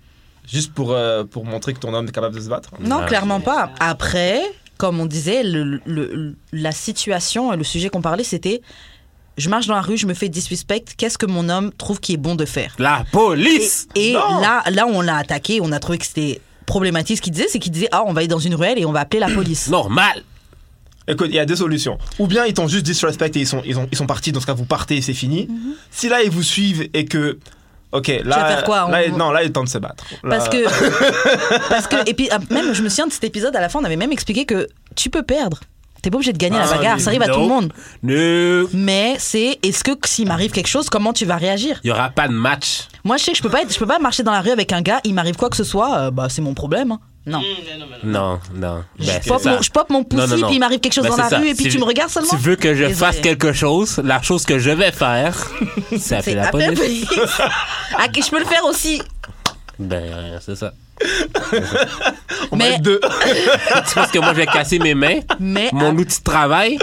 Speaker 4: Juste pour, euh, pour montrer que ton homme est capable de se battre
Speaker 2: Non,
Speaker 3: Non.
Speaker 2: clairement pas. Après, comme on disait, le, le- la situation et le sujet qu'on parlait, c'était je marche dans la rue, je me fais disrespect, qu'est-ce que mon homme trouve qui est bon de faire
Speaker 3: La police!
Speaker 2: Et
Speaker 4: Non.
Speaker 2: là, là, on l'a attaqué, on a trouvé que c'était problématique. Ce qu'il disait, c'est qu'il disait Ah, on va aller dans une ruelle et on va appeler la police.
Speaker 3: Normal!
Speaker 4: Écoute, il y a deux solutions. Ou bien ils t'ont juste disrespect et ils sont, ils, ont, ils sont partis, dans ce cas vous partez et c'est fini. Si là ils vous suivent et que. Ok, là.
Speaker 2: Mhm. vas faire quoi,
Speaker 4: là,
Speaker 2: on-
Speaker 4: Non, là il est temps de se battre. Là-
Speaker 2: Parce que. parce que. Et puis, ah, même, je me souviens de cet épisode, à la fin, on avait même expliqué que tu peux perdre. T'es pas obligé de gagner la
Speaker 4: Ah,
Speaker 2: bagarre,
Speaker 4: mais
Speaker 2: ça arrive à tout le
Speaker 3: Nope.
Speaker 2: monde.
Speaker 3: Nope.
Speaker 2: Mais c'est est-ce que s'il m'arrive quelque chose, comment tu vas réagir
Speaker 3: Il y aura pas de match.
Speaker 2: Moi, je sais que je peux pas, être, je peux pas marcher dans la rue avec un gars, il m'arrive quoi que ce soit, euh, bah c'est mon problème. hein. Non.
Speaker 5: Non, non, non.
Speaker 3: Non, non. Ben,
Speaker 2: je,
Speaker 3: c'est
Speaker 2: pop
Speaker 3: ça.
Speaker 2: mon, je pop mon
Speaker 3: Non,
Speaker 2: poussy,
Speaker 3: non, non.
Speaker 2: puis il m'arrive quelque chose
Speaker 3: Ben,
Speaker 2: dans
Speaker 3: c'est
Speaker 2: la
Speaker 3: ça.
Speaker 2: rue, et puis tu
Speaker 3: Si je-
Speaker 2: me regardes seulement.
Speaker 3: Tu veux que je fasse
Speaker 2: Désolée.
Speaker 3: quelque chose, la chose que je vais faire, c'est appeler
Speaker 2: C'est
Speaker 3: la
Speaker 2: appeler la
Speaker 3: police.
Speaker 2: police. Ah, que je peux le faire aussi.
Speaker 3: Ben, euh, c'est ça.
Speaker 4: on va
Speaker 2: mais-
Speaker 4: être deux.
Speaker 3: Tu penses que moi, je vais casser mes mains?
Speaker 2: Mais
Speaker 3: Mon outil de travail?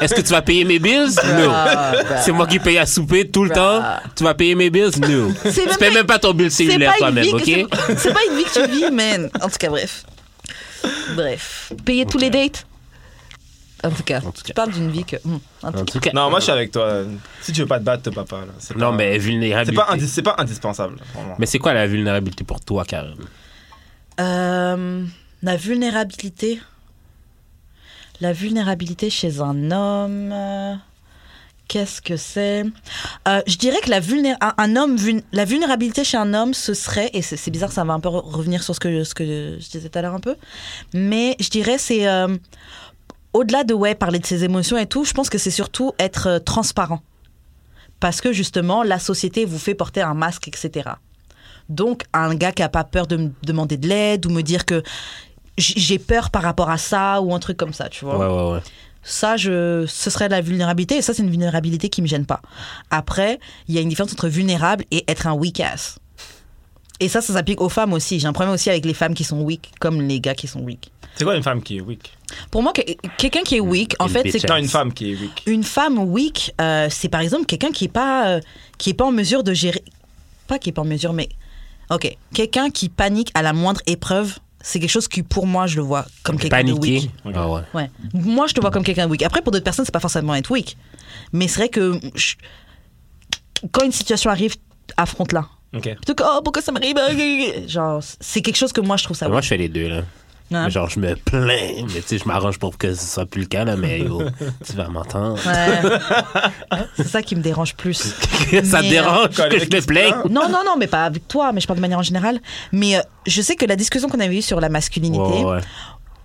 Speaker 3: Est-ce que tu vas payer mes bills? Non.
Speaker 2: Ah, bah.
Speaker 3: C'est moi qui paye à souper tout le temps. Tu vas payer mes bills? Non.
Speaker 2: C'est
Speaker 3: Tu
Speaker 2: même
Speaker 3: payes
Speaker 2: pas-
Speaker 3: même pas ton bill
Speaker 2: C'est
Speaker 3: cellulaire
Speaker 2: pas une
Speaker 3: toi-même,
Speaker 2: vie que-
Speaker 3: OK?
Speaker 2: c'est- C'est pas une vie que tu vis, man. En tout cas, bref. Bref. Payer tous les dates. En tout cas,
Speaker 3: En
Speaker 2: tu
Speaker 3: tout cas.
Speaker 2: parles d'une vie que. hum, en tout
Speaker 3: En
Speaker 2: cas.
Speaker 3: tout cas.
Speaker 4: Non, moi je suis avec toi. Si tu veux pas te battre, te bats pas. là. C'est
Speaker 3: Non,
Speaker 4: pas-
Speaker 3: mais
Speaker 4: C'est
Speaker 3: vulnérabilité.
Speaker 4: pas, indi- c'est pas indispensable. vraiment.
Speaker 3: Mais c'est quoi la vulnérabilité pour toi, Karen
Speaker 2: Euh, la vulnérabilité. La vulnérabilité chez un homme. euh, Qu'est-ce que c'est Euh, Je dirais que la, vulné- un- un homme, vuln- la vulnérabilité chez un homme, ce serait, et c'est c'est bizarre, ça va un peu re- revenir sur ce que, ce que je disais tout à l'heure un peu, mais je dirais c'est euh, au-delà de ouais, parler de ses émotions et tout, je pense que c'est surtout être euh, transparent. Parce que justement, la société vous fait porter un masque, etc. Donc, un gars qui a pas peur de me demander de l'aide ou me dire que j- j'ai peur par rapport à ça ou un truc comme ça, tu vois.
Speaker 3: Ouais, ouais, ouais.
Speaker 2: Ça, je, ce serait de la vulnérabilité et ça, c'est une vulnérabilité qui me gêne pas. Après, il y a une différence entre vulnérable et être un weak ass. Et ça, ça s'applique aux femmes aussi. J'ai un problème aussi avec les femmes qui sont weak, comme les gars qui sont weak.
Speaker 4: C'est quoi une femme qui est weak
Speaker 2: Pour moi, que- quelqu'un qui est weak, en
Speaker 3: Une
Speaker 2: fait, c'est
Speaker 3: bitch
Speaker 4: Non, une femme qui est weak.
Speaker 2: une femme weak, euh, c'est par exemple quelqu'un qui est pas euh, qui est pas en mesure de gérer, pas qui est pas en mesure, mais ok, quelqu'un qui panique à la moindre épreuve, c'est quelque chose qui pour moi je le vois comme quelqu'un de
Speaker 3: Paniquer.
Speaker 2: weak.
Speaker 3: Ah ouais.
Speaker 2: Ouais. Moi je te vois comme quelqu'un de weak. Après pour d'autres personnes c'est pas forcément être weak, mais c'est vrai que je- quand une situation arrive, affronte-la.
Speaker 4: Ok.
Speaker 2: Plutôt que oh pourquoi ça m'arrive, genre c'est quelque chose que moi je trouve ça.
Speaker 3: Moi,
Speaker 2: weak.
Speaker 3: je fais les deux, là.
Speaker 2: Hein?
Speaker 3: Genre, je me plains, mais tu sais, je m'arrange pour que ce soit plus le cas, là, mais yo, tu vas m'entendre.
Speaker 2: Ouais. c'est ça qui me dérange plus.
Speaker 3: ça te
Speaker 2: Mais, euh,
Speaker 3: dérange
Speaker 4: Quand
Speaker 3: que
Speaker 4: le
Speaker 3: je
Speaker 4: mec, il
Speaker 3: me
Speaker 4: se
Speaker 3: plaigne.
Speaker 2: Non, non, non, mais pas avec toi, mais je parle de manière en générale. Mais euh, je sais que la discussion qu'on avait eue sur la masculinité,
Speaker 3: Ouais, ouais.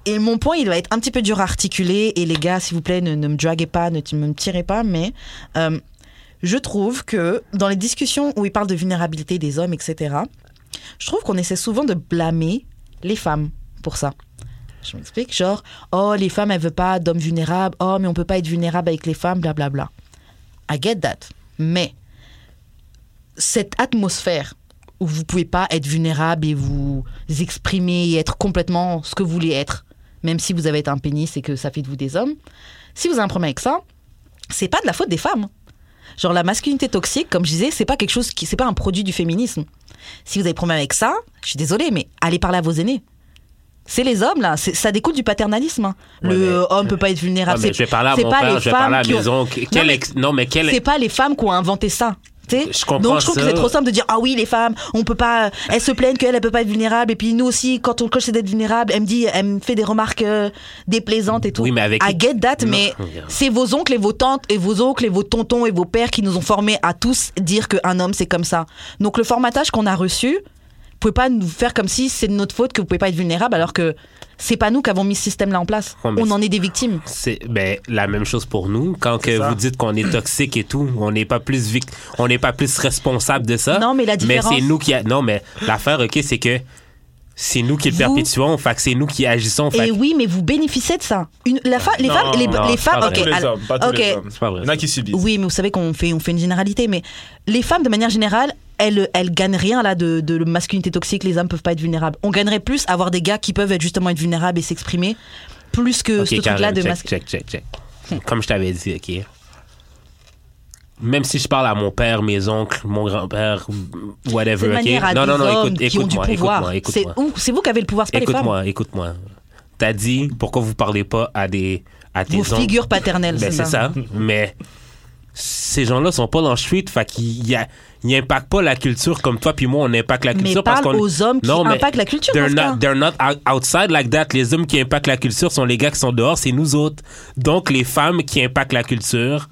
Speaker 2: et mon point, il va être un petit peu dur à articuler, et les gars, s'il vous plaît, ne, ne me draguez pas, ne t- me tirez pas, mais euh, je trouve que dans les discussions où ils parlent de vulnérabilité des hommes, etc., je trouve qu'on essaie souvent de blâmer les femmes pour ça. Je m'explique, genre, oh, les femmes, elles veulent pas d'hommes vulnérables, oh, mais on peut pas être vulnérable avec les femmes, blablabla. I get that. Mais cette atmosphère où vous pouvez pas être vulnérable et vous exprimer et être complètement ce que vous voulez être, même si vous avez un pénis et que ça fait de vous des hommes, si vous avez un problème avec ça, c'est pas de la faute des femmes. Genre la masculinité toxique, comme je disais, c'est pas quelque chose qui, c'est pas un produit du féminisme. Si vous avez problème avec ça, je suis désolée, mais allez parler à vos aînés. C'est les hommes là, C'est- ça découle du paternalisme. hein.
Speaker 3: Ouais,
Speaker 2: Le
Speaker 3: mais-
Speaker 2: euh, homme peut pas être
Speaker 3: Ah,
Speaker 2: vulnérable.
Speaker 3: mais
Speaker 2: C'est-
Speaker 3: je vais parler à
Speaker 2: c'est
Speaker 3: mon
Speaker 2: pas
Speaker 3: père,
Speaker 2: les
Speaker 3: je vais parler à
Speaker 2: femmes qui
Speaker 3: mes
Speaker 2: ont-
Speaker 3: oncles. Quel
Speaker 2: mais-
Speaker 3: ex- Non, mais quel
Speaker 2: c'est pas les femmes qui ont inventé ça. tu sais.
Speaker 3: Je comprends
Speaker 2: Donc je trouve que
Speaker 3: ça.
Speaker 2: c'est trop simple de dire ah oui les femmes on peut pas elles se plaignent qu'elles elles peuvent pas être vulnérables et puis nous aussi quand on coche c'est d'être vulnérable elle me dit elle me fait des remarques euh, déplaisantes et tout
Speaker 3: Oui, mais avec-
Speaker 2: I get that
Speaker 3: Non.
Speaker 2: mais c'est vos oncles et vos tantes et vos oncles et vos tontons et vos pères qui nous ont formés à tous dire qu'un homme c'est comme ça donc le formatage qu'on a reçu vous pouvez pas nous faire comme si c'est de notre faute que vous pouvez pas être vulnérable alors que c'est pas nous qui avons mis ce système là en place
Speaker 3: Ouais, mais
Speaker 2: on
Speaker 3: c'est-
Speaker 2: en est des victimes
Speaker 3: C'est ben, la même chose pour nous. Quand que
Speaker 4: ça.
Speaker 3: vous dites qu'on est toxique et tout, on n'est pas plus vic- on n'est pas plus responsable de ça.
Speaker 2: Non, mais la différence-
Speaker 3: Mais c'est nous qui a- non mais l'affaire ok c'est que c'est nous qui le
Speaker 2: Vous-
Speaker 3: perpétuons, fait que c'est nous qui agissons. Fait
Speaker 2: Et
Speaker 3: que-
Speaker 2: Eh oui, mais vous bénéficiez de ça. Une, la fa- les
Speaker 4: Non,
Speaker 2: femmes, les,
Speaker 4: non,
Speaker 2: les
Speaker 3: c'est
Speaker 2: femmes,
Speaker 3: pas
Speaker 2: ok,
Speaker 3: vrai.
Speaker 4: Tous les
Speaker 2: alors-
Speaker 4: hommes, pas tous
Speaker 2: ok.
Speaker 4: les hommes.
Speaker 3: C'est pas vrai,
Speaker 4: Il y en a
Speaker 3: ça.
Speaker 4: qui subissent.
Speaker 2: Oui, mais vous savez qu'on fait, on fait une généralité, mais les femmes, de manière générale, elles, elles gagnent rien là de, de masculinité toxique. Les hommes peuvent pas être vulnérables. On gagnerait plus à avoir des gars qui peuvent être justement être vulnérables et s'exprimer plus que
Speaker 3: Ok,
Speaker 2: ce truc-là
Speaker 3: Karen,
Speaker 2: de
Speaker 3: check,
Speaker 2: masculinité.
Speaker 3: check, check, check. Comme je t'avais dit, OK. Même si je parle à mon père, mes oncles, mon grand-père,
Speaker 2: De
Speaker 3: whatever,
Speaker 2: manière à
Speaker 3: OK. Non,
Speaker 2: des
Speaker 3: non, non,
Speaker 2: hommes
Speaker 3: écoute,
Speaker 2: qui ont du
Speaker 3: écoute-moi,
Speaker 2: pouvoir.
Speaker 3: écoute-moi,
Speaker 2: C'est
Speaker 3: écoute-moi.
Speaker 2: où C'est vous qui avez le pouvoir, c'est pas les femmes.
Speaker 3: Écoute-moi, écoute-moi. T'as dit pourquoi vous parlez pas à des à tes
Speaker 2: Vos
Speaker 3: oncles.
Speaker 2: figures paternelles,
Speaker 3: Ben,
Speaker 2: c'est ça.
Speaker 3: Mais ces gens-là sont pas dans le street, fait qu'ils y a- ils impactent pas la culture comme toi puis moi on impacte la
Speaker 2: Mais
Speaker 3: culture parce
Speaker 2: parle
Speaker 3: qu'on
Speaker 2: aux hommes qui
Speaker 3: mais
Speaker 2: impactent la culture,
Speaker 3: They're
Speaker 2: dans ce
Speaker 3: not, they're not out- outside like that. Les hommes qui impactent la culture sont les gars qui sont dehors, c'est nous autres. Donc les femmes qui impactent la culture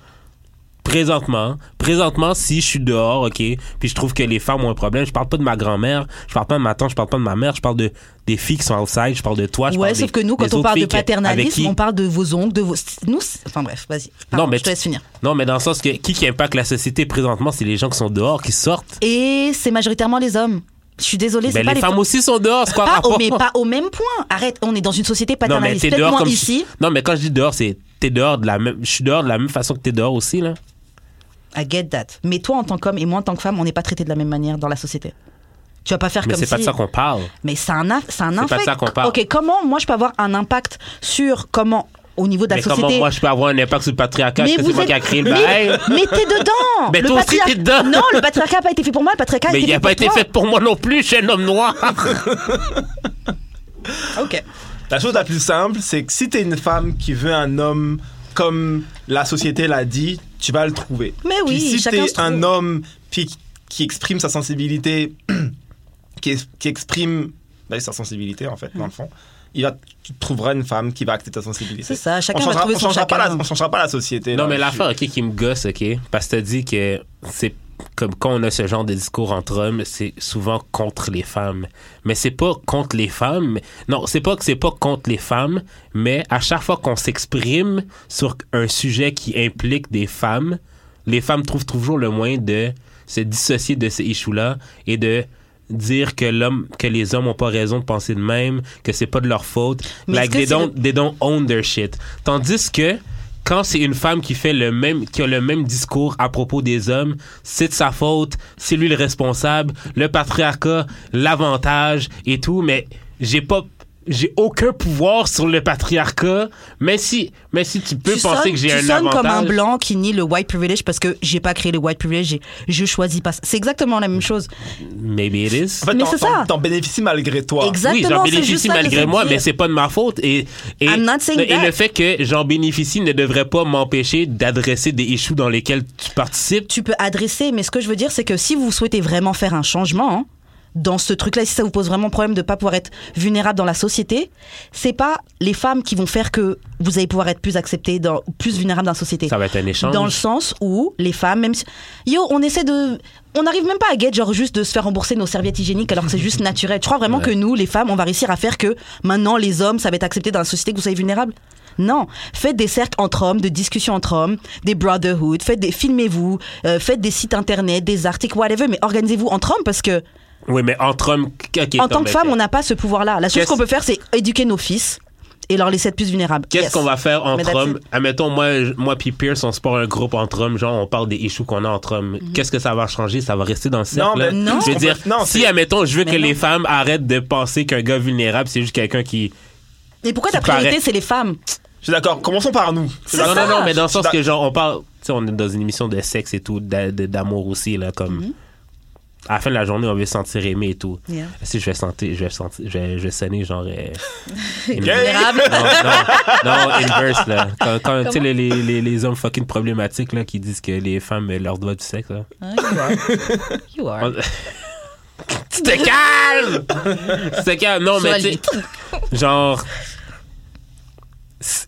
Speaker 3: présentement, présentement si je suis dehors, OK, puis je trouve que les femmes ont un problème, je parle pas de ma grand-mère, je parle pas de ma tante, je parle pas de ma mère, je parle de des filles qui sont outside, je parle de toi, je
Speaker 2: Ouais,
Speaker 3: parle
Speaker 2: sauf que
Speaker 3: des-
Speaker 2: nous,
Speaker 3: des
Speaker 2: quand on
Speaker 3: autres
Speaker 2: parle de
Speaker 3: filles que- avec
Speaker 2: paternalisme,
Speaker 3: qui-
Speaker 2: on parle de vos oncles, de vos. Nous, c'est- enfin bref, vas-y. Pardon,
Speaker 3: mais
Speaker 2: je te laisse finir.
Speaker 3: Non, mais dans le sens que qui qui impacte la société présentement, c'est les gens qui sont dehors, qui sortent.
Speaker 2: Et c'est majoritairement les hommes. Je suis désolée, c'est
Speaker 3: Ben,
Speaker 2: pas les
Speaker 3: les, femmes aussi sont dehors, c'est quoi le
Speaker 2: Pas au,
Speaker 3: rapport?
Speaker 2: mais pas au même point. Arrête, on est dans une société
Speaker 3: Non, mais
Speaker 2: paternaliste.
Speaker 3: t'es
Speaker 2: Peut-être
Speaker 3: dehors
Speaker 2: moins
Speaker 3: comme je-
Speaker 2: ici.
Speaker 3: Non, mais quand je dis dehors, c'est t'es dehors de la même. Je suis dehors de la même façon que t'es dehors aussi là.
Speaker 2: I get that. Mais toi, en tant qu'homme et moi, en tant que femme, on n'est pas traités de la même manière dans la société. Tu vas pas faire
Speaker 3: Mais
Speaker 2: comme
Speaker 3: c'est
Speaker 2: si...
Speaker 3: pas de ça qu'on parle.
Speaker 2: Mais c'est un, c'est un
Speaker 3: pas de
Speaker 2: impact.
Speaker 3: ça qu'on parle.
Speaker 2: Ok, comment moi je peux avoir un impact sur comment au niveau de la
Speaker 3: mais
Speaker 2: société.
Speaker 3: comment moi je peux avoir un impact sur le patriarcat
Speaker 2: Mais
Speaker 3: Est-ce que
Speaker 2: vous
Speaker 3: c'est moi
Speaker 2: êtes-
Speaker 3: qui a créé le
Speaker 2: Mais-
Speaker 3: bail
Speaker 2: Mais, t'es dedans.
Speaker 3: Mais
Speaker 2: Le
Speaker 3: toi aussi,
Speaker 2: patriar-
Speaker 3: t'es dedans.
Speaker 2: Non, le patriarcat a pas été fait pour moi. Le patriarcat
Speaker 3: Mais
Speaker 2: a été
Speaker 3: il
Speaker 2: fait
Speaker 3: a pas été
Speaker 2: pour
Speaker 3: fait pour moi non plus, je suis un homme noir.
Speaker 2: toi. Ok.
Speaker 4: La chose la plus simple, c'est que si t'es une femme qui veut un homme comme la société l'a dit, tu vas le trouver.
Speaker 2: Mais oui,
Speaker 4: Puis si
Speaker 2: chacun
Speaker 4: t'es
Speaker 2: se
Speaker 4: un
Speaker 2: trouve.
Speaker 4: homme puis qui exprime sa sensibilité, qui, es- qui exprime ben, sa sensibilité en fait, dans le fond, il va, tu trouveras une femme qui va accepter ta sensibilité.
Speaker 2: C'est ça,
Speaker 4: On
Speaker 2: chacun va
Speaker 4: changera,
Speaker 2: trouver
Speaker 4: on
Speaker 2: son
Speaker 4: changera pas
Speaker 2: chacun.
Speaker 4: la, on changera pas la société.
Speaker 3: Non,
Speaker 4: là.
Speaker 3: mais
Speaker 4: Je-
Speaker 3: l'affaire, OK, qui me gosse, OK, parce que t'as dit que c'est comme quand on a ce genre de discours entre hommes, c'est souvent contre les femmes. Mais c'est pas contre les femmes. Non, c'est pas que c'est pas contre les femmes, mais à chaque fois qu'on s'exprime sur un sujet qui implique des femmes, les femmes trouvent toujours le moyen de se dissocier de ces issues-là et de dire que l'homme que les hommes ont pas raison de penser de même que c'est pas de leur faute
Speaker 2: Mais
Speaker 3: like
Speaker 2: est-ce que
Speaker 3: they
Speaker 2: c'est
Speaker 3: don't they don't own their shit tandis que quand c'est une femme qui fait le même qui a le même discours à propos des hommes c'est de sa faute c'est lui le responsable le patriarcat l'avantage et tout mais j'ai pas j'ai aucun pouvoir sur le patriarcat mais si mais si tu peux
Speaker 2: tu
Speaker 3: penser
Speaker 2: sonnes,
Speaker 3: que j'ai
Speaker 2: tu
Speaker 3: un
Speaker 2: sonnes
Speaker 3: avantage
Speaker 2: comme un blanc qui nie le white privilege parce que j'ai pas créé le white privilege, j'ai- je choisis pas. ça. C'est exactement la même chose.
Speaker 3: maybe it is
Speaker 4: En fait,
Speaker 2: Mais
Speaker 4: t'en-
Speaker 2: c'est
Speaker 4: t'en-
Speaker 2: ça.
Speaker 4: T'en bénéficies malgré toi.
Speaker 2: Exactement,
Speaker 3: oui, j'en
Speaker 2: c'est juste
Speaker 3: bénéficie
Speaker 2: ça que
Speaker 3: malgré
Speaker 2: je
Speaker 3: moi,
Speaker 2: veux
Speaker 3: mais
Speaker 2: dire.
Speaker 3: c'est pas de ma faute. Et, et,
Speaker 2: I'm not saying
Speaker 3: et
Speaker 2: that.
Speaker 3: le fait que j'en bénéficie ne devrait pas m'empêcher d'adresser des issues dans lesquelles tu participes.
Speaker 2: tu peux adresser, mais ce que je veux dire, c'est que si vous souhaitez vraiment faire un changement hein, dans ce truc-là, si ça vous pose vraiment problème de pas pouvoir être vulnérable dans la société, c'est pas les femmes qui vont faire que vous allez pouvoir être plus accepté, dans, plus vulnérable dans la société.
Speaker 3: Ça va être un échange.
Speaker 2: Dans le sens où les femmes, même si. Yo, on essaie de. On n'arrive même pas à guette, genre juste de se faire rembourser nos serviettes hygiéniques alors que c'est juste naturel. Tu crois vraiment que nous, les femmes, on va réussir à faire que maintenant les hommes, ça va être accepté dans la société que vous soyez vulnérable Non. Faites des cercles entre hommes, de discussions entre hommes, des brotherhoods, faites des. Filmez-vous, euh, faites des sites internet, des articles, whatever, mais organisez-vous entre hommes parce que
Speaker 3: Oui, mais entre hommes. ok,
Speaker 2: en tant que
Speaker 3: mais-
Speaker 2: femme, on n'a pas ce pouvoir-là. La chose
Speaker 3: Qu'est-ce-
Speaker 2: qu'on peut faire, c'est éduquer nos fils et leur laisser être plus vulnérables.
Speaker 3: Qu'est-ce
Speaker 2: Yes.
Speaker 3: qu'on va faire
Speaker 2: Mais
Speaker 3: entre
Speaker 2: that's
Speaker 3: hommes
Speaker 2: it.
Speaker 3: Admettons, moi, je- moi puis Pierce, on se porte un groupe entre hommes, genre on parle des issues qu'on a entre hommes.
Speaker 2: Mhm.
Speaker 3: Qu'est-ce que ça va changer Ça va rester dans le cercle.
Speaker 4: mais
Speaker 3: là?
Speaker 2: non.
Speaker 3: Je veux dire,
Speaker 4: Non,
Speaker 3: si,
Speaker 4: c'est-
Speaker 3: admettons, je veux
Speaker 2: Mais
Speaker 3: que
Speaker 2: non.
Speaker 3: les femmes arrêtent de penser qu'un gars vulnérable, c'est juste quelqu'un qui.
Speaker 2: Et pourquoi
Speaker 3: Tu
Speaker 2: ta priorité,
Speaker 3: parais.
Speaker 2: c'est les femmes
Speaker 4: Je suis d'accord. Commençons par nous.
Speaker 2: C'est
Speaker 3: Non,
Speaker 2: ça.
Speaker 3: non, non, mais dans le sens
Speaker 4: Je suis
Speaker 3: que, genre, on parle. Tu sais, on est dans une émission de sexe et tout, d'a- de- d'amour aussi, là, comme. À la fin de la journée, on veut se sentir aimé et tout.
Speaker 2: Mhm. Yeah.
Speaker 3: Si je vais sentir, je vais sentir, je vais, je vais sonner, genre. euh, une-
Speaker 2: Vulnérable.
Speaker 3: non, non, non, inverse, là. Quand, quand, tu sais, les, les, les- les hommes fucking problématiques, là, qui disent que les femmes euh, leur doivent du sexe, là.
Speaker 2: Ah, You are.
Speaker 3: On- tu te calmes! tu te calmes. Non, mais tu sais, genre. c'est-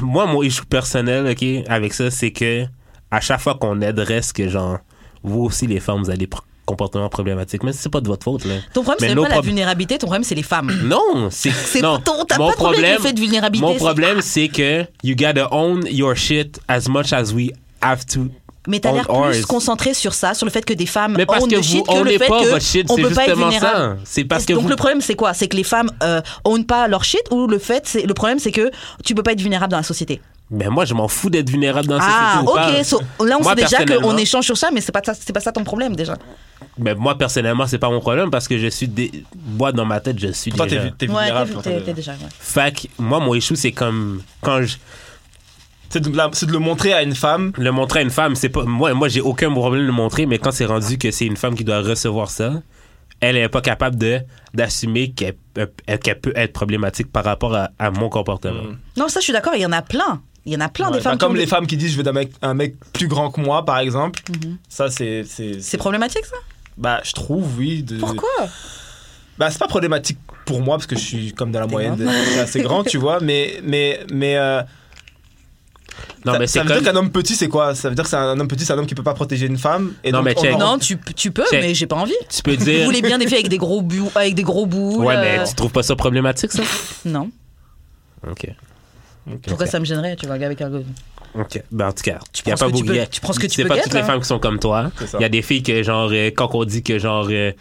Speaker 3: Moi, mon issue personnel, OK, avec ça, c'est que à chaque fois qu'on adresse que, genre, vous aussi, les femmes, vous avez des pr- comportements problématiques, mais c'est pas de votre faute, là.
Speaker 2: Ton problème,
Speaker 3: Mais
Speaker 2: c'est
Speaker 3: nos
Speaker 2: pas la
Speaker 3: prob-
Speaker 2: vulnérabilité, ton problème, c'est les femmes.
Speaker 3: Non, c'est
Speaker 2: C'est
Speaker 3: non.
Speaker 2: ton- t'as
Speaker 3: Mon
Speaker 2: pas de problème avec le fait de vulnérabilité,
Speaker 3: Mon
Speaker 2: c'est-
Speaker 3: problème, c'est que you gotta own your shit as much as we have to.
Speaker 2: Mais t'as
Speaker 3: own
Speaker 2: l'air
Speaker 3: ours.
Speaker 2: plus concentré sur ça, sur le fait que des femmes
Speaker 3: Mais parce
Speaker 2: own
Speaker 3: que
Speaker 2: the
Speaker 3: vous
Speaker 2: shit que
Speaker 3: ownez
Speaker 2: le fait
Speaker 3: pas
Speaker 2: que
Speaker 3: votre shit,
Speaker 2: on
Speaker 3: c'est
Speaker 2: peut pas être
Speaker 3: justement ça.
Speaker 2: vulnérable.
Speaker 3: C'est parce
Speaker 2: Et
Speaker 3: que
Speaker 2: donc
Speaker 3: vous-
Speaker 2: le problème c'est quoi C'est que les femmes euh, own pas leur shit ou le fait c'est le problème c'est que tu peux pas être vulnérable dans la société.
Speaker 3: Mais moi, je m'en fous d'être vulnérable dans
Speaker 2: ah
Speaker 3: ces
Speaker 2: ok, so, là on
Speaker 3: Moi,
Speaker 2: sait déjà
Speaker 3: personnellement-
Speaker 2: qu'on échange sur ça, mais c'est pas ça, c'est pas ça ton problème déjà.
Speaker 3: Mais moi, personnellement, c'est pas mon problème parce que je suis. dé- Moi, dans ma tête, je suis.
Speaker 4: d'accord. Toi, t'es
Speaker 3: déjà.
Speaker 4: vu- t'es
Speaker 2: Ouais,
Speaker 4: vulnérable.
Speaker 2: t'es-
Speaker 4: en
Speaker 2: t'es
Speaker 4: fait.
Speaker 2: t'es déjà. ouais.
Speaker 3: Fait que moi, mon issue, c'est comme. Quand je
Speaker 4: C'est de, la- c'est de le montrer à une femme.
Speaker 3: le montrer à une femme, c'est pas. Moi, moi j'ai aucun problème de le montrer, mais quand c'est rendu que c'est une femme qui doit recevoir ça, elle est pas capable de d'assumer qu'elle euh, qu'elle peut être problématique par rapport à, à mon comportement.
Speaker 4: Mm.
Speaker 2: Non ça je suis d'accord, il y en a plein, il y en a plein
Speaker 4: Ouais,
Speaker 2: des femmes.
Speaker 4: bah,
Speaker 2: qui
Speaker 4: comme
Speaker 2: ont
Speaker 4: les
Speaker 2: des-
Speaker 4: femmes qui disent je veux d'un mec, un mec plus grand que moi, par exemple. Ça, c'est. c'est-
Speaker 2: Mhm. C'est problématique ça
Speaker 4: Bah, je trouve, oui. de-
Speaker 2: Pourquoi
Speaker 4: Bah, c'est pas problématique pour moi parce que je suis comme dans la
Speaker 2: T'es
Speaker 4: moyenne. de- je suis assez grand, tu vois. Mais. mais, mais euh,
Speaker 3: Non,
Speaker 4: ça,
Speaker 3: mais
Speaker 4: ça
Speaker 3: c'est
Speaker 4: veut
Speaker 3: comme.
Speaker 4: dire qu'un homme petit, c'est quoi Ça veut dire que c'est un, un homme petit, c'est un homme qui peut pas protéger une femme. Et
Speaker 3: Non,
Speaker 4: donc,
Speaker 3: mais
Speaker 4: on
Speaker 3: check.
Speaker 4: en-
Speaker 2: Non, tu, tu peux,
Speaker 3: Check.
Speaker 2: mais j'ai pas envie.
Speaker 3: Tu peux
Speaker 2: Vous
Speaker 3: dire.
Speaker 2: voulez bien des filles avec des gros bouts, avec des gros bouts.
Speaker 3: Ouais,
Speaker 4: euh,
Speaker 3: mais tu trouves pas ça problématique, ça?
Speaker 2: Non.
Speaker 3: OK.
Speaker 2: Pourquoi ça me gênerait Tu vas regarder avec un gars.
Speaker 3: OK. Ben, en tout cas,
Speaker 2: Tu prends ce
Speaker 3: y a pas
Speaker 2: que tu
Speaker 3: beaucoup-
Speaker 2: peux-
Speaker 3: y a-
Speaker 2: tu prends ce que tu
Speaker 3: c'est
Speaker 2: peux
Speaker 3: pas
Speaker 2: get,
Speaker 3: toutes les
Speaker 2: hein.
Speaker 3: femmes qui sont comme toi.
Speaker 4: C'est ça.
Speaker 3: Il y a des filles que, genre, euh, quand on dit que, genre, euh,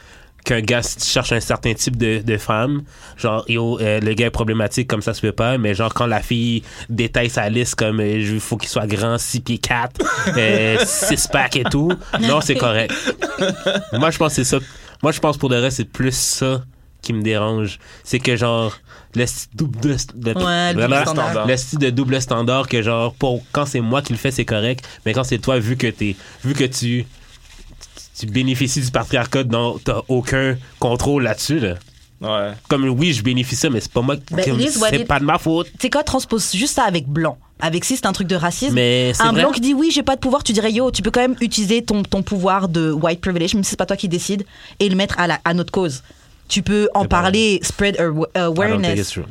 Speaker 3: qu'un gars s- cherche un certain type de, de femme, genre, yo, euh, le gars est problématique, comme ça se peut pas, mais genre, quand la fille détaille sa liste comme, euh, il faut qu'il soit grand, 6 pieds 4, 6 pack et tout, non, c'est correct. Moi, je pense que c'est ça. Moi, je pense pour le reste, c'est plus ça qui me dérange. C'est que, genre, le sti- double, le-
Speaker 2: Ouais, le double
Speaker 3: voilà,
Speaker 2: standard.
Speaker 3: le style de double standard que, genre, pour, quand c'est moi qui le fais, c'est correct, mais quand c'est toi, vu que, t'es, vu que tu, tu bénéficies du patriarcat, non, t'as aucun contrôle là-dessus, là.
Speaker 4: Ouais.
Speaker 3: Comme oui, je bénéficie, mais c'est pas moi qui.
Speaker 2: Ben,
Speaker 3: comme,
Speaker 2: it is what
Speaker 3: c'est
Speaker 2: it-
Speaker 3: pas de ma faute.
Speaker 2: Tu sais quoi, transpose juste ça avec blanc. Avec si c'est un truc de racisme.
Speaker 3: Mais c'est
Speaker 2: un
Speaker 3: vrai.
Speaker 2: blanc qui dit oui, j'ai pas de pouvoir, tu dirais yo, tu peux quand même utiliser ton, ton pouvoir de white privilege, même si c'est pas toi qui décide, et le mettre à, la, à notre cause. Tu peux en
Speaker 3: C'est pas
Speaker 2: parler, spread awa-
Speaker 3: Eh ben, I don't think it's
Speaker 2: awareness.
Speaker 3: true.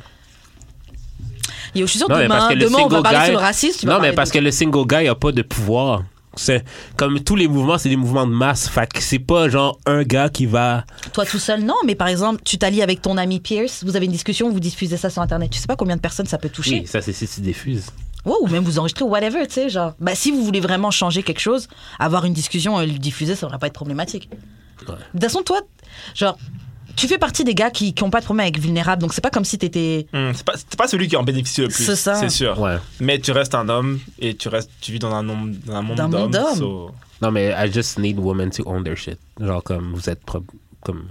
Speaker 2: Yo, je suis sûre
Speaker 3: Non,
Speaker 2: que
Speaker 3: mais parce
Speaker 2: demain,
Speaker 3: que le
Speaker 2: demain on va
Speaker 3: single
Speaker 2: parler sur
Speaker 3: guy.
Speaker 2: le racisme. tu vas
Speaker 3: Non, mais
Speaker 2: parler
Speaker 3: parce
Speaker 2: de-
Speaker 3: que le single guy a pas de pouvoir. C'est comme tous les mouvements, c'est des mouvements de masse. Fait que c'est pas genre un gars qui va.
Speaker 2: Toi tout seul, non, mais par exemple, tu t'allies avec ton ami Pierce, vous avez une discussion, vous diffusez ça sur Internet. Tu sais pas combien de personnes ça peut toucher.
Speaker 3: Oui, ça c'est si tu diffuses.
Speaker 2: Ouais, ou même vous enregistrez, whatever, tu sais, genre. Bah, si vous voulez vraiment changer quelque chose, avoir une discussion et le diffuser, ça devrait pas être problématique. De
Speaker 3: Ouais.
Speaker 2: toute façon, toi, genre, tu fais partie des gars qui, qui ont pas de problème avec vulnérable, donc c'est pas comme si t'étais.
Speaker 4: Hum, c'est, pas, c'est pas celui qui en bénéficie le plus.
Speaker 2: C'est ça.
Speaker 4: sûr.
Speaker 3: Ouais.
Speaker 4: Mais tu restes un homme et tu, restes, tu vis dans un, nom- dans un monde
Speaker 2: Dans un monde
Speaker 4: d'hommes.
Speaker 2: d'hommes.
Speaker 4: so-
Speaker 3: Non, mais I just need women to own their shit. Genre comme vous êtes pro- comme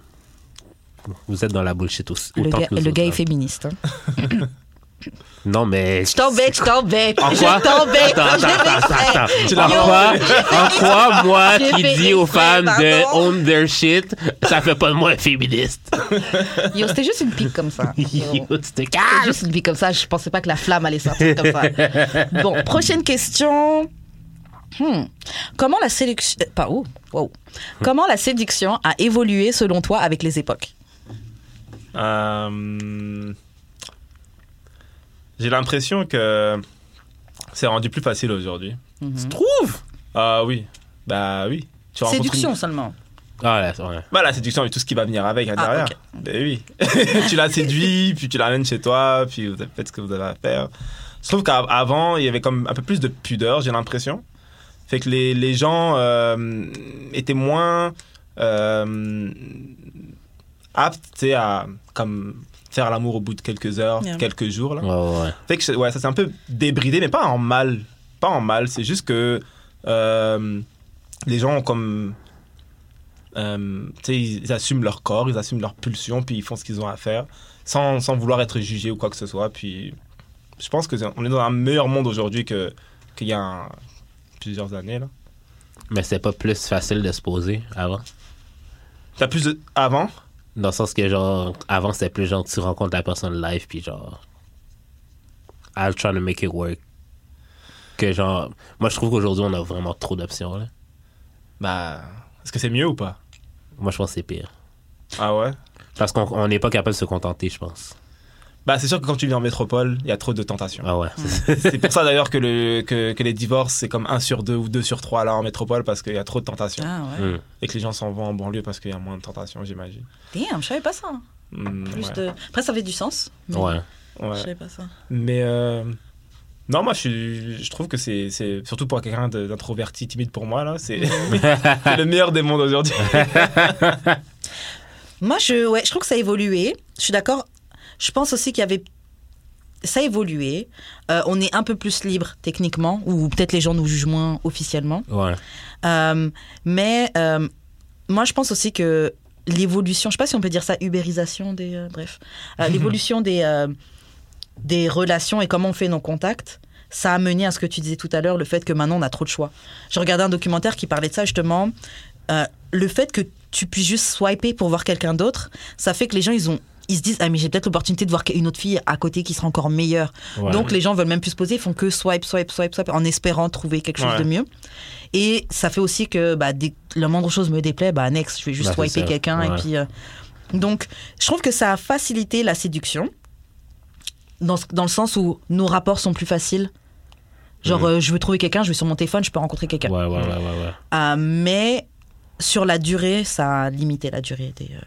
Speaker 3: vous êtes dans la bullshit aussi.
Speaker 2: Le
Speaker 3: autant
Speaker 2: gars,
Speaker 3: que nous
Speaker 2: le gars est
Speaker 3: autres,
Speaker 2: féministe. hein.
Speaker 3: hein. Non mais.
Speaker 2: Je t'embête, je t'embête.
Speaker 3: En
Speaker 2: Je
Speaker 3: quoi
Speaker 2: t'embête.
Speaker 3: Attends, attends,
Speaker 2: je l'ai
Speaker 3: attends,
Speaker 2: fait.
Speaker 3: attends.
Speaker 4: Tu
Speaker 3: En
Speaker 4: l'as
Speaker 3: quoi,
Speaker 2: fait
Speaker 3: en quoi moi
Speaker 2: J'ai
Speaker 3: qui
Speaker 2: fait
Speaker 3: dis aux
Speaker 2: exprès,
Speaker 3: femmes de
Speaker 2: pardon.
Speaker 3: own their shit, ça fait pas de moi un féministe.
Speaker 2: Yo, c'était juste une pique comme ça. Yo.
Speaker 3: Yo, tu te
Speaker 2: Ah,
Speaker 3: calmes.
Speaker 2: juste une vie comme ça, je pensais pas que la flamme allait sortir comme ça. Bon, prochaine question. Hmm. Comment la séduction, euh, pas oh, wow. Comment la séduction a évolué selon toi avec les époques
Speaker 4: Euh, j'ai l'impression que c'est rendu plus facile aujourd'hui.
Speaker 3: Tu trouves
Speaker 4: Ah oui, bah oui. Tu rencontres
Speaker 2: Séduction
Speaker 4: une-
Speaker 2: seulement.
Speaker 3: Ah là, ouais.
Speaker 4: Bah la séduction et tout ce qui va venir avec à
Speaker 2: Ah,
Speaker 4: derrière.
Speaker 2: ok.
Speaker 4: Bah oui. tu la séduis, puis tu l'amènes chez toi, puis vous faites ce que vous avez à faire. Je trouve qu'avant, il y avait comme un peu plus de pudeur, j'ai l'impression. Fait que les, les gens euh, étaient moins euh, aptes tu sais, à comme, faire l'amour au bout de quelques heures,
Speaker 2: Yeah.
Speaker 4: quelques jours. Là.
Speaker 3: Ouais, ouais, ouais.
Speaker 4: Fait que je- ouais, ça c'est un peu débridé, mais pas en mal. Pas en mal, c'est juste que euh, les gens ont comme. euh, tu sais, ils, ils assument leur corps, ils assument leurs pulsions, puis ils font ce qu'ils ont à faire, sans, sans vouloir être jugés ou quoi que ce soit. Puis je pense que c'est- on est dans un meilleur monde aujourd'hui que- qu'il y a un- plusieurs années. Là.
Speaker 3: Mais c'est pas plus facile de se poser avant.
Speaker 4: T'as plus de. Avant
Speaker 3: Dans le sens que, genre, avant, c'était plus genre, tu rencontres la personne live, puis genre, I'll try to make it work. Que genre, moi, je trouve qu'aujourd'hui, on a vraiment trop d'options, là.
Speaker 4: Bah. Est-ce que c'est mieux ou pas
Speaker 3: Moi, je pense que c'est pire.
Speaker 4: Ah ouais
Speaker 3: Parce qu'on on n'est pas capable de se contenter, je pense.
Speaker 4: Bah, c'est sûr que quand tu vis en métropole, il y a trop de tentations.
Speaker 3: Ah ouais. c'est-
Speaker 4: C'est pour ça d'ailleurs que, le, que, que les divorces, c'est comme 1 sur 2 ou 2 sur 3 là en métropole parce qu'il y a trop de tentations.
Speaker 2: Ah
Speaker 3: Hmm.
Speaker 4: Et que les gens s'en vont en banlieue parce qu'il y a moins de tentations, j'imagine.
Speaker 2: Damn, je savais pas ça.
Speaker 4: Hmm,
Speaker 2: Plus
Speaker 4: ouais,
Speaker 2: de- Après, ça fait du sens. mais
Speaker 3: Ouais.
Speaker 4: ouais.
Speaker 2: Je savais pas ça.
Speaker 4: Mais euh, non, moi je, suis- je trouve que c'est, c'est- surtout pour quelqu'un de- d'introverti, timide pour moi, là, c'est, c'est le meilleur des mondes aujourd'hui.
Speaker 2: Moi, je, ouais, je trouve que ça a évolué. Je suis d'accord. Je pense aussi qu'il y avait. Ça a évolué. Euh, on est un peu plus libre techniquement, ou peut-être les gens nous jugent moins officiellement.
Speaker 3: Ouais.
Speaker 2: Euh, mais euh, moi, je pense aussi que l'évolution, je sais pas si on peut dire ça, ubérisation des. euh, bref. Euh, l'évolution des, euh, des relations et comment on fait nos contacts, ça a mené à ce que tu disais tout à l'heure, le fait que maintenant on a trop de choix. Je regardais un documentaire qui parlait de ça justement. Euh, le fait que tu puisses juste swiper pour voir quelqu'un d'autre, ça fait que les gens, ils ont. Ils se disent, ah, mais j'ai peut-être l'opportunité de voir une autre fille à côté qui sera encore meilleure.
Speaker 3: Ouais.
Speaker 2: Donc les gens veulent même plus se poser, ils font que swipe, swipe, swipe, swipe, en espérant trouver quelque chose
Speaker 4: Ouais.
Speaker 2: de mieux. Et ça fait aussi que bah, dès que la moindre chose me déplaît, bah next, je vais juste
Speaker 3: Bah, c'est
Speaker 2: swiper
Speaker 3: ça.
Speaker 2: quelqu'un.
Speaker 3: Ouais.
Speaker 2: Et puis, euh, donc je trouve que ça a facilité la séduction, dans, ce- dans le sens où nos rapports sont plus faciles. Genre,
Speaker 3: Mhm.
Speaker 2: euh, je veux trouver quelqu'un, je vais sur mon téléphone, je peux rencontrer
Speaker 3: ouais,
Speaker 2: quelqu'un.
Speaker 3: ouais, ouais, ouais, ouais.
Speaker 2: Euh, mais sur la durée, ça a limité la durée des. euh,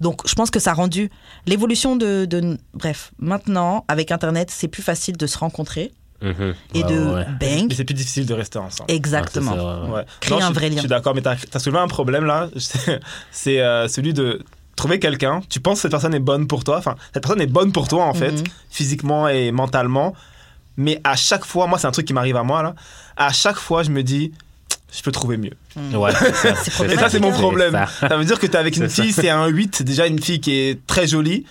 Speaker 2: Donc, je pense que ça a rendu l'évolution de, de- Bref, maintenant, avec Internet, c'est plus facile de se rencontrer
Speaker 3: Mhm.
Speaker 2: et
Speaker 3: Ouais,
Speaker 2: de
Speaker 3: ouais, ouais.
Speaker 4: Mais
Speaker 2: bang.
Speaker 4: c'est plus difficile de rester ensemble.
Speaker 2: Exactement.
Speaker 3: Ouais, c'est ça, ouais, ouais.
Speaker 4: Ouais.
Speaker 2: Créer
Speaker 4: je
Speaker 2: un
Speaker 4: suis-
Speaker 2: vrai lien.
Speaker 4: Je suis d'accord, mais t'as as soulevé un problème là. C'est euh, celui de trouver quelqu'un. Tu penses que cette personne est bonne pour toi. Enfin, cette personne est bonne pour toi en fait,
Speaker 2: Mhm.
Speaker 4: physiquement et mentalement. Mais à chaque fois, moi, c'est un truc qui m'arrive à moi là. À chaque fois, je me dis, je peux trouver mieux.
Speaker 2: Hmm.
Speaker 3: Ouais, c'est ça.
Speaker 2: C'est
Speaker 4: Et ça, c'est mon problème.
Speaker 3: ça.
Speaker 4: Ça veut dire que t'es avec une
Speaker 3: C'est ça.
Speaker 4: fille, c'est un 8, c'est déjà une fille qui est très jolie,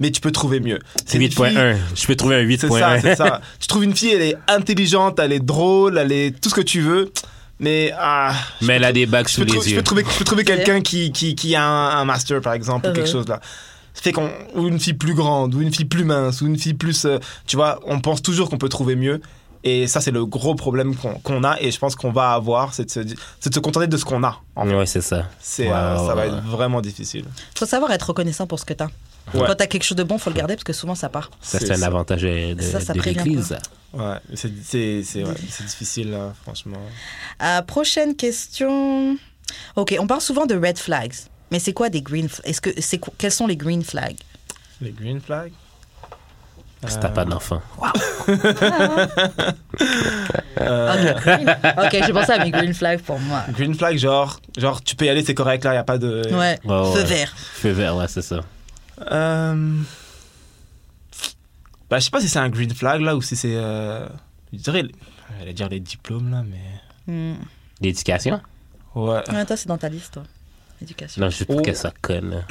Speaker 4: mais tu peux trouver mieux.
Speaker 3: C'est
Speaker 4: une
Speaker 3: 8.1. Je peux trouver un
Speaker 4: fille- C'est ça,
Speaker 3: 8.1.
Speaker 4: c'est ça. Tu trouves une fille, elle est intelligente, elle est drôle, elle est tout ce que tu veux, mais ah,
Speaker 3: Mais elle a des bagues
Speaker 4: je
Speaker 3: sous
Speaker 4: peux, trou-
Speaker 3: les
Speaker 4: je
Speaker 3: yeux.
Speaker 4: peux trouver, je peux trouver quelqu'un qui, qui, qui a un, un master, par exemple, ou
Speaker 2: Uh-huh.
Speaker 4: quelque chose là. fait qu'on ou une fille plus grande ou une fille plus mince ou une fille plus euh, tu vois on pense toujours qu'on peut trouver mieux et ça c'est le gros problème qu'on qu'on a et je pense qu'on va avoir c'est de, se di- c'est de se contenter de ce qu'on a en fait.
Speaker 3: Ouais, c'est ça.
Speaker 4: c'est
Speaker 3: Ouais,
Speaker 4: euh,
Speaker 3: ouais,
Speaker 4: ça va
Speaker 3: ouais.
Speaker 4: être vraiment difficile
Speaker 2: faut savoir être reconnaissant pour ce que t'as.
Speaker 4: Ouais.
Speaker 2: Quand t'as quelque chose de bon, faut le garder parce que souvent ça part.
Speaker 3: Ça,
Speaker 4: C'est
Speaker 3: c'est un
Speaker 4: ça.
Speaker 3: avantage de, de-
Speaker 2: Ça, ça
Speaker 3: de
Speaker 2: prévient
Speaker 3: l'église.
Speaker 4: ouais c'est c'est c'est ouais, c'est difficile là, franchement
Speaker 2: Euh, prochaine question. Ok, on parle souvent de red flags, mais c'est quoi des green flags Est-ce que c'est quoi- quels sont les green flags
Speaker 4: les green flags
Speaker 3: Si t'as pas d'enfant.
Speaker 4: Euh,
Speaker 2: Ok, j'ai pensé à mes green flags pour moi.
Speaker 4: green flag genre genre tu peux y aller c'est correct là y a pas de
Speaker 2: Ouais.
Speaker 3: Ouais, ouais.
Speaker 2: Feu vert.
Speaker 3: Feu vert, ouais, c'est ça.
Speaker 4: Euh, Bah, je sais pas si c'est un green flag là ou si c'est. euh, Je dirais. J'allais dire les diplômes là, mais.
Speaker 2: Hmm.
Speaker 3: L'éducation?
Speaker 4: Ouais.
Speaker 3: Ah.
Speaker 2: Ouais, toi, c'est dans ta liste, toi. Éducation.
Speaker 3: Non, juste pour
Speaker 4: Oh.
Speaker 3: que ça conne.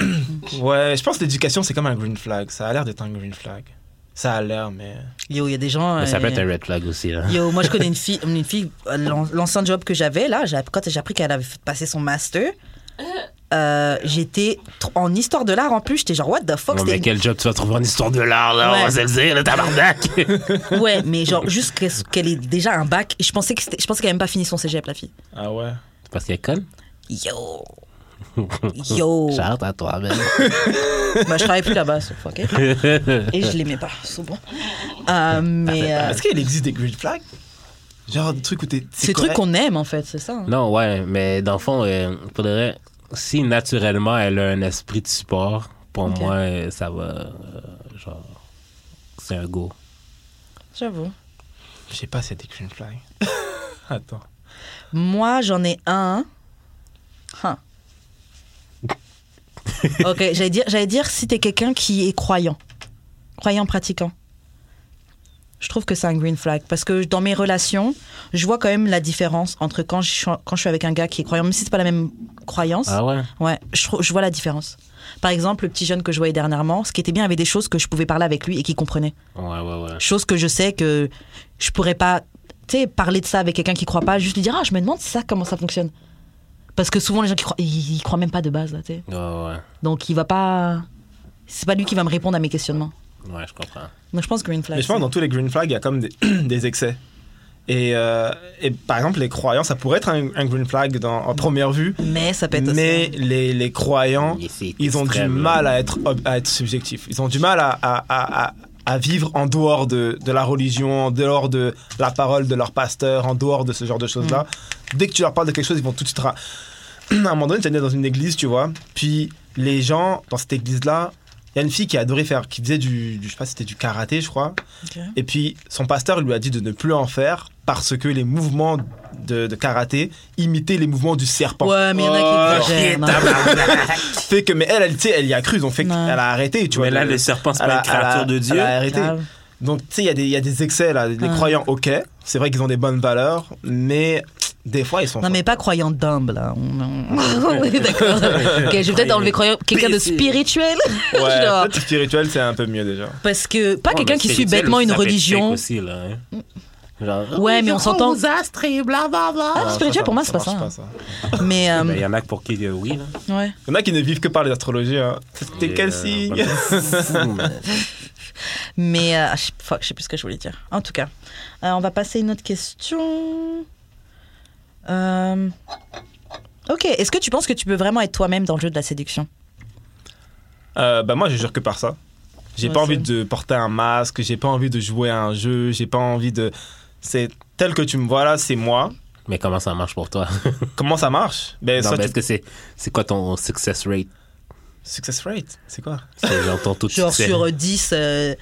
Speaker 4: Ouais, je pense que l'éducation c'est comme un green flag. Ça a l'air d'être un green flag. Ça a l'air, mais.
Speaker 2: Yo, il y a des gens.
Speaker 3: Mais ça
Speaker 2: euh,
Speaker 3: peut être un red flag aussi, là.
Speaker 2: Yo, moi je connais une fille, une fille euh, l'an- l'ancien job que j'avais là, j'ai app- quand j'ai appris qu'elle avait fait passer son master, euh, j'étais tr- en histoire de l'art en plus, j'étais genre what the fuck,
Speaker 3: Non,
Speaker 2: c'était
Speaker 3: mais quel job tu vas trouver en histoire de l'art, là?
Speaker 2: Ouais.
Speaker 3: On va se le dire, le tabarnak!
Speaker 2: Ouais, mais genre juste qu'est-ce- qu'elle ait déjà un bac. Je pensais que c'était- je pensais qu'elle n'avait même pas fini son cégep, la fille.
Speaker 4: Ah ouais.
Speaker 3: Parce qu'elle conne?
Speaker 2: Yo, yo.
Speaker 3: Charte à toi, même.
Speaker 2: bah, je travaillais plus là-bas, sauf, ok. Et je l'aimais pas, c'est bon. Euh, mais euh,
Speaker 4: Est-ce qu'il existe des green flags Genre des trucs où t'es.
Speaker 2: c'est des trucs qu'on aime en fait, c'est ça. hein.
Speaker 3: Non, ouais, mais dans le fond, euh, pour de vrai, si naturellement elle a un esprit de support, pour
Speaker 2: Ok.
Speaker 3: moi, euh, ça va. euh, genre, c'est un go.
Speaker 2: J'avoue.
Speaker 4: Je sais pas si c'est des green flags. Attends.
Speaker 2: Moi, j'en ai un. Hein. ok, j'allais dire, j'allais dire si t'es quelqu'un qui est croyant, croyant pratiquant. Je trouve que c'est un green flag parce que dans mes relations, je vois quand même la différence entre quand je, suis- quand je suis avec un gars qui est croyant, même si c'est pas la même croyance.
Speaker 3: Ah ouais?
Speaker 2: Ouais, je, trou- je vois la différence. Par exemple, le petit jeune que je voyais dernièrement, ce qui était bien, il y avait des choses que je pouvais parler avec lui et qu'il comprenait.
Speaker 3: Ouais, ouais, ouais.
Speaker 2: Chose que je sais que je pourrais pas, tu sais, parler de ça avec quelqu'un qui croit pas, juste lui dire ah je me demande ça comment ça fonctionne. Parce que souvent les gens qui croient, ils, ils croient même pas de base là, tu sais.
Speaker 3: Ouais, ouais.
Speaker 2: Donc il va pas, c'est pas lui qui va me répondre à mes questionnements.
Speaker 3: ouais. Ouais, je comprends.
Speaker 2: Donc je pense green flag.
Speaker 4: Mais je pense que dans tous les green flags, il y a comme des, des excès. Et, euh, et par exemple, les croyants, ça pourrait être un, un green flag dans, en première vue.
Speaker 2: Mais ça peut être.
Speaker 4: Mais
Speaker 2: aussi-
Speaker 4: les, les croyants,
Speaker 3: hein. Mais c'est
Speaker 4: ils ont
Speaker 3: extrême,
Speaker 4: du
Speaker 3: là.
Speaker 4: mal à être, ob- à être subjectifs. Ils ont du mal à, à- à- à- à vivre en dehors de, de la religion, en dehors de la parole de leur pasteur, en dehors de ce genre de choses-là.
Speaker 3: Mm.
Speaker 4: Dès que tu leur parles de quelque chose, ils vont tout de suite. ra- à un moment donné, tu dans une église, tu vois. Puis les gens, dans cette église-là, il y a une fille qui adorait faire, qui faisait du, du- je sais pas, c'était du karaté, je crois.
Speaker 2: Ok.
Speaker 4: Et puis son pasteur lui a dit de ne plus en faire parce que les mouvements de, de karaté imitaient les mouvements du serpent
Speaker 2: Ouais, mais il y en a qui exagèrent. non.
Speaker 4: fait que mais elle elle, tu sais, elle y a cru ils ont fait
Speaker 2: Ouais.
Speaker 4: qu'elle a arrêté tu vois
Speaker 6: Mais là,
Speaker 4: de-
Speaker 6: le serpent, c'est
Speaker 4: elle
Speaker 6: pas
Speaker 4: a-
Speaker 6: une créature
Speaker 4: elle a-
Speaker 6: de Dieu.
Speaker 4: elle a arrêté
Speaker 2: Grave.
Speaker 4: donc tu sais il y a des il y a des excès là les
Speaker 2: Ouais.
Speaker 4: croyants ok c'est vrai qu'ils ont des bonnes valeurs mais des fois ils sont
Speaker 2: Non mais pas croyant d'humble, là. On, on- on est d'accord. Ok, je vais peut-être enlever croyant quelqu'un de spirituel.
Speaker 4: ouais,
Speaker 2: genre.
Speaker 4: peut-être spirituel c'est un peu mieux déjà
Speaker 2: Parce que pas
Speaker 3: Ouais,
Speaker 2: quelqu'un
Speaker 3: mais
Speaker 2: qui suit
Speaker 3: spirituel,
Speaker 2: bêtement une
Speaker 3: ça peut être fake
Speaker 2: religion.
Speaker 3: aussi, là. hein. Genre, ben,
Speaker 2: Ouais, mais on s'entend. Ah,
Speaker 4: Ouais,
Speaker 2: spirituel,
Speaker 4: ça,
Speaker 2: pour moi,
Speaker 4: ça
Speaker 2: c'est pas ça. hein.
Speaker 4: marche
Speaker 2: Mais euh,
Speaker 3: ben, il y en a que pour qui euh, oui, là.
Speaker 2: ouais.
Speaker 4: il y en a qui ne vivent que par les astrologies hein. c'était
Speaker 3: Et,
Speaker 4: quel
Speaker 3: euh,
Speaker 4: signe
Speaker 3: voilà.
Speaker 2: Mais euh, je, fuck, je sais plus ce que je voulais dire. En tout cas, euh, on va passer à une autre question. Euh, Ok, est-ce que tu penses que tu peux vraiment être toi-même dans le jeu de la séduction
Speaker 4: Euh, bah moi je jure que par ça j'ai
Speaker 2: Ouais,
Speaker 4: pas
Speaker 2: c'est-
Speaker 4: envie de porter un masque j'ai pas envie de jouer à un jeu j'ai pas envie de c'est tel que tu me vois là c'est moi
Speaker 3: mais comment ça marche pour toi?
Speaker 4: comment ça marche ben
Speaker 3: Non,
Speaker 4: ça
Speaker 3: mais
Speaker 4: tu-
Speaker 3: est-ce que c'est c'est quoi ton success rate?
Speaker 4: success rate c'est quoi
Speaker 3: C'est genre ton taux de
Speaker 2: Genre
Speaker 3: succès.
Speaker 2: sur euh, 10, euh,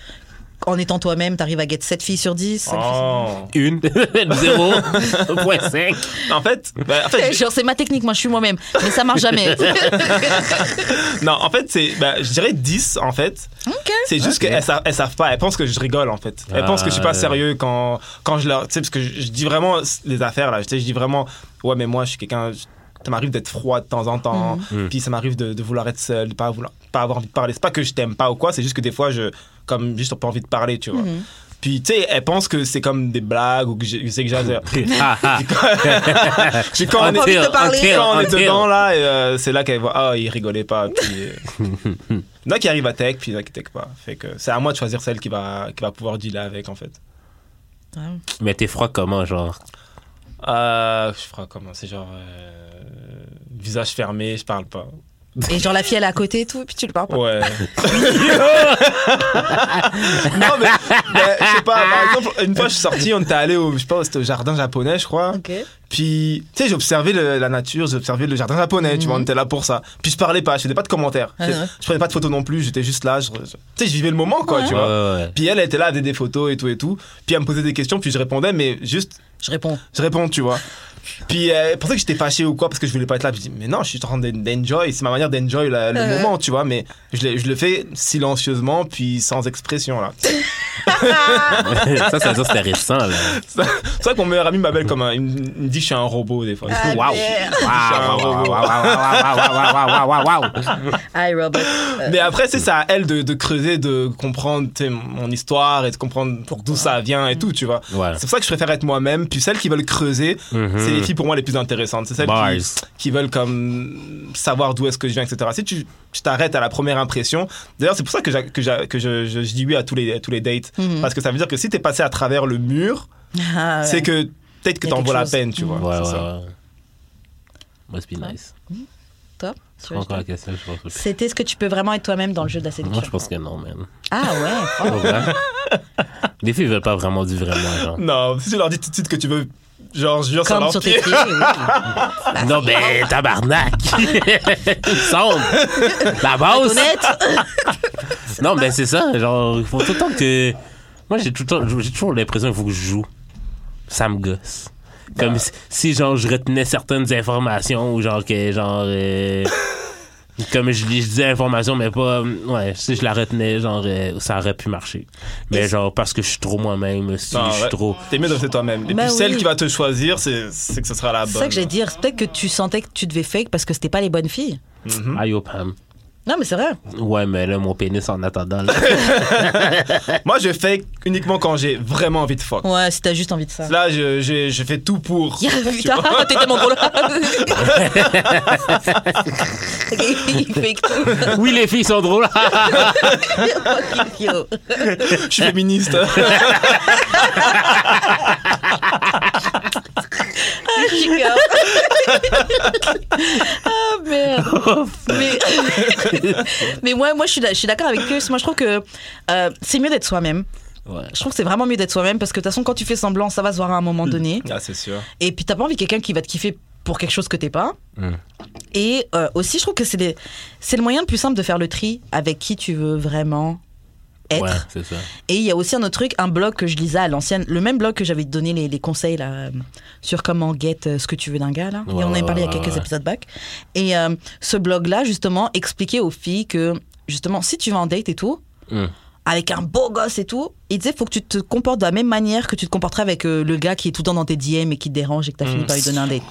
Speaker 2: en étant toi-même, t'arrives à get 7 filles sur 10 cinq filles sur
Speaker 4: Oh.
Speaker 3: Une, 0.5.
Speaker 4: En fait, ben, en
Speaker 2: 10.
Speaker 4: fait,
Speaker 2: Genre, c'est ma technique, moi je suis moi-même. Mais ça marche jamais.
Speaker 4: je- non, en fait, c'est, ben, je dirais 10, en fait.
Speaker 2: ok.
Speaker 4: C'est juste qu'elles savent, elles savent pas. Elles pensent que je rigole, en fait. Elles
Speaker 3: Ah,
Speaker 4: pensent que je suis pas
Speaker 3: ouais.
Speaker 4: sérieux quand, quand je leur, tu sais, parce que je, je dis vraiment les affaires, là. Tu sais, je dis vraiment, ouais, mais moi, je suis quelqu'un, je- ça m'arrive d'être froid de temps en temps.
Speaker 2: Mm.
Speaker 3: Mhm.
Speaker 4: Puis ça m'arrive de, de vouloir être seul, de
Speaker 2: Mm-hmm.
Speaker 4: pas vouloir, pas avoir envie de parler. C'est pas que je t'aime pas ou quoi, c'est juste que des fois, je, comme, juste, j'ai pas envie de parler, tu vois. Puis, tu sais, elle pense que c'est comme des blagues ou que je, je sais que j'ai.
Speaker 3: Ah, ah.
Speaker 4: J'ai quand on est-
Speaker 2: envie de parler.
Speaker 3: until,
Speaker 4: quand on est
Speaker 3: until.
Speaker 4: dedans, là, et, euh, c'est là qu'elle voit, ah, il rigolait pas. Puis, euh, il y en a qui arrivent à tech, puis il y en a qui tech pas. Fait que c'est à moi de choisir celle qui va, qui va pouvoir dealer avec, en fait.
Speaker 3: Mais t'es froid comment, genre?
Speaker 4: Euh, je ferai comment C'est genre. euh, visage fermé, je parle pas.
Speaker 2: Et genre la fille elle est à côté et tout, puis tu le parles pas.
Speaker 4: Ouais. non, mais, mais, je sais pas, par exemple, une fois je suis sorti, on était allé au, je sais pas, c'était au jardin japonais, je crois.
Speaker 2: Ok.
Speaker 4: Puis, tu sais, j'observais le- la nature, j'observais le jardin japonais, tu vois, on était là pour ça. Puis je parlais pas, je faisais pas de commentaires.
Speaker 2: Mhm. Ah
Speaker 4: je,
Speaker 2: ouais.
Speaker 4: je prenais pas de photos non plus, j'étais juste là, je- je- tu sais, je vivais le moment, quoi, tu
Speaker 3: Ouais,
Speaker 4: vois.
Speaker 3: ouais,
Speaker 4: Puis elle elle était là, elle faisait des photos et tout et tout. Puis elle me posait des questions, puis je répondais, mais juste,
Speaker 2: Je réponds.
Speaker 4: je réponds, tu vois. Puis euh, elle pensait que j'étais fâché ou quoi, parce que je voulais pas être là. Puis je dis, mais non, je suis en train d'en- d'enjoy, c'est ma manière d'enjoy la- le
Speaker 2: Ouais.
Speaker 4: moment, tu vois, mais je, l'ai- je le fais silencieusement, puis sans expression, là.
Speaker 3: ouais. ça, ça veut dire que c'était récent, là.
Speaker 4: C'est vrai que mon meilleur ami m'appelle comme un. Il me il me dit que je suis un robot, des fois.
Speaker 5: Ah,
Speaker 3: Waouh!
Speaker 5: merde.
Speaker 3: Waouh! Waouh! Waouh! Waouh! Waouh! Waouh! Waouh!
Speaker 2: Hi Robert. Euh,
Speaker 4: Mais après, c'est ça à elle de, de creuser, de comprendre tu sais, mon histoire et de comprendre d'où ça vient
Speaker 2: Mm.
Speaker 4: et tout, tu vois.
Speaker 3: Waouh! Ouais.
Speaker 4: C'est pour ça que je préfère être moi-même. Puis celles qui veulent creuser,
Speaker 3: Mhm.
Speaker 4: c'est les filles pour moi les plus intéressantes. C'est celles
Speaker 3: Bars.
Speaker 4: qui, qui veulent comme savoir d'où est-ce que je viens, etc. Si tu tu t'arrêtes à la première impression, d'ailleurs c'est pour ça que, j'a- que, j'a- que je, je- je dis oui à tous les, à tous les dates.
Speaker 2: Mhm.
Speaker 4: Parce que ça veut dire que si t'es passé à travers le mur,
Speaker 2: ah, ouais.
Speaker 4: c'est que peut-être que
Speaker 2: Il y a
Speaker 4: t'en
Speaker 2: quelque
Speaker 4: vaux la
Speaker 2: chose.
Speaker 4: peine, tu vois.
Speaker 3: Ouais, ouais,
Speaker 4: C'est ça.
Speaker 3: ouais. Must be nice.
Speaker 2: Top.
Speaker 3: C'est pas encore la question, je pense. que-
Speaker 2: C'était ce que tu peux vraiment être toi-même dans le jeu de la
Speaker 3: Moi, je
Speaker 2: séduction.
Speaker 3: pense que non, man.
Speaker 2: Ah ouais.
Speaker 3: Pour vrai. Les filles veulent pas vraiment du vraiment, genre.
Speaker 4: Non, si tu leur dis tout de suite que tu veux, genre, je jure, ça
Speaker 2: Mm-hmm.
Speaker 4: Ah,
Speaker 2: Comme
Speaker 4: leur
Speaker 2: sur
Speaker 4: pied.
Speaker 2: tes pieds. oui.
Speaker 3: Non, mais tabarnak! Il me semble! La base!
Speaker 2: Honnête.
Speaker 4: Bah
Speaker 3: Non, mais c'est ça, genre, faut tout le temps que. Moi, j'ai tout le temps, j'ai toujours l'impression qu'il faut que je joue. Ça me gosse. Comme si, si, genre, je retenais certaines informations ou genre que, genre. euh, comme je, lis- je disais information, mais pas. Ouais, si je la retenais, genre, euh, ça aurait pu marcher. Mais genre, parce que je suis trop moi-même, si
Speaker 4: Non,
Speaker 3: je suis
Speaker 4: Ah, ouais.
Speaker 3: trop.
Speaker 4: T'es mieux de rester toi-même. Et
Speaker 2: Bah
Speaker 4: puis celle
Speaker 2: oui.
Speaker 4: qui va te choisir, c'est c'est que ce sera la bonne.
Speaker 2: C'est ça que j'allais dire. Peut-être que tu sentais que tu devais fake parce que c'était pas les bonnes filles.
Speaker 4: Mhm.
Speaker 3: Aïe, oh, Pam.
Speaker 2: Non mais c'est vrai.
Speaker 3: Ouais, mais là, mon pénis en attendant, là.
Speaker 4: Moi, je fake uniquement quand j'ai vraiment envie de fuck.
Speaker 2: Ouais, si t'as juste envie de ça.
Speaker 4: Là, je, je, je fais tout pour.
Speaker 2: Yeah,
Speaker 4: Tu vois.
Speaker 2: putain, t'étais mon gros là. Il fake tout.
Speaker 3: oui, les filles sont drôles.
Speaker 2: Fuck you.
Speaker 4: Je suis féministe.
Speaker 2: ah merde. Mais, mais moi, moi je suis, d'a- je suis d'accord avec Pius. Moi, je trouve que euh, c'est mieux d'être soi-même.
Speaker 3: ouais.
Speaker 2: Je trouve que c'est vraiment mieux d'être soi-même parce que de toute façon, quand tu fais semblant, ça va se voir à un moment donné.
Speaker 4: Ah, c'est sûr.
Speaker 2: Et puis, t'as pas envie de quelqu'un qui va te kiffer pour quelque chose que t'es pas.
Speaker 3: Mm.
Speaker 2: Et euh, aussi, je trouve que c'est des- c'est le moyen le plus simple de faire le tri avec qui tu veux vraiment être.
Speaker 3: Ouais, c'est ça.
Speaker 2: Et il y a aussi un autre truc, un blog que je lisais à l'ancienne, le même blog que j'avais donné les, les conseils là, euh, sur comment get euh, ce que tu veux d'un gars. Là. et
Speaker 3: Ouais,
Speaker 2: on en avait
Speaker 3: ouais,
Speaker 2: parlé
Speaker 3: ouais,
Speaker 2: il y a quelques
Speaker 3: ouais.
Speaker 2: épisodes back. Et euh, ce blog-là, justement, expliquait aux filles que, justement, si tu vas en date et tout,
Speaker 3: Mm.
Speaker 2: avec un beau gosse et tout, il disait faut que tu te comportes de la même manière que tu te comporterais avec euh, le gars qui est tout le temps dans tes DM et qui te dérange et
Speaker 3: Hum.
Speaker 2: que t'as fini par lui donner un date.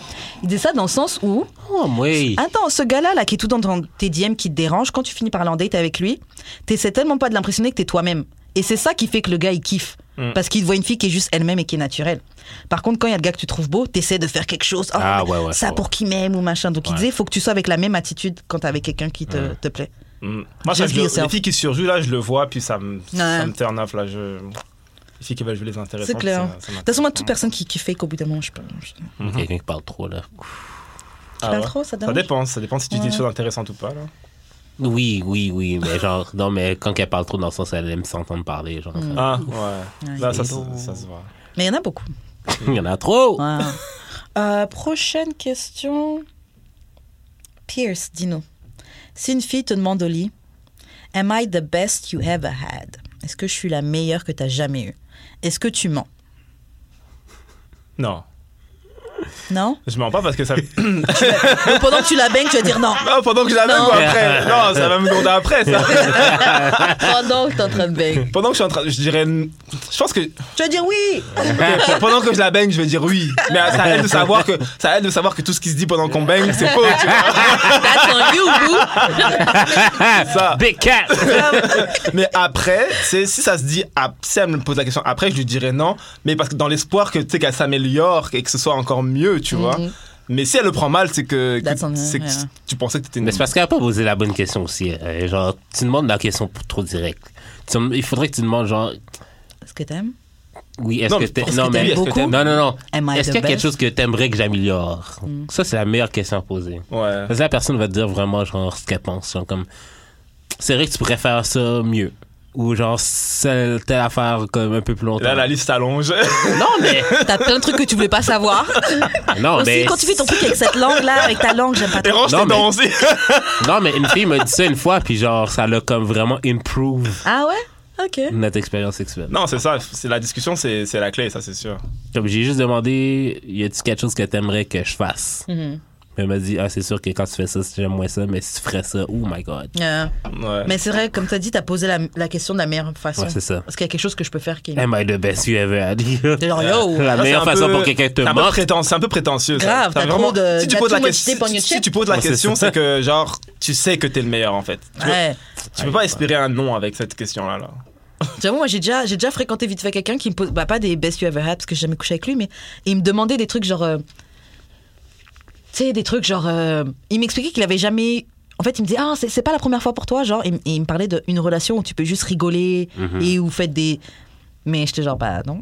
Speaker 2: Il disait ça dans le sens où,
Speaker 3: Oh, oui.
Speaker 2: attends, ce gars-là là, qui est tout le temps dans tes DM qui te dérange, quand tu finis par aller en date avec lui, t'essaies tellement pas de l'impressionner que t'es toi-même. Et c'est ça qui fait que le gars il kiffe.
Speaker 4: Mm.
Speaker 2: Parce qu'il voit une fille qui est juste elle-même et qui est naturelle. Par contre, quand il y a le gars que tu trouves beau, t'essaies de faire quelque chose. Oh,
Speaker 3: Ah,
Speaker 2: mais
Speaker 3: ouais, ouais,
Speaker 2: ça
Speaker 3: ouais.
Speaker 2: pour qui m'aime ou machin. Donc il
Speaker 3: Ouais.
Speaker 2: disait, faut que tu sois avec la même attitude quand t'es avec quelqu'un qui te, te plaît.
Speaker 4: Mm. Moi, ça,
Speaker 2: Just
Speaker 4: je
Speaker 2: be
Speaker 4: le-
Speaker 2: yourself.
Speaker 4: les filles qui surjouent, là, je le vois, puis ça me, ça
Speaker 2: Ouais.
Speaker 4: me turn off, là. Je... Les filles qui veulent jouer les intéressantes.
Speaker 2: C'est clair. hein.
Speaker 4: ça- ça
Speaker 2: De toute façon, moi, toute
Speaker 4: m'intéresse.
Speaker 2: personne qui, qui fake au bout d'un moment, je peux. Je... tu
Speaker 3: Quelqu'un qui parle trop, là.
Speaker 4: Ah
Speaker 2: parles
Speaker 4: ouais.
Speaker 2: trop, ça donne.
Speaker 4: Ça dépend, ça dépend si tu dis des choses intéressantes ou pas, là.
Speaker 3: Oui, oui, oui, mais genre, non, mais quand elle parle trop dans le sens, elle aime s'entendre parler, genre.
Speaker 2: Mm.
Speaker 4: Ah, ouais.
Speaker 2: Ouais,
Speaker 4: Là,
Speaker 2: c'est
Speaker 4: ça, se-
Speaker 2: drôle.
Speaker 4: ça se voit.
Speaker 2: Mais il y en a beaucoup.
Speaker 3: Ah, Il y en a trop!
Speaker 2: Ouais. Euh, prochaine question. Pierce, dis-nous. Si une fille te demande au lit, Am I the best you ever had? Est-ce que je suis la meilleure que t'as jamais eue? Est-ce que tu mens?
Speaker 4: Non.
Speaker 2: Non
Speaker 4: Je mens pas parce que ça.
Speaker 2: Donc, Pendant que tu la baignes, tu vas dire non.
Speaker 4: Ah, pendant que je la mets
Speaker 2: Non.
Speaker 4: ou après Non, ça va me gronder après, ça.
Speaker 2: Pendant que tu es en train de baigner.
Speaker 4: pendant que je suis en train. Je dirais. Je pense que.
Speaker 2: Tu vas dire oui.
Speaker 4: ok, pendant que je la baigne, je vais dire oui. Mais ça aide de savoir que, ça aide de savoir que tout ce qui se dit pendant qu'on baigne, c'est faux, tu vois.
Speaker 2: Ah, That's on you, boo.
Speaker 4: Ça.
Speaker 3: Big cat!
Speaker 4: Mais après, c'est- si ça se dit, ap- si elle me pose la question après, je lui dirais non, mais parce que dans l'espoir que tu sais qu'elle s'améliore et que ce soit encore mieux, tu vois. Mais si elle le prend mal, c'est que, que-
Speaker 2: Mhm. That's on her,
Speaker 4: c'est que
Speaker 2: yeah.
Speaker 4: tu pensais que t'étais une.
Speaker 3: Mais c'est parce qu'elle a pas posé la bonne question aussi. euh, genre, tu demandes la question pour- trop directe. Tu- Il faudrait que tu demandes, genre,
Speaker 2: Est-ce que t'aimes
Speaker 3: oui, est-ce
Speaker 4: Non,
Speaker 3: que
Speaker 4: mais
Speaker 3: t'aimes.
Speaker 4: est-ce
Speaker 3: Non,
Speaker 4: que t'aimes-
Speaker 3: mais.
Speaker 4: est-ce que
Speaker 3: Non,
Speaker 4: t'aimes-
Speaker 3: non, non.
Speaker 2: Am I
Speaker 3: Est-ce
Speaker 2: the
Speaker 3: qu'il y a quelque
Speaker 2: best? Mm.
Speaker 3: chose que t'aimerais que j'améliore? Ça, c'est la meilleure question à poser.
Speaker 4: Ouais.
Speaker 3: Parce que la personne va te dire vraiment, genre, ce qu'elle pense. Genre, comme, c'est vrai que tu pourrais faire ça mieux. Ou, genre, celle- telle affaire, comme, un peu plus longtemps. Ah,
Speaker 4: Là, la liste s'allonge.
Speaker 3: Non, mais.
Speaker 2: T'as plein de trucs que tu voulais pas savoir.
Speaker 3: Non,
Speaker 2: Aussi,
Speaker 3: mais.
Speaker 2: quand tu fais ton truc avec cette langue-là, avec ta langue, j'aime pas
Speaker 4: Et
Speaker 2: trop.
Speaker 4: range
Speaker 3: Non,
Speaker 4: tes
Speaker 3: mais-
Speaker 4: dents aussi.
Speaker 3: Non, mais une fille m'a dit ça une fois, puis genre, ça l'a comme vraiment improve
Speaker 2: Ah ouais Ok.
Speaker 3: notre expérience sexuelle.
Speaker 4: Non, c'est ça. C'est la discussion, c'est c'est la clé, ça, c'est sûr.
Speaker 3: Comme j'ai juste demandé, y a-tu quelque chose que t'aimerais que je fasse?
Speaker 2: Mhm.
Speaker 3: Elle m'a dit, ah, c'est sûr que quand tu fais ça, j'aime moins ça, mais si tu ferais ça, oh my god.
Speaker 2: Euh,
Speaker 4: Ouais.
Speaker 2: mais c'est vrai, comme t'as dit, t'as posé la, la question de la meilleure façon.
Speaker 3: Ouais, c'est ça.
Speaker 2: Parce qu'il y a quelque chose que je peux faire qui est.
Speaker 3: Am I the best you ever had?
Speaker 2: De genre, yo,
Speaker 3: la
Speaker 4: Là,
Speaker 3: meilleure
Speaker 4: Ah, c'est un
Speaker 3: façon
Speaker 4: peu-
Speaker 3: pour quelqu'un te
Speaker 4: c'est un peu
Speaker 3: moque.
Speaker 4: prétentieux- C'est un peu prétentieux. ça.
Speaker 2: Grave,
Speaker 4: Ça,
Speaker 2: t'as trop de-
Speaker 4: Si tu
Speaker 2: t'as
Speaker 4: poses
Speaker 2: too
Speaker 4: la
Speaker 2: much
Speaker 4: question,
Speaker 2: dip on your
Speaker 4: si
Speaker 2: chip.
Speaker 4: tu poses la
Speaker 3: Ouais, c'est
Speaker 4: question,
Speaker 3: ça.
Speaker 4: c'est que genre, tu sais que t'es le meilleur en fait. Tu, peux,
Speaker 2: Ouais.
Speaker 4: tu peux pas espérer un non avec cette question là. là.
Speaker 2: J'avoue, moi j'ai déjà, j'ai déjà fréquenté vite fait quelqu'un qui me pose, bah, pas des best you ever had parce que j'ai jamais couché avec lui, mais il me demandait des trucs genre, euh, tu sais, des trucs genre, euh, il m'expliquait qu'il avait jamais. En fait, il me disait, ah, c'est, c'est pas la première fois pour toi, genre, et, et il me parlait d'une relation où tu peux juste rigoler
Speaker 3: Mhm.
Speaker 2: et où vous faites des. Mais j'étais genre, bah non.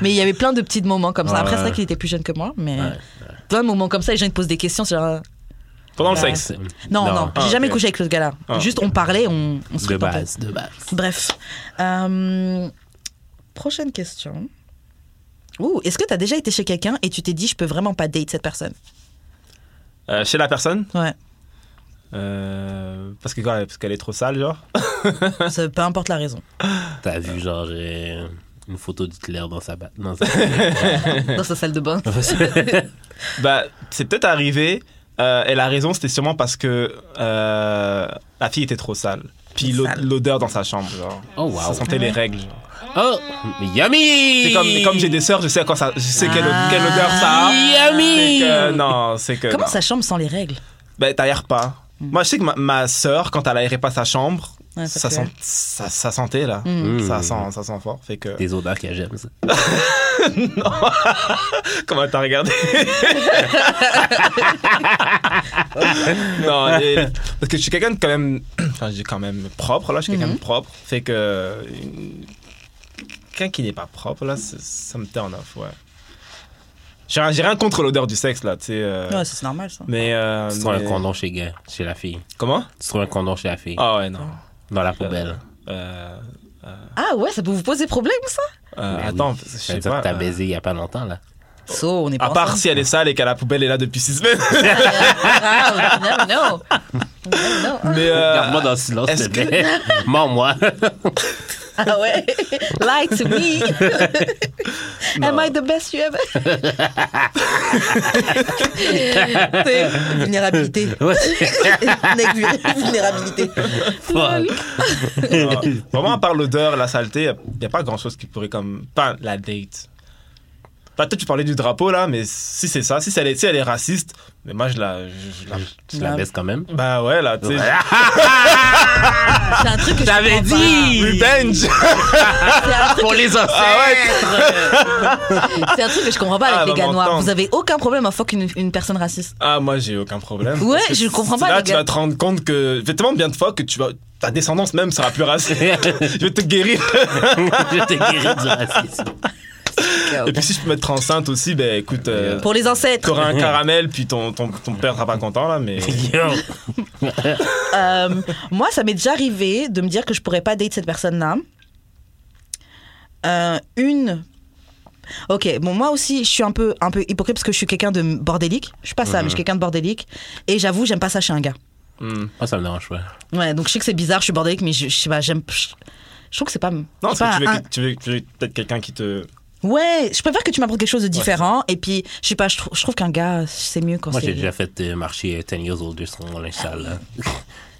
Speaker 2: mais il y avait plein de petits moments comme ça. Après, c'est vrai qu'il était plus jeune que moi, mais plein de moments comme ça, les gens ils te posent des questions, c'est genre,
Speaker 4: Pendant le
Speaker 2: Ouais.
Speaker 4: sexe.
Speaker 2: non, non, j'ai
Speaker 4: Ah,
Speaker 2: jamais
Speaker 4: ok.
Speaker 2: couché avec ce gars-là.
Speaker 4: Ah.
Speaker 2: Juste, on parlait, on, on se
Speaker 3: De
Speaker 2: fréquentait.
Speaker 3: base, de base.
Speaker 2: Bref. Euh, prochaine question. Ouh, est-ce que tu as déjà été chez quelqu'un et tu t'es dit, je peux vraiment pas date cette personne
Speaker 4: Euh, chez la personne
Speaker 2: Ouais.
Speaker 4: Euh, Parce que quoi, parce qu'elle est trop sale, genre.
Speaker 2: Ça, peu importe la raison.
Speaker 3: T'as vu, genre, euh, une photo d'Hitler dans sa ba- dans sa-
Speaker 2: Dans sa salle de bain.
Speaker 4: Bah, c'est peut-être arrivé. euh, et la raison, c'était sûrement parce que euh, la fille était trop sale. Puis l'o-
Speaker 2: Sale.
Speaker 4: l'odeur dans sa chambre, genre.
Speaker 3: Oh, wow.
Speaker 4: Ça sentait les règles. genre.
Speaker 3: Oh, yummy!
Speaker 4: C'est comme, comme j'ai des sœurs, je sais à quoi ça, je sais quelle,
Speaker 2: Ah.
Speaker 4: quelle odeur ça a. C'est
Speaker 3: Yummy!
Speaker 4: que- non, c'est que.
Speaker 2: Comment
Speaker 4: non.
Speaker 2: sa chambre sans les règles
Speaker 4: Ben, t'aères pas. Moi, je sais que ma, ma sœur, quand elle aérait pas sa chambre,
Speaker 2: Mm. Ouais, ça
Speaker 4: ça,
Speaker 2: pue.
Speaker 4: sent, ça, ça sentait là.
Speaker 3: Mm.
Speaker 4: Ça, sent, ça sent fort. Fait que.
Speaker 3: Des odeurs que j'aime, ça.
Speaker 4: Comment t'as regardé Non, et- parce que je suis quelqu'un de quand même. Enfin, je dis quand même propre là, je suis quelqu'un
Speaker 2: Mm-hmm.
Speaker 4: de propre. Fait que. une- Quelqu'un qui n'est pas propre là, c'est- ça me turn off, ouais. J'ai rien- j'ai rien contre l'odeur du sexe là, tu sais. euh,
Speaker 2: Ouais, ça, c'est normal ça.
Speaker 4: Mais. euh,
Speaker 3: Tu trouves un
Speaker 4: mais-
Speaker 3: condom chez, gars- chez la fille.
Speaker 4: Comment
Speaker 3: Tu trouves un condom chez la fille.
Speaker 4: Ah ouais, non.
Speaker 3: Dans la poubelle.
Speaker 4: Euh,
Speaker 2: Ah ouais, ça peut vous poser problème ça
Speaker 4: euh,
Speaker 3: Ben oui.
Speaker 4: attends, je
Speaker 3: Ça veut
Speaker 4: sais
Speaker 3: dire
Speaker 4: pas.
Speaker 3: que t'as
Speaker 4: euh,
Speaker 3: baisé il y a pas longtemps, là.
Speaker 2: So, on est pas
Speaker 4: À part
Speaker 2: ensemble.
Speaker 4: si elle est sale et qu'à la poubelle est là depuis six semaines.
Speaker 2: Grave, you never know. You never know.
Speaker 4: Mais euh,
Speaker 3: Garde-moi dans le silence,
Speaker 4: est-ce
Speaker 3: s'il te plaît. Mens-moi.
Speaker 2: Ah ouais. Lie to me. Am I the best you ever? C'est vulnérabilité.
Speaker 3: Ouais.
Speaker 2: Next vulnérabilité.
Speaker 4: non. vraiment, à part l'odeur, la saleté, il n'y a pas grand chose qui pourrait comme. Pas la date. Enfin, toi, tu parlais du drapeau là, mais si c'est ça, si elle est, si elle est raciste, mais moi je la. je- je la-
Speaker 3: Tu la baisses quand même.
Speaker 4: Bah ouais, là, tu sais.
Speaker 2: C'est un truc que je
Speaker 3: J'avais
Speaker 2: comprends
Speaker 3: dit!
Speaker 4: Revenge!
Speaker 3: Pour les ancêtres!
Speaker 2: pas. C'est un truc que je comprends pas avec
Speaker 4: Ah,
Speaker 2: les gars
Speaker 4: maman,
Speaker 2: noirs.
Speaker 4: attends.
Speaker 2: Vous avez aucun problème à fuck une, une personne raciste.
Speaker 4: Ah, moi j'ai aucun problème.
Speaker 2: Ouais,
Speaker 4: Parce que
Speaker 2: je comprends pas,
Speaker 4: Là,
Speaker 2: les
Speaker 4: tu
Speaker 2: gars.
Speaker 4: vas te rendre compte que. Fais tellement bien de fois que tu vas. Ta descendance même sera plus raciste. je vais te guérir.
Speaker 3: Je t'ai guéri du racisme.
Speaker 4: Et puis si je peux mettre enceinte aussi, ben écoute. euh,
Speaker 2: Pour les ancêtres.
Speaker 4: T'auras un caramel, puis ton, ton, ton père sera pas content là, mais.
Speaker 3: Yo!
Speaker 2: Euh, moi, ça m'est déjà arrivé de me dire que je pourrais pas date cette personne-là. Euh, une. Ok, bon, moi aussi, je suis un peu, un peu hypocrite parce que je suis quelqu'un de bordélique. Je suis pas ça, mais je
Speaker 4: Mhm.
Speaker 2: suis quelqu'un de bordélique. Et j'avoue, j'aime pas ça chez un gars.
Speaker 4: Hmm.
Speaker 3: Moi, ça me dérange pas.
Speaker 2: Ouais, donc je sais que c'est bizarre, je suis bordélique, mais je, je sais pas, j'aime. Je, je trouve que c'est pas.
Speaker 4: Non,
Speaker 2: c'est
Speaker 4: parce
Speaker 2: pas
Speaker 4: que tu veux,
Speaker 2: un-
Speaker 4: que- tu veux, tu veux peut-être quelqu'un qui te.
Speaker 2: Ouais, je préfère que tu m'apportes quelque chose de différent. Et puis, je sais pas, je, trou- je trouve qu'un gars, c'est mieux quand
Speaker 3: Moi,
Speaker 2: c'est.
Speaker 3: j'ai déjà fait euh, marcher euh, 10 years older sur mon linge sale. là.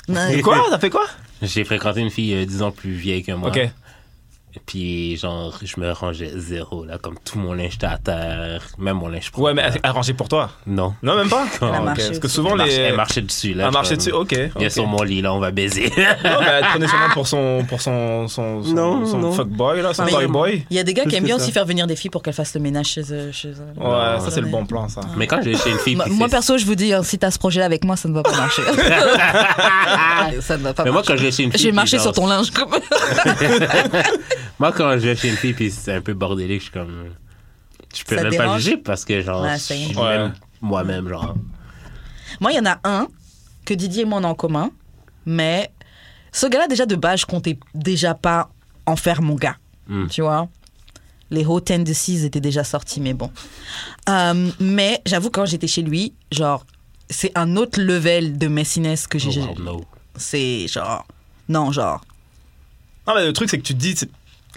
Speaker 2: Ouais.
Speaker 4: Et quoi T'as fait quoi
Speaker 3: J'ai fréquenté une fille euh, 10 ans plus vieille que moi.
Speaker 4: Ok.
Speaker 3: Puis, genre, je me rangeais zéro, là, comme tout mon linge était à terre, même mon linge propre,
Speaker 4: Ouais, mais
Speaker 3: là.
Speaker 4: arrangé pour toi.
Speaker 3: Non.
Speaker 4: Non, même pas.
Speaker 3: Elle a
Speaker 4: Ah, Ok,
Speaker 2: marché
Speaker 4: Parce que
Speaker 2: dessus.
Speaker 4: souvent,
Speaker 3: Elle marche-
Speaker 4: les.
Speaker 3: Elle marchait dessus, là.
Speaker 4: Elle marchait
Speaker 3: comme,
Speaker 4: dessus, ok.
Speaker 3: Il y a
Speaker 4: ok.
Speaker 3: sur mon lit, là, on va baiser.
Speaker 4: Non, mais elle prenait sûrement pour son, pour son, son, son,
Speaker 3: Non,
Speaker 4: son
Speaker 3: non.
Speaker 4: fuckboy, là, son
Speaker 2: Mais-
Speaker 4: toyboy.
Speaker 2: Il y a des gars
Speaker 4: Plus
Speaker 2: qui aiment
Speaker 4: que
Speaker 2: bien
Speaker 4: ça.
Speaker 2: aussi faire venir des filles pour qu'elles fassent le ménage chez eux. chez eux.
Speaker 4: Ouais, ça, c'est le bon plan, ça.
Speaker 3: mais quand j'ai chez une fille.
Speaker 2: Moi,
Speaker 3: puis
Speaker 2: moi,
Speaker 3: c'est-
Speaker 2: perso, je vous dis, hein, si t'as ce projet avec moi, ça ne va pas marcher. ça ne va pas
Speaker 3: Mais moi,
Speaker 2: marcher.
Speaker 3: quand j'ai chez une fille.
Speaker 2: Je vais
Speaker 3: puis
Speaker 2: marcher sur
Speaker 3: genre,
Speaker 2: ton linge. comme-
Speaker 3: Moi, quand je vais chez une fille, puis c'est un peu bordélique, je suis comme. Je peux
Speaker 2: Ça te
Speaker 3: même pas
Speaker 2: dérange?
Speaker 3: juger parce que, genre,
Speaker 2: Ouais,
Speaker 3: je
Speaker 2: c'est-
Speaker 3: suis
Speaker 4: Ouais.
Speaker 3: même moi-même, genre.
Speaker 2: moi, il y en a un que Didier et moi on a en commun. Mais ce gars-là, déjà de base, je comptais déjà pas en faire mon gars.
Speaker 3: Hmm.
Speaker 2: Tu vois Les hauts tendencies étaient déjà sortis, mais bon. Euh, mais j'avoue, quand j'étais chez lui, genre, c'est un autre level de messiness que
Speaker 3: Oh,
Speaker 2: j'ai.
Speaker 3: wow, no.
Speaker 2: C'est genre. Non, genre.
Speaker 4: Non, mais le truc, c'est que tu te dis, c'est-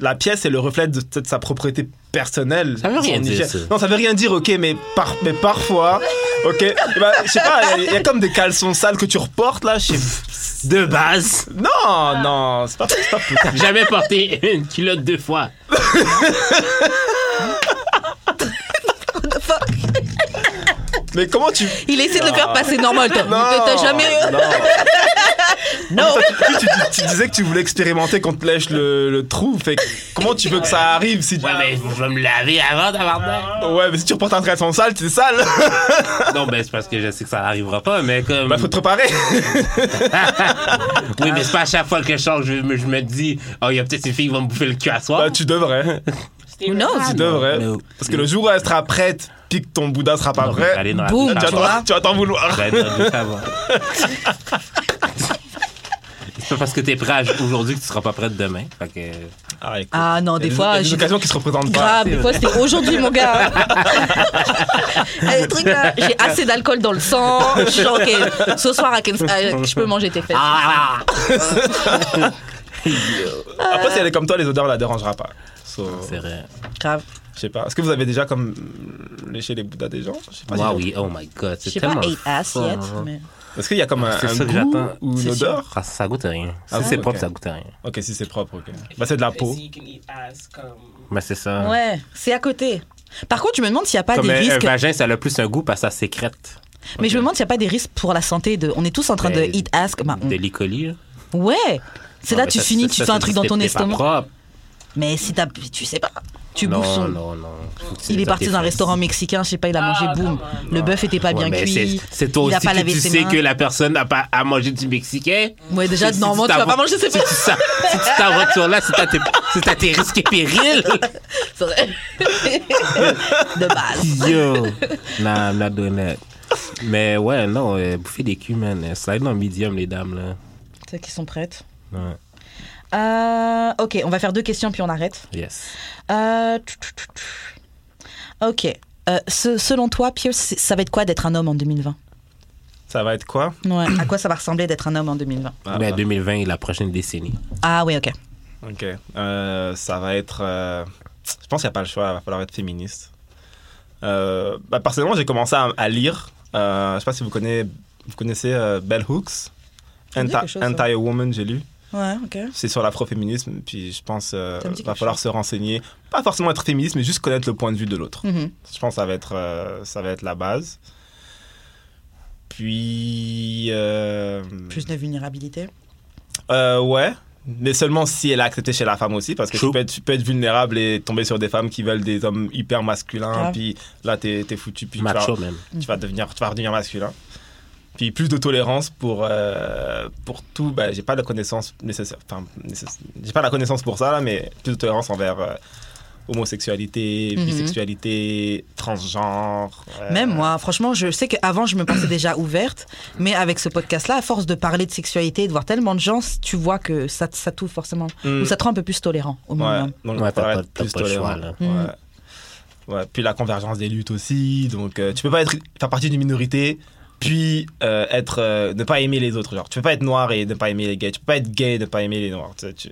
Speaker 4: la pièce est le reflet de, de sa propriété personnelle.
Speaker 3: Ça veut rien
Speaker 4: Son
Speaker 3: dire,
Speaker 4: hygiène.
Speaker 3: ça.
Speaker 4: Non, ça veut rien dire, ok, mais, par, mais parfois, ok, eh ben, je sais pas, il y, a- il y a comme des caleçons sales que tu reportes, là, je sais-
Speaker 3: De base,
Speaker 4: Non, non, c'est pas, c'est pas possible.
Speaker 3: jamais porté une culotte deux fois.
Speaker 4: Mais comment tu...
Speaker 2: Il essaie de le faire passer normal, toi.
Speaker 4: Non,
Speaker 2: T'as jamais.
Speaker 4: non.
Speaker 2: Non.
Speaker 4: Toi, tu, tu- tu- tu disais que tu voulais expérimenter qu'on te lèche le, le trou, fait que comment tu veux que ça arrive si tu...
Speaker 3: Ouais, mais je vais me laver avant d'avoir peur.
Speaker 4: Ouais, mais si tu reportes un caleçon sale, c'est sale.
Speaker 3: Non, ben, c'est parce que je sais que ça n'arrivera pas, mais comme.
Speaker 4: Bah, faut te préparer.
Speaker 3: Oui, mais c'est pas à chaque fois que je sors, je, me- je me dis, oh, il y a peut-être une fille qui va me bouffer le cul à soir.
Speaker 4: Bah, tu devrais.
Speaker 2: Who knows
Speaker 4: Tu devrais.
Speaker 3: Ah, Mais-
Speaker 4: Parce que le jour où elle sera prête, puis que ton Bouddha sera pas
Speaker 3: Non, mais
Speaker 4: prêt,
Speaker 3: aller dans la
Speaker 2: Boum.
Speaker 3: douche
Speaker 4: tu vas
Speaker 3: avant.
Speaker 4: t'en- tu vas t'en vouloir.
Speaker 3: J'allais dans la douche avant. C'est pas parce que t'es prêt à- aujourd'hui que tu seras pas prêt demain. Fait que...
Speaker 4: Ah, écoute.
Speaker 2: Ah non,
Speaker 4: Il y a
Speaker 2: des fois,
Speaker 4: il y a des
Speaker 2: j'ai
Speaker 4: occasions qui se représentent pas.
Speaker 2: grave. Des fois, c'était aujourd'hui, mon gars. Eh, truc, là, j'ai assez d'alcool dans le sang. Je suis genre, ok, ce soir, à 15 ah, je peux manger tes fesses.
Speaker 3: Ah!
Speaker 4: Après, si elle est comme toi, les odeurs la dérangera pas. So,
Speaker 3: C'est vrai.
Speaker 2: Grave.
Speaker 4: je sais pas. Est-ce que vous avez déjà comme léché les Bouddhas des gens Je sais pas. si-
Speaker 3: Wow, oui, oh my god,
Speaker 2: Je
Speaker 3: c'est
Speaker 2: sais pas,
Speaker 3: tellement.
Speaker 2: eight ass
Speaker 3: fort,
Speaker 2: yet.
Speaker 3: hein.
Speaker 2: mais-
Speaker 4: Est-ce qu'il y a comme un,
Speaker 3: C'est
Speaker 4: un
Speaker 3: ça que
Speaker 4: goût
Speaker 3: j'attends.
Speaker 4: ou une
Speaker 3: C'est sûr.
Speaker 4: odeur
Speaker 3: Ah, ça goûte à rien. Si
Speaker 4: Ah,
Speaker 3: c'est
Speaker 4: ok.
Speaker 3: propre, ça goûte à rien.
Speaker 4: Ok, si c'est propre, ok. Bah, c'est de la peau.
Speaker 5: You can eat ass comme.
Speaker 3: Mais c'est ça.
Speaker 2: Ouais, c'est à côté. Par contre, je me demande s'il n'y a pas
Speaker 3: Comme
Speaker 2: des
Speaker 3: un, un
Speaker 2: risques.
Speaker 3: vagin, ça a le plus un goût parce que ça sécrète
Speaker 2: Mais je me demande s'il n'y a pas des risques pour la santé. De... On est tous en train de
Speaker 3: Ben,
Speaker 2: eat ass. bah, on-
Speaker 3: de l'e-coli.
Speaker 2: Ouais. C'est
Speaker 3: Non,
Speaker 2: là
Speaker 3: mais
Speaker 2: tu
Speaker 3: ça,
Speaker 2: finis,
Speaker 3: ça,
Speaker 2: tu
Speaker 3: ça,
Speaker 2: fais un
Speaker 3: c'est
Speaker 2: truc dans
Speaker 3: juste
Speaker 2: ton
Speaker 3: que t'es pas
Speaker 2: estomac.
Speaker 3: propre.
Speaker 2: Mais si t'as, tu sais pas, tu
Speaker 3: non,
Speaker 2: bouffes son.
Speaker 3: Non, non, Faut que tu
Speaker 2: Il
Speaker 3: les
Speaker 2: est parti
Speaker 3: aies
Speaker 2: dans un
Speaker 3: fait.
Speaker 2: restaurant mexicain, je sais pas, il a mangé
Speaker 5: Ah,
Speaker 2: boum.
Speaker 5: come
Speaker 2: Le bœuf était pas
Speaker 3: Ouais,
Speaker 2: bien
Speaker 3: mais
Speaker 2: cuit.
Speaker 3: c'est- C'est toi
Speaker 2: il a
Speaker 3: aussi
Speaker 2: pas
Speaker 3: que
Speaker 2: lavé
Speaker 3: tu
Speaker 2: ses
Speaker 3: sais
Speaker 2: mains.
Speaker 3: que la personne n'a pas à manger du mexicain.
Speaker 2: Ouais, déjà,
Speaker 3: Si- si
Speaker 2: normalement,
Speaker 3: tu
Speaker 2: tu vas pas
Speaker 3: t'aventures-
Speaker 2: manger ses
Speaker 3: Si tu
Speaker 2: fesses.
Speaker 3: s'a- si tu t'aventures là, c'est à tes, c'est à tes risques et périls.
Speaker 2: C'est vrai. De base.
Speaker 3: Yo. Nah, I'm not doing that. Mais ouais, non, euh, bouffer des culs, man. Euh, Slide dans le medium, les dames, là.
Speaker 2: Celles qui sont prêtes.
Speaker 3: Ouais.
Speaker 2: Euh, ok, on va faire deux questions puis on arrête.
Speaker 3: Yes.
Speaker 2: Euh, tu, tu, tu, tu. Ok. Euh, ce- selon toi, Pierre, c'est- ça va être quoi d'être un homme en 2020
Speaker 4: Ça va être quoi
Speaker 2: Ouais. À quoi ça va ressembler d'être un homme en 2020
Speaker 4: Ah,
Speaker 3: Mais
Speaker 4: bah,
Speaker 3: 2020 est la prochaine décennie.
Speaker 2: Ah oui, ok.
Speaker 4: Ok. Euh, ça va être. euh, Je pense qu'il n'y a pas le choix, il va falloir être féministe. Euh, bah, personnellement, j'ai commencé à, à lire. euh, je ne sais pas si vous connaissez, vous connaissez euh, Bell Hooks.
Speaker 2: Ça me dit
Speaker 4: Anti-
Speaker 2: quelque chose, ça.
Speaker 4: Anti-Woman, j'ai lu.
Speaker 2: Ouais, ok.
Speaker 4: C'est sur l'afroféminisme. Puis je pense euh,
Speaker 2: Ça me dit
Speaker 4: va
Speaker 2: quelque
Speaker 4: falloir se renseigner. Pas forcément être féministe, mais juste connaître le point de vue de l'autre.
Speaker 2: Mhm.
Speaker 4: Je pense que ça va être, euh, ça va être la base. Puis. euh,
Speaker 2: Plus de vulnérabilité.
Speaker 4: euh, ouais. Mais seulement si elle est acceptée chez la femme aussi, parce que tu
Speaker 3: True.
Speaker 4: peux, être, tu peux être vulnérable et tomber sur des femmes qui veulent des hommes hyper masculins,
Speaker 2: Grave.
Speaker 4: puis là t'es t'es foutu, puis tu vas,
Speaker 3: Macho, même.
Speaker 4: tu vas devenir, tu vas redevenir masculin. Puis plus de tolérance pour, euh, pour tout, bah, j'ai pas la connaissance nécessaire, enfin, nécess- j'ai pas la connaissance pour ça, là, mais plus de tolérance envers euh, homosexualité,
Speaker 2: Mhm.
Speaker 4: bisexualité, transgenre. euh,
Speaker 2: Même moi, franchement, je sais qu'avant, je me pensais déjà ouverte, mais avec ce podcast-là, à force de parler de sexualité et de voir tellement de gens, tu vois que ça, t- ça t'ouvre forcément.
Speaker 4: Mm.
Speaker 2: Ou ça te rend un peu plus tolérant au
Speaker 4: Ouais,
Speaker 2: minimum.
Speaker 4: donc
Speaker 3: Ouais, t'as
Speaker 4: faudrait
Speaker 3: pas-
Speaker 4: être
Speaker 3: t'as
Speaker 4: plus
Speaker 3: pas le choix,
Speaker 4: tolérant.
Speaker 2: là. Mhm.
Speaker 4: Ouais. Ouais, Puis la convergence des luttes aussi. Donc euh, tu peux pas être faire partie d'une minorité puis euh, être euh, ne pas aimer les autres. Genre tu peux pas être noir et ne pas aimer les gays. Tu peux pas être gay et ne pas aimer les noirs. Tu, sais, tu-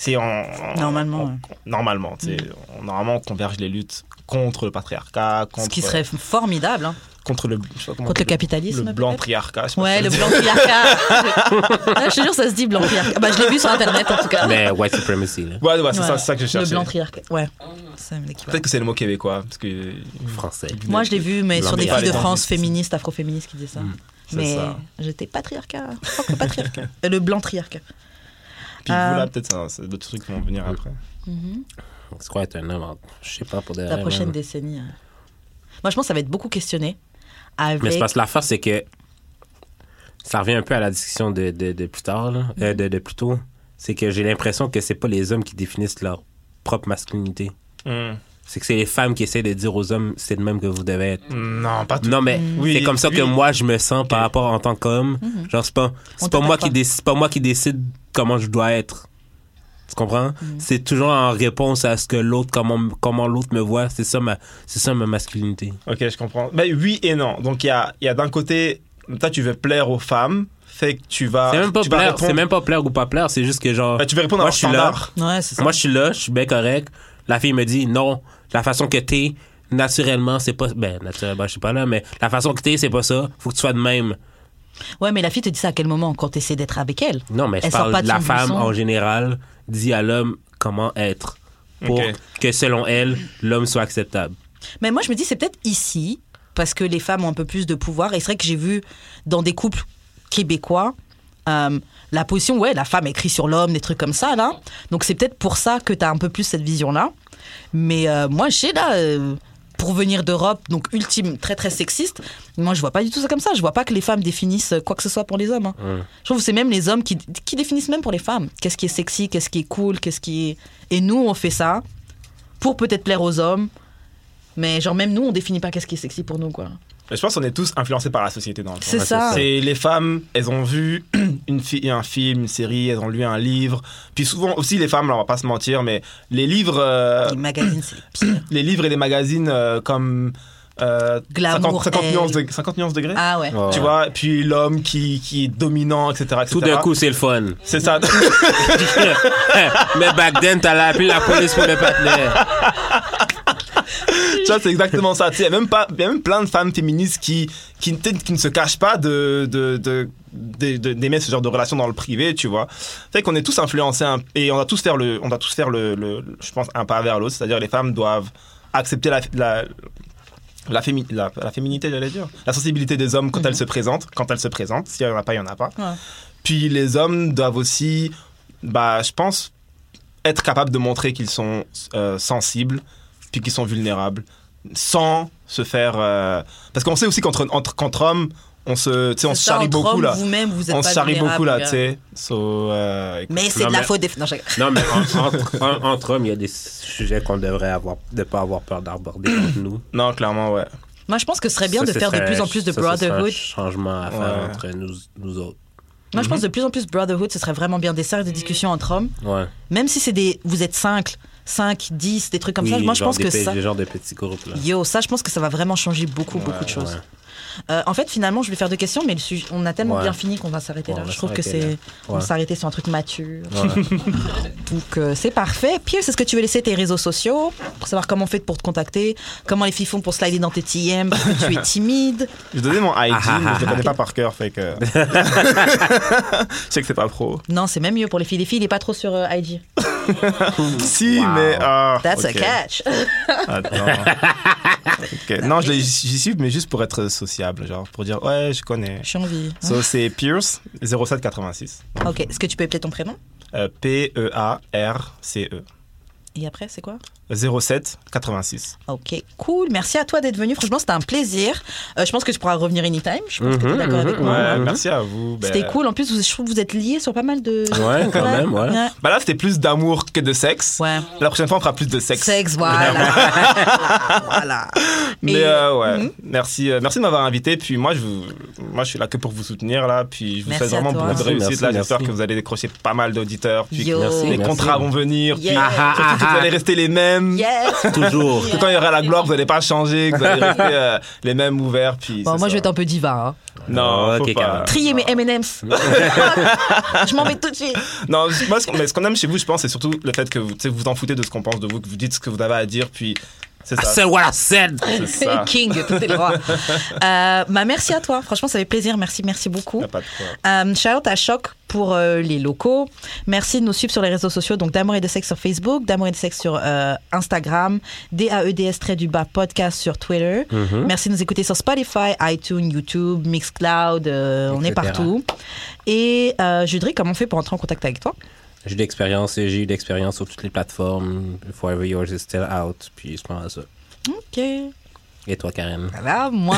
Speaker 4: C'est en-
Speaker 2: Normalement, euh,
Speaker 4: on-
Speaker 2: ouais. Mm.
Speaker 4: Normalement, tu sais, on- normalement, on converge les luttes contre le patriarcat, contre,
Speaker 2: Ce qui serait formidable, hein,
Speaker 4: contre le, je sais pas comment
Speaker 2: contre le
Speaker 4: on dit,
Speaker 2: capitalisme.
Speaker 4: le blanc
Speaker 2: peut-être.
Speaker 4: triarcat. je sais pas
Speaker 2: Ouais,
Speaker 4: si
Speaker 2: le
Speaker 4: on dit.
Speaker 2: blanc triarcat. Ouais, je te jure, ça se dit blanc triarcat. Bah, je l'ai vu sur internet en tout cas.
Speaker 3: Mais white supremacy, là.
Speaker 4: Ouais, ouais, c'est
Speaker 2: Ouais.
Speaker 4: ça, c'est ça que je
Speaker 2: Le
Speaker 4: cherchais.
Speaker 2: blanc triarcat. Ouais. C'est l'équivalent.
Speaker 4: Peut-être que c'est le mot québécois, parce que
Speaker 3: Français.
Speaker 2: Moi, je l'ai vu, mais
Speaker 4: Blanc
Speaker 2: sur des
Speaker 4: triarcat.
Speaker 2: filles de
Speaker 4: Pas les
Speaker 2: France
Speaker 4: dentistes.
Speaker 2: féministes, afroféministes qui disaient ça.
Speaker 4: c'est
Speaker 2: Mais
Speaker 4: ça.
Speaker 2: j'étais patriarcat. Je crois que le patriarcat. Euh, le blanc triarcat.
Speaker 4: Puis vous,
Speaker 2: Euh,
Speaker 4: là, peut-être, c'est- c'est d'autres trucs qui vont venir après.
Speaker 3: C'est quoi être un homme? en- Je sais pas pour de
Speaker 2: La
Speaker 3: vrai,
Speaker 2: prochaine
Speaker 3: man.
Speaker 2: décennie. euh. Moi, je pense que ça va être beaucoup questionné. Avec...
Speaker 3: Mais c'est parce que l'affaire, c'est que ça revient un peu à la discussion de, de, de plus tard, là, euh, de, de plus tôt. C'est que j'ai l'impression que c'est pas les hommes qui définissent leur propre masculinité.
Speaker 4: Hmm.
Speaker 3: C'est que c'est les femmes qui essaient de dire aux hommes c'est le même que vous devez être.
Speaker 4: Non, pas tout.
Speaker 3: Non, mais
Speaker 4: Oui,
Speaker 3: c'est comme ça que
Speaker 4: oui.
Speaker 3: moi je me sens par rapport en tant qu'homme. Genre, c'est
Speaker 2: On
Speaker 3: pas, c'est pas, moi
Speaker 2: t'attaque
Speaker 3: qui décide- c'est pas moi qui décide comment je dois être. Tu comprends? C'est toujours en réponse à ce que l'autre, comment, comment l'autre me voit. C'est ça, ma, c'est ça ma masculinité.
Speaker 4: Ok, je comprends. Mais oui et non. Donc, il y a, il y a d'un côté, toi, tu veux plaire aux femmes, fait que tu vas.
Speaker 3: c'est, même pas
Speaker 4: Ah, tu vas
Speaker 3: plaire,
Speaker 4: répondre-
Speaker 3: c'est même pas plaire ou pas plaire, c'est juste que genre.
Speaker 4: Bah, tu veux répondre
Speaker 3: Moi,
Speaker 4: à un
Speaker 3: je suis là.
Speaker 4: standard.
Speaker 2: Ouais, c'est ça.
Speaker 3: Moi, je suis là, je suis bien correct. La fille me dit non, la façon que t'es, naturellement, c'est pas. Ben, naturellement, je suis pas là, mais la façon que t'es, c'est pas ça. Faut que tu sois de même.
Speaker 2: Ouais, mais la fille te dit ça à quel moment Quand tu essaies d'être avec elle.
Speaker 3: Non, mais je
Speaker 2: Elle sort
Speaker 3: parle
Speaker 2: pas
Speaker 3: de
Speaker 2: de
Speaker 3: la
Speaker 2: son
Speaker 3: femme
Speaker 2: buisson.
Speaker 3: en général, dit à l'homme comment être pour
Speaker 4: Ok.
Speaker 3: que selon elle, l'homme soit acceptable.
Speaker 2: Mais moi, je me dis, c'est peut-être ici, parce que les femmes ont un peu plus de pouvoir. Et c'est vrai que j'ai vu dans des couples québécois, euh, la position, ouais, la femme écrit sur l'homme, des trucs comme ça, là. Donc c'est peut-être pour ça que tu as un peu plus cette vision-là. Mais euh, moi, je sais, là, euh, pour venir d'Europe, donc ultime, très, très sexiste, moi, je vois pas du tout ça comme ça. Je vois pas que les femmes définissent quoi que ce soit pour les hommes. hein.
Speaker 3: Mm.
Speaker 2: Je trouve que c'est même les hommes qui, qui définissent même pour les femmes. Qu'est-ce qui est sexy, qu'est-ce qui est cool, qu'est-ce qui est... Et nous, on fait ça pour peut-être plaire aux hommes. Mais genre même nous, on définit pas qu'est-ce qui est sexy pour nous, quoi.
Speaker 4: Mais Je pense qu'on est tous influencés par la société dans le fond.
Speaker 2: C'est
Speaker 3: ouais,
Speaker 2: ça.
Speaker 3: c'est
Speaker 4: C'est les femmes, elles ont vu une fi- un film, une série, elles ont lu un livre. Puis souvent aussi les femmes, là, on va pas se mentir, mais les livres, euh,
Speaker 2: Les magazines, c'est pire.
Speaker 4: les livres et les magazines euh, comme euh,
Speaker 2: Glamour,
Speaker 4: 50, 50
Speaker 2: elle.
Speaker 4: nuances de- 50 nuances degrés.
Speaker 2: Ah ouais.
Speaker 4: Tu vois, et puis l'homme qui, qui est dominant, etc. etc.
Speaker 3: Tout d'un coup, c'est le fun.
Speaker 4: C'est ça.
Speaker 3: mais back then, t'allais appeler la police pour le partenaire.
Speaker 4: Tu vois, c'est exactement ça. Tu sais, Il y, a même pas- il y a même plein de femmes féministes qui, qui, ne- qui ne se cachent pas de, de, de- de- de- d'aimer ce genre de relation dans le privé, tu vois. Fait qu'on est tous influencés un- et on doit tous faire, le, on doit tous faire le, le- le- je pense, un pas vers l'autre. C'est-à-dire les femmes doivent accepter la, la, la, fémi- la, la féminité, j'allais dire. La sensibilité des hommes quand elles se présentent. Quand elles se présentent. S'il n'y en a pas, il n'y en a pas.
Speaker 2: Mhm. Ouais.
Speaker 4: Puis les hommes doivent aussi, bah, je pense, être capables de montrer qu'ils sont euh, sensibles, puis qu'ils sont vulnérables, sans se faire. euh, Parce qu'on sait aussi qu'entre entre, qu'entre hommes, on se, tu sais, on
Speaker 2: C'est
Speaker 4: se
Speaker 2: ça,
Speaker 4: charrie
Speaker 2: entre
Speaker 4: beaucoup
Speaker 2: hommes,
Speaker 4: là.
Speaker 2: Vous-même, vous êtes
Speaker 4: On
Speaker 2: pas euh.
Speaker 4: se charrie
Speaker 2: vulnérables,
Speaker 4: beaucoup là,
Speaker 2: gars.
Speaker 4: tu sais. So, euh, écoute.
Speaker 2: Mais c'est
Speaker 3: Non,
Speaker 2: de la
Speaker 3: mais-
Speaker 2: faute des. Non, je-
Speaker 3: Non, mais en- entre, en- entre hommes, il y a des sujets qu'on devrait avoir, de pas avoir peur d'aborder entre nous.
Speaker 4: Non, clairement, ouais.
Speaker 2: Moi, je pense que ce serait bien
Speaker 3: Ça,
Speaker 2: de
Speaker 3: ce
Speaker 2: faire de
Speaker 3: serait-
Speaker 2: plus en plus de
Speaker 3: ça, ce serait
Speaker 2: brotherhood.
Speaker 3: un changement à faire
Speaker 4: Ouais.
Speaker 3: entre nous, nous autres.
Speaker 2: Moi, je pense de plus en plus brotherhood, ce serait vraiment bien des cercles de discussion entre hommes.
Speaker 3: Ouais.
Speaker 2: Même si c'est des. Vous êtes 5, 5, 10, des trucs comme ça.
Speaker 3: Oui,
Speaker 2: Moi, je
Speaker 3: genre
Speaker 2: pense
Speaker 3: des
Speaker 2: que
Speaker 3: pe-
Speaker 2: ça.
Speaker 3: des genres de petits groupes, là.
Speaker 2: Yo, ça, je pense que ça va vraiment changer beaucoup, beaucoup de choses.
Speaker 3: ouais.
Speaker 2: Euh, en fait, finalement, je vais faire deux questions, mais le sujet, on a tellement
Speaker 3: Ouais.
Speaker 2: bien fini qu'on va s'arrêter
Speaker 3: Ouais,
Speaker 2: là.
Speaker 3: on va
Speaker 2: Je trouve que
Speaker 3: s'arrêter là.
Speaker 2: c'est. On va
Speaker 3: Ouais.
Speaker 2: s'arrêter sur un truc mature.
Speaker 3: Ouais.
Speaker 2: Donc, euh, c'est parfait. Pierre, est-ce que tu veux laisser tes réseaux sociaux pour savoir comment on fait pour te contacter Comment les filles font pour slider dans tes TM parce que tu es timide
Speaker 4: Je donnais mon ID,
Speaker 3: Ah, ah,
Speaker 4: mais je le
Speaker 3: ah,
Speaker 4: connais
Speaker 3: ok.
Speaker 4: pas par cœur, fait que. je sais que c'est pas pro.
Speaker 2: Non, c'est même mieux pour les filles. Les filles, il est pas trop sur euh, IG.
Speaker 4: Si,
Speaker 3: Wow.
Speaker 4: mais. ah,
Speaker 2: That's
Speaker 4: ok.
Speaker 2: a catch.
Speaker 4: Attends. Ok. Non, je l'ai- j'y suis, mais juste pour être sociable, genre pour dire ouais, je connais.
Speaker 2: J'ai envie. hein.
Speaker 4: So, c'est Pierce 0786.
Speaker 2: Ok, est-ce que tu peux appeler ton prénom
Speaker 4: Euh, P-E-A-R-C-E.
Speaker 2: Et après, c'est quoi
Speaker 4: 0786.
Speaker 2: Ok, cool. Merci à toi d'être venu. Franchement, c'était un plaisir. Euh, je pense que tu pourras revenir anytime. Je pense que tu es
Speaker 3: Mhm,
Speaker 2: d'accord avec
Speaker 3: mhm,
Speaker 2: moi.
Speaker 4: Ouais,
Speaker 3: Mhm.
Speaker 4: merci à vous. Ben,
Speaker 2: C'était cool. En plus, vous- je trouve que vous êtes liés sur pas mal de.
Speaker 3: Ouais, quand même, ouais.
Speaker 4: Bah là, c'était plus d'amour que de sexe.
Speaker 2: Ouais.
Speaker 4: La prochaine fois, on fera plus de sexe.
Speaker 2: Sexe, voilà. voilà.
Speaker 4: Mais
Speaker 2: Et-
Speaker 4: euh, ouais,
Speaker 2: Mhm.
Speaker 4: merci, euh, merci de m'avoir invité. Puis moi, je vous, moi, je suis là que pour vous soutenir là. Puis je vous
Speaker 2: Merci
Speaker 4: souhaite vraiment
Speaker 2: à toi.
Speaker 4: beaucoup de
Speaker 3: Merci,
Speaker 4: réussite là.
Speaker 3: merci,
Speaker 4: J'espère
Speaker 3: merci.
Speaker 4: que vous allez décrocher pas mal d'auditeurs. Puis
Speaker 2: Yo.
Speaker 4: que les
Speaker 3: Merci.
Speaker 4: contrats vont venir.
Speaker 2: Yeah.
Speaker 3: Ah,
Speaker 4: Puis surtout que vous allez rester les mêmes. mêmes.
Speaker 2: Yes
Speaker 3: Toujours.
Speaker 4: Que quand il y aura la gloire, vous n'allez pas changer, que vous allez rester euh, les mêmes ouverts. Puis
Speaker 2: Bon, moi,
Speaker 4: c'est ça.
Speaker 2: je vais être un peu diva. hein.
Speaker 4: Non,
Speaker 3: Oh,
Speaker 4: faut
Speaker 3: ok,
Speaker 4: pas.
Speaker 3: Carole.
Speaker 2: Trier mes M&M's. je m'en vais tout de suite.
Speaker 4: Non, je- moi, ce qu'on mais ce qu'on aime chez vous, je pense, c'est surtout le fait que vous tu sais, vous vous en foutez de ce qu'on pense de vous, que vous dites ce que vous avez à dire, puis c'est
Speaker 3: I
Speaker 2: Ah,
Speaker 4: ça.
Speaker 3: said Ah, what I said.
Speaker 4: C'est ça.
Speaker 2: King, tout est le roi. Euh, bah, merci à toi. Franchement, ça fait plaisir. Merci, merci beaucoup.
Speaker 4: Y a pas de quoi.
Speaker 2: Euh, shout out à Choc pour euh, les locaux. Merci de nous suivre sur les réseaux sociaux. Donc, d'amour et de sexe sur Facebook, d'amour et de sexe sur euh, Instagram, E DAEDS trait du bas podcast sur Twitter. Merci de nous écouter sur Spotify, iTunes, YouTube, Mixcloud. euh, on est
Speaker 3: Etc.
Speaker 2: partout. Et euh, Judry, comment on fait pour entrer en contact avec toi
Speaker 3: J'ai de l'expérience, j'ai eu de l'expérience sur toutes les plateformes. Forever Yours is still out. Puis je prends à ça.
Speaker 2: Ok.
Speaker 3: Et toi, Karen?
Speaker 2: Voilà, moi.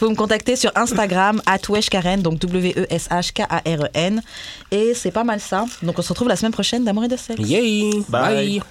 Speaker 2: Vous me contactez sur Instagram, @weshkaren, donc E W-E-S-H-K-A-R-E-N. Et c'est pas mal ça. Donc, on se retrouve la semaine prochaine d'amour et de sexe.
Speaker 3: Yay!
Speaker 4: Bye.
Speaker 3: Bye.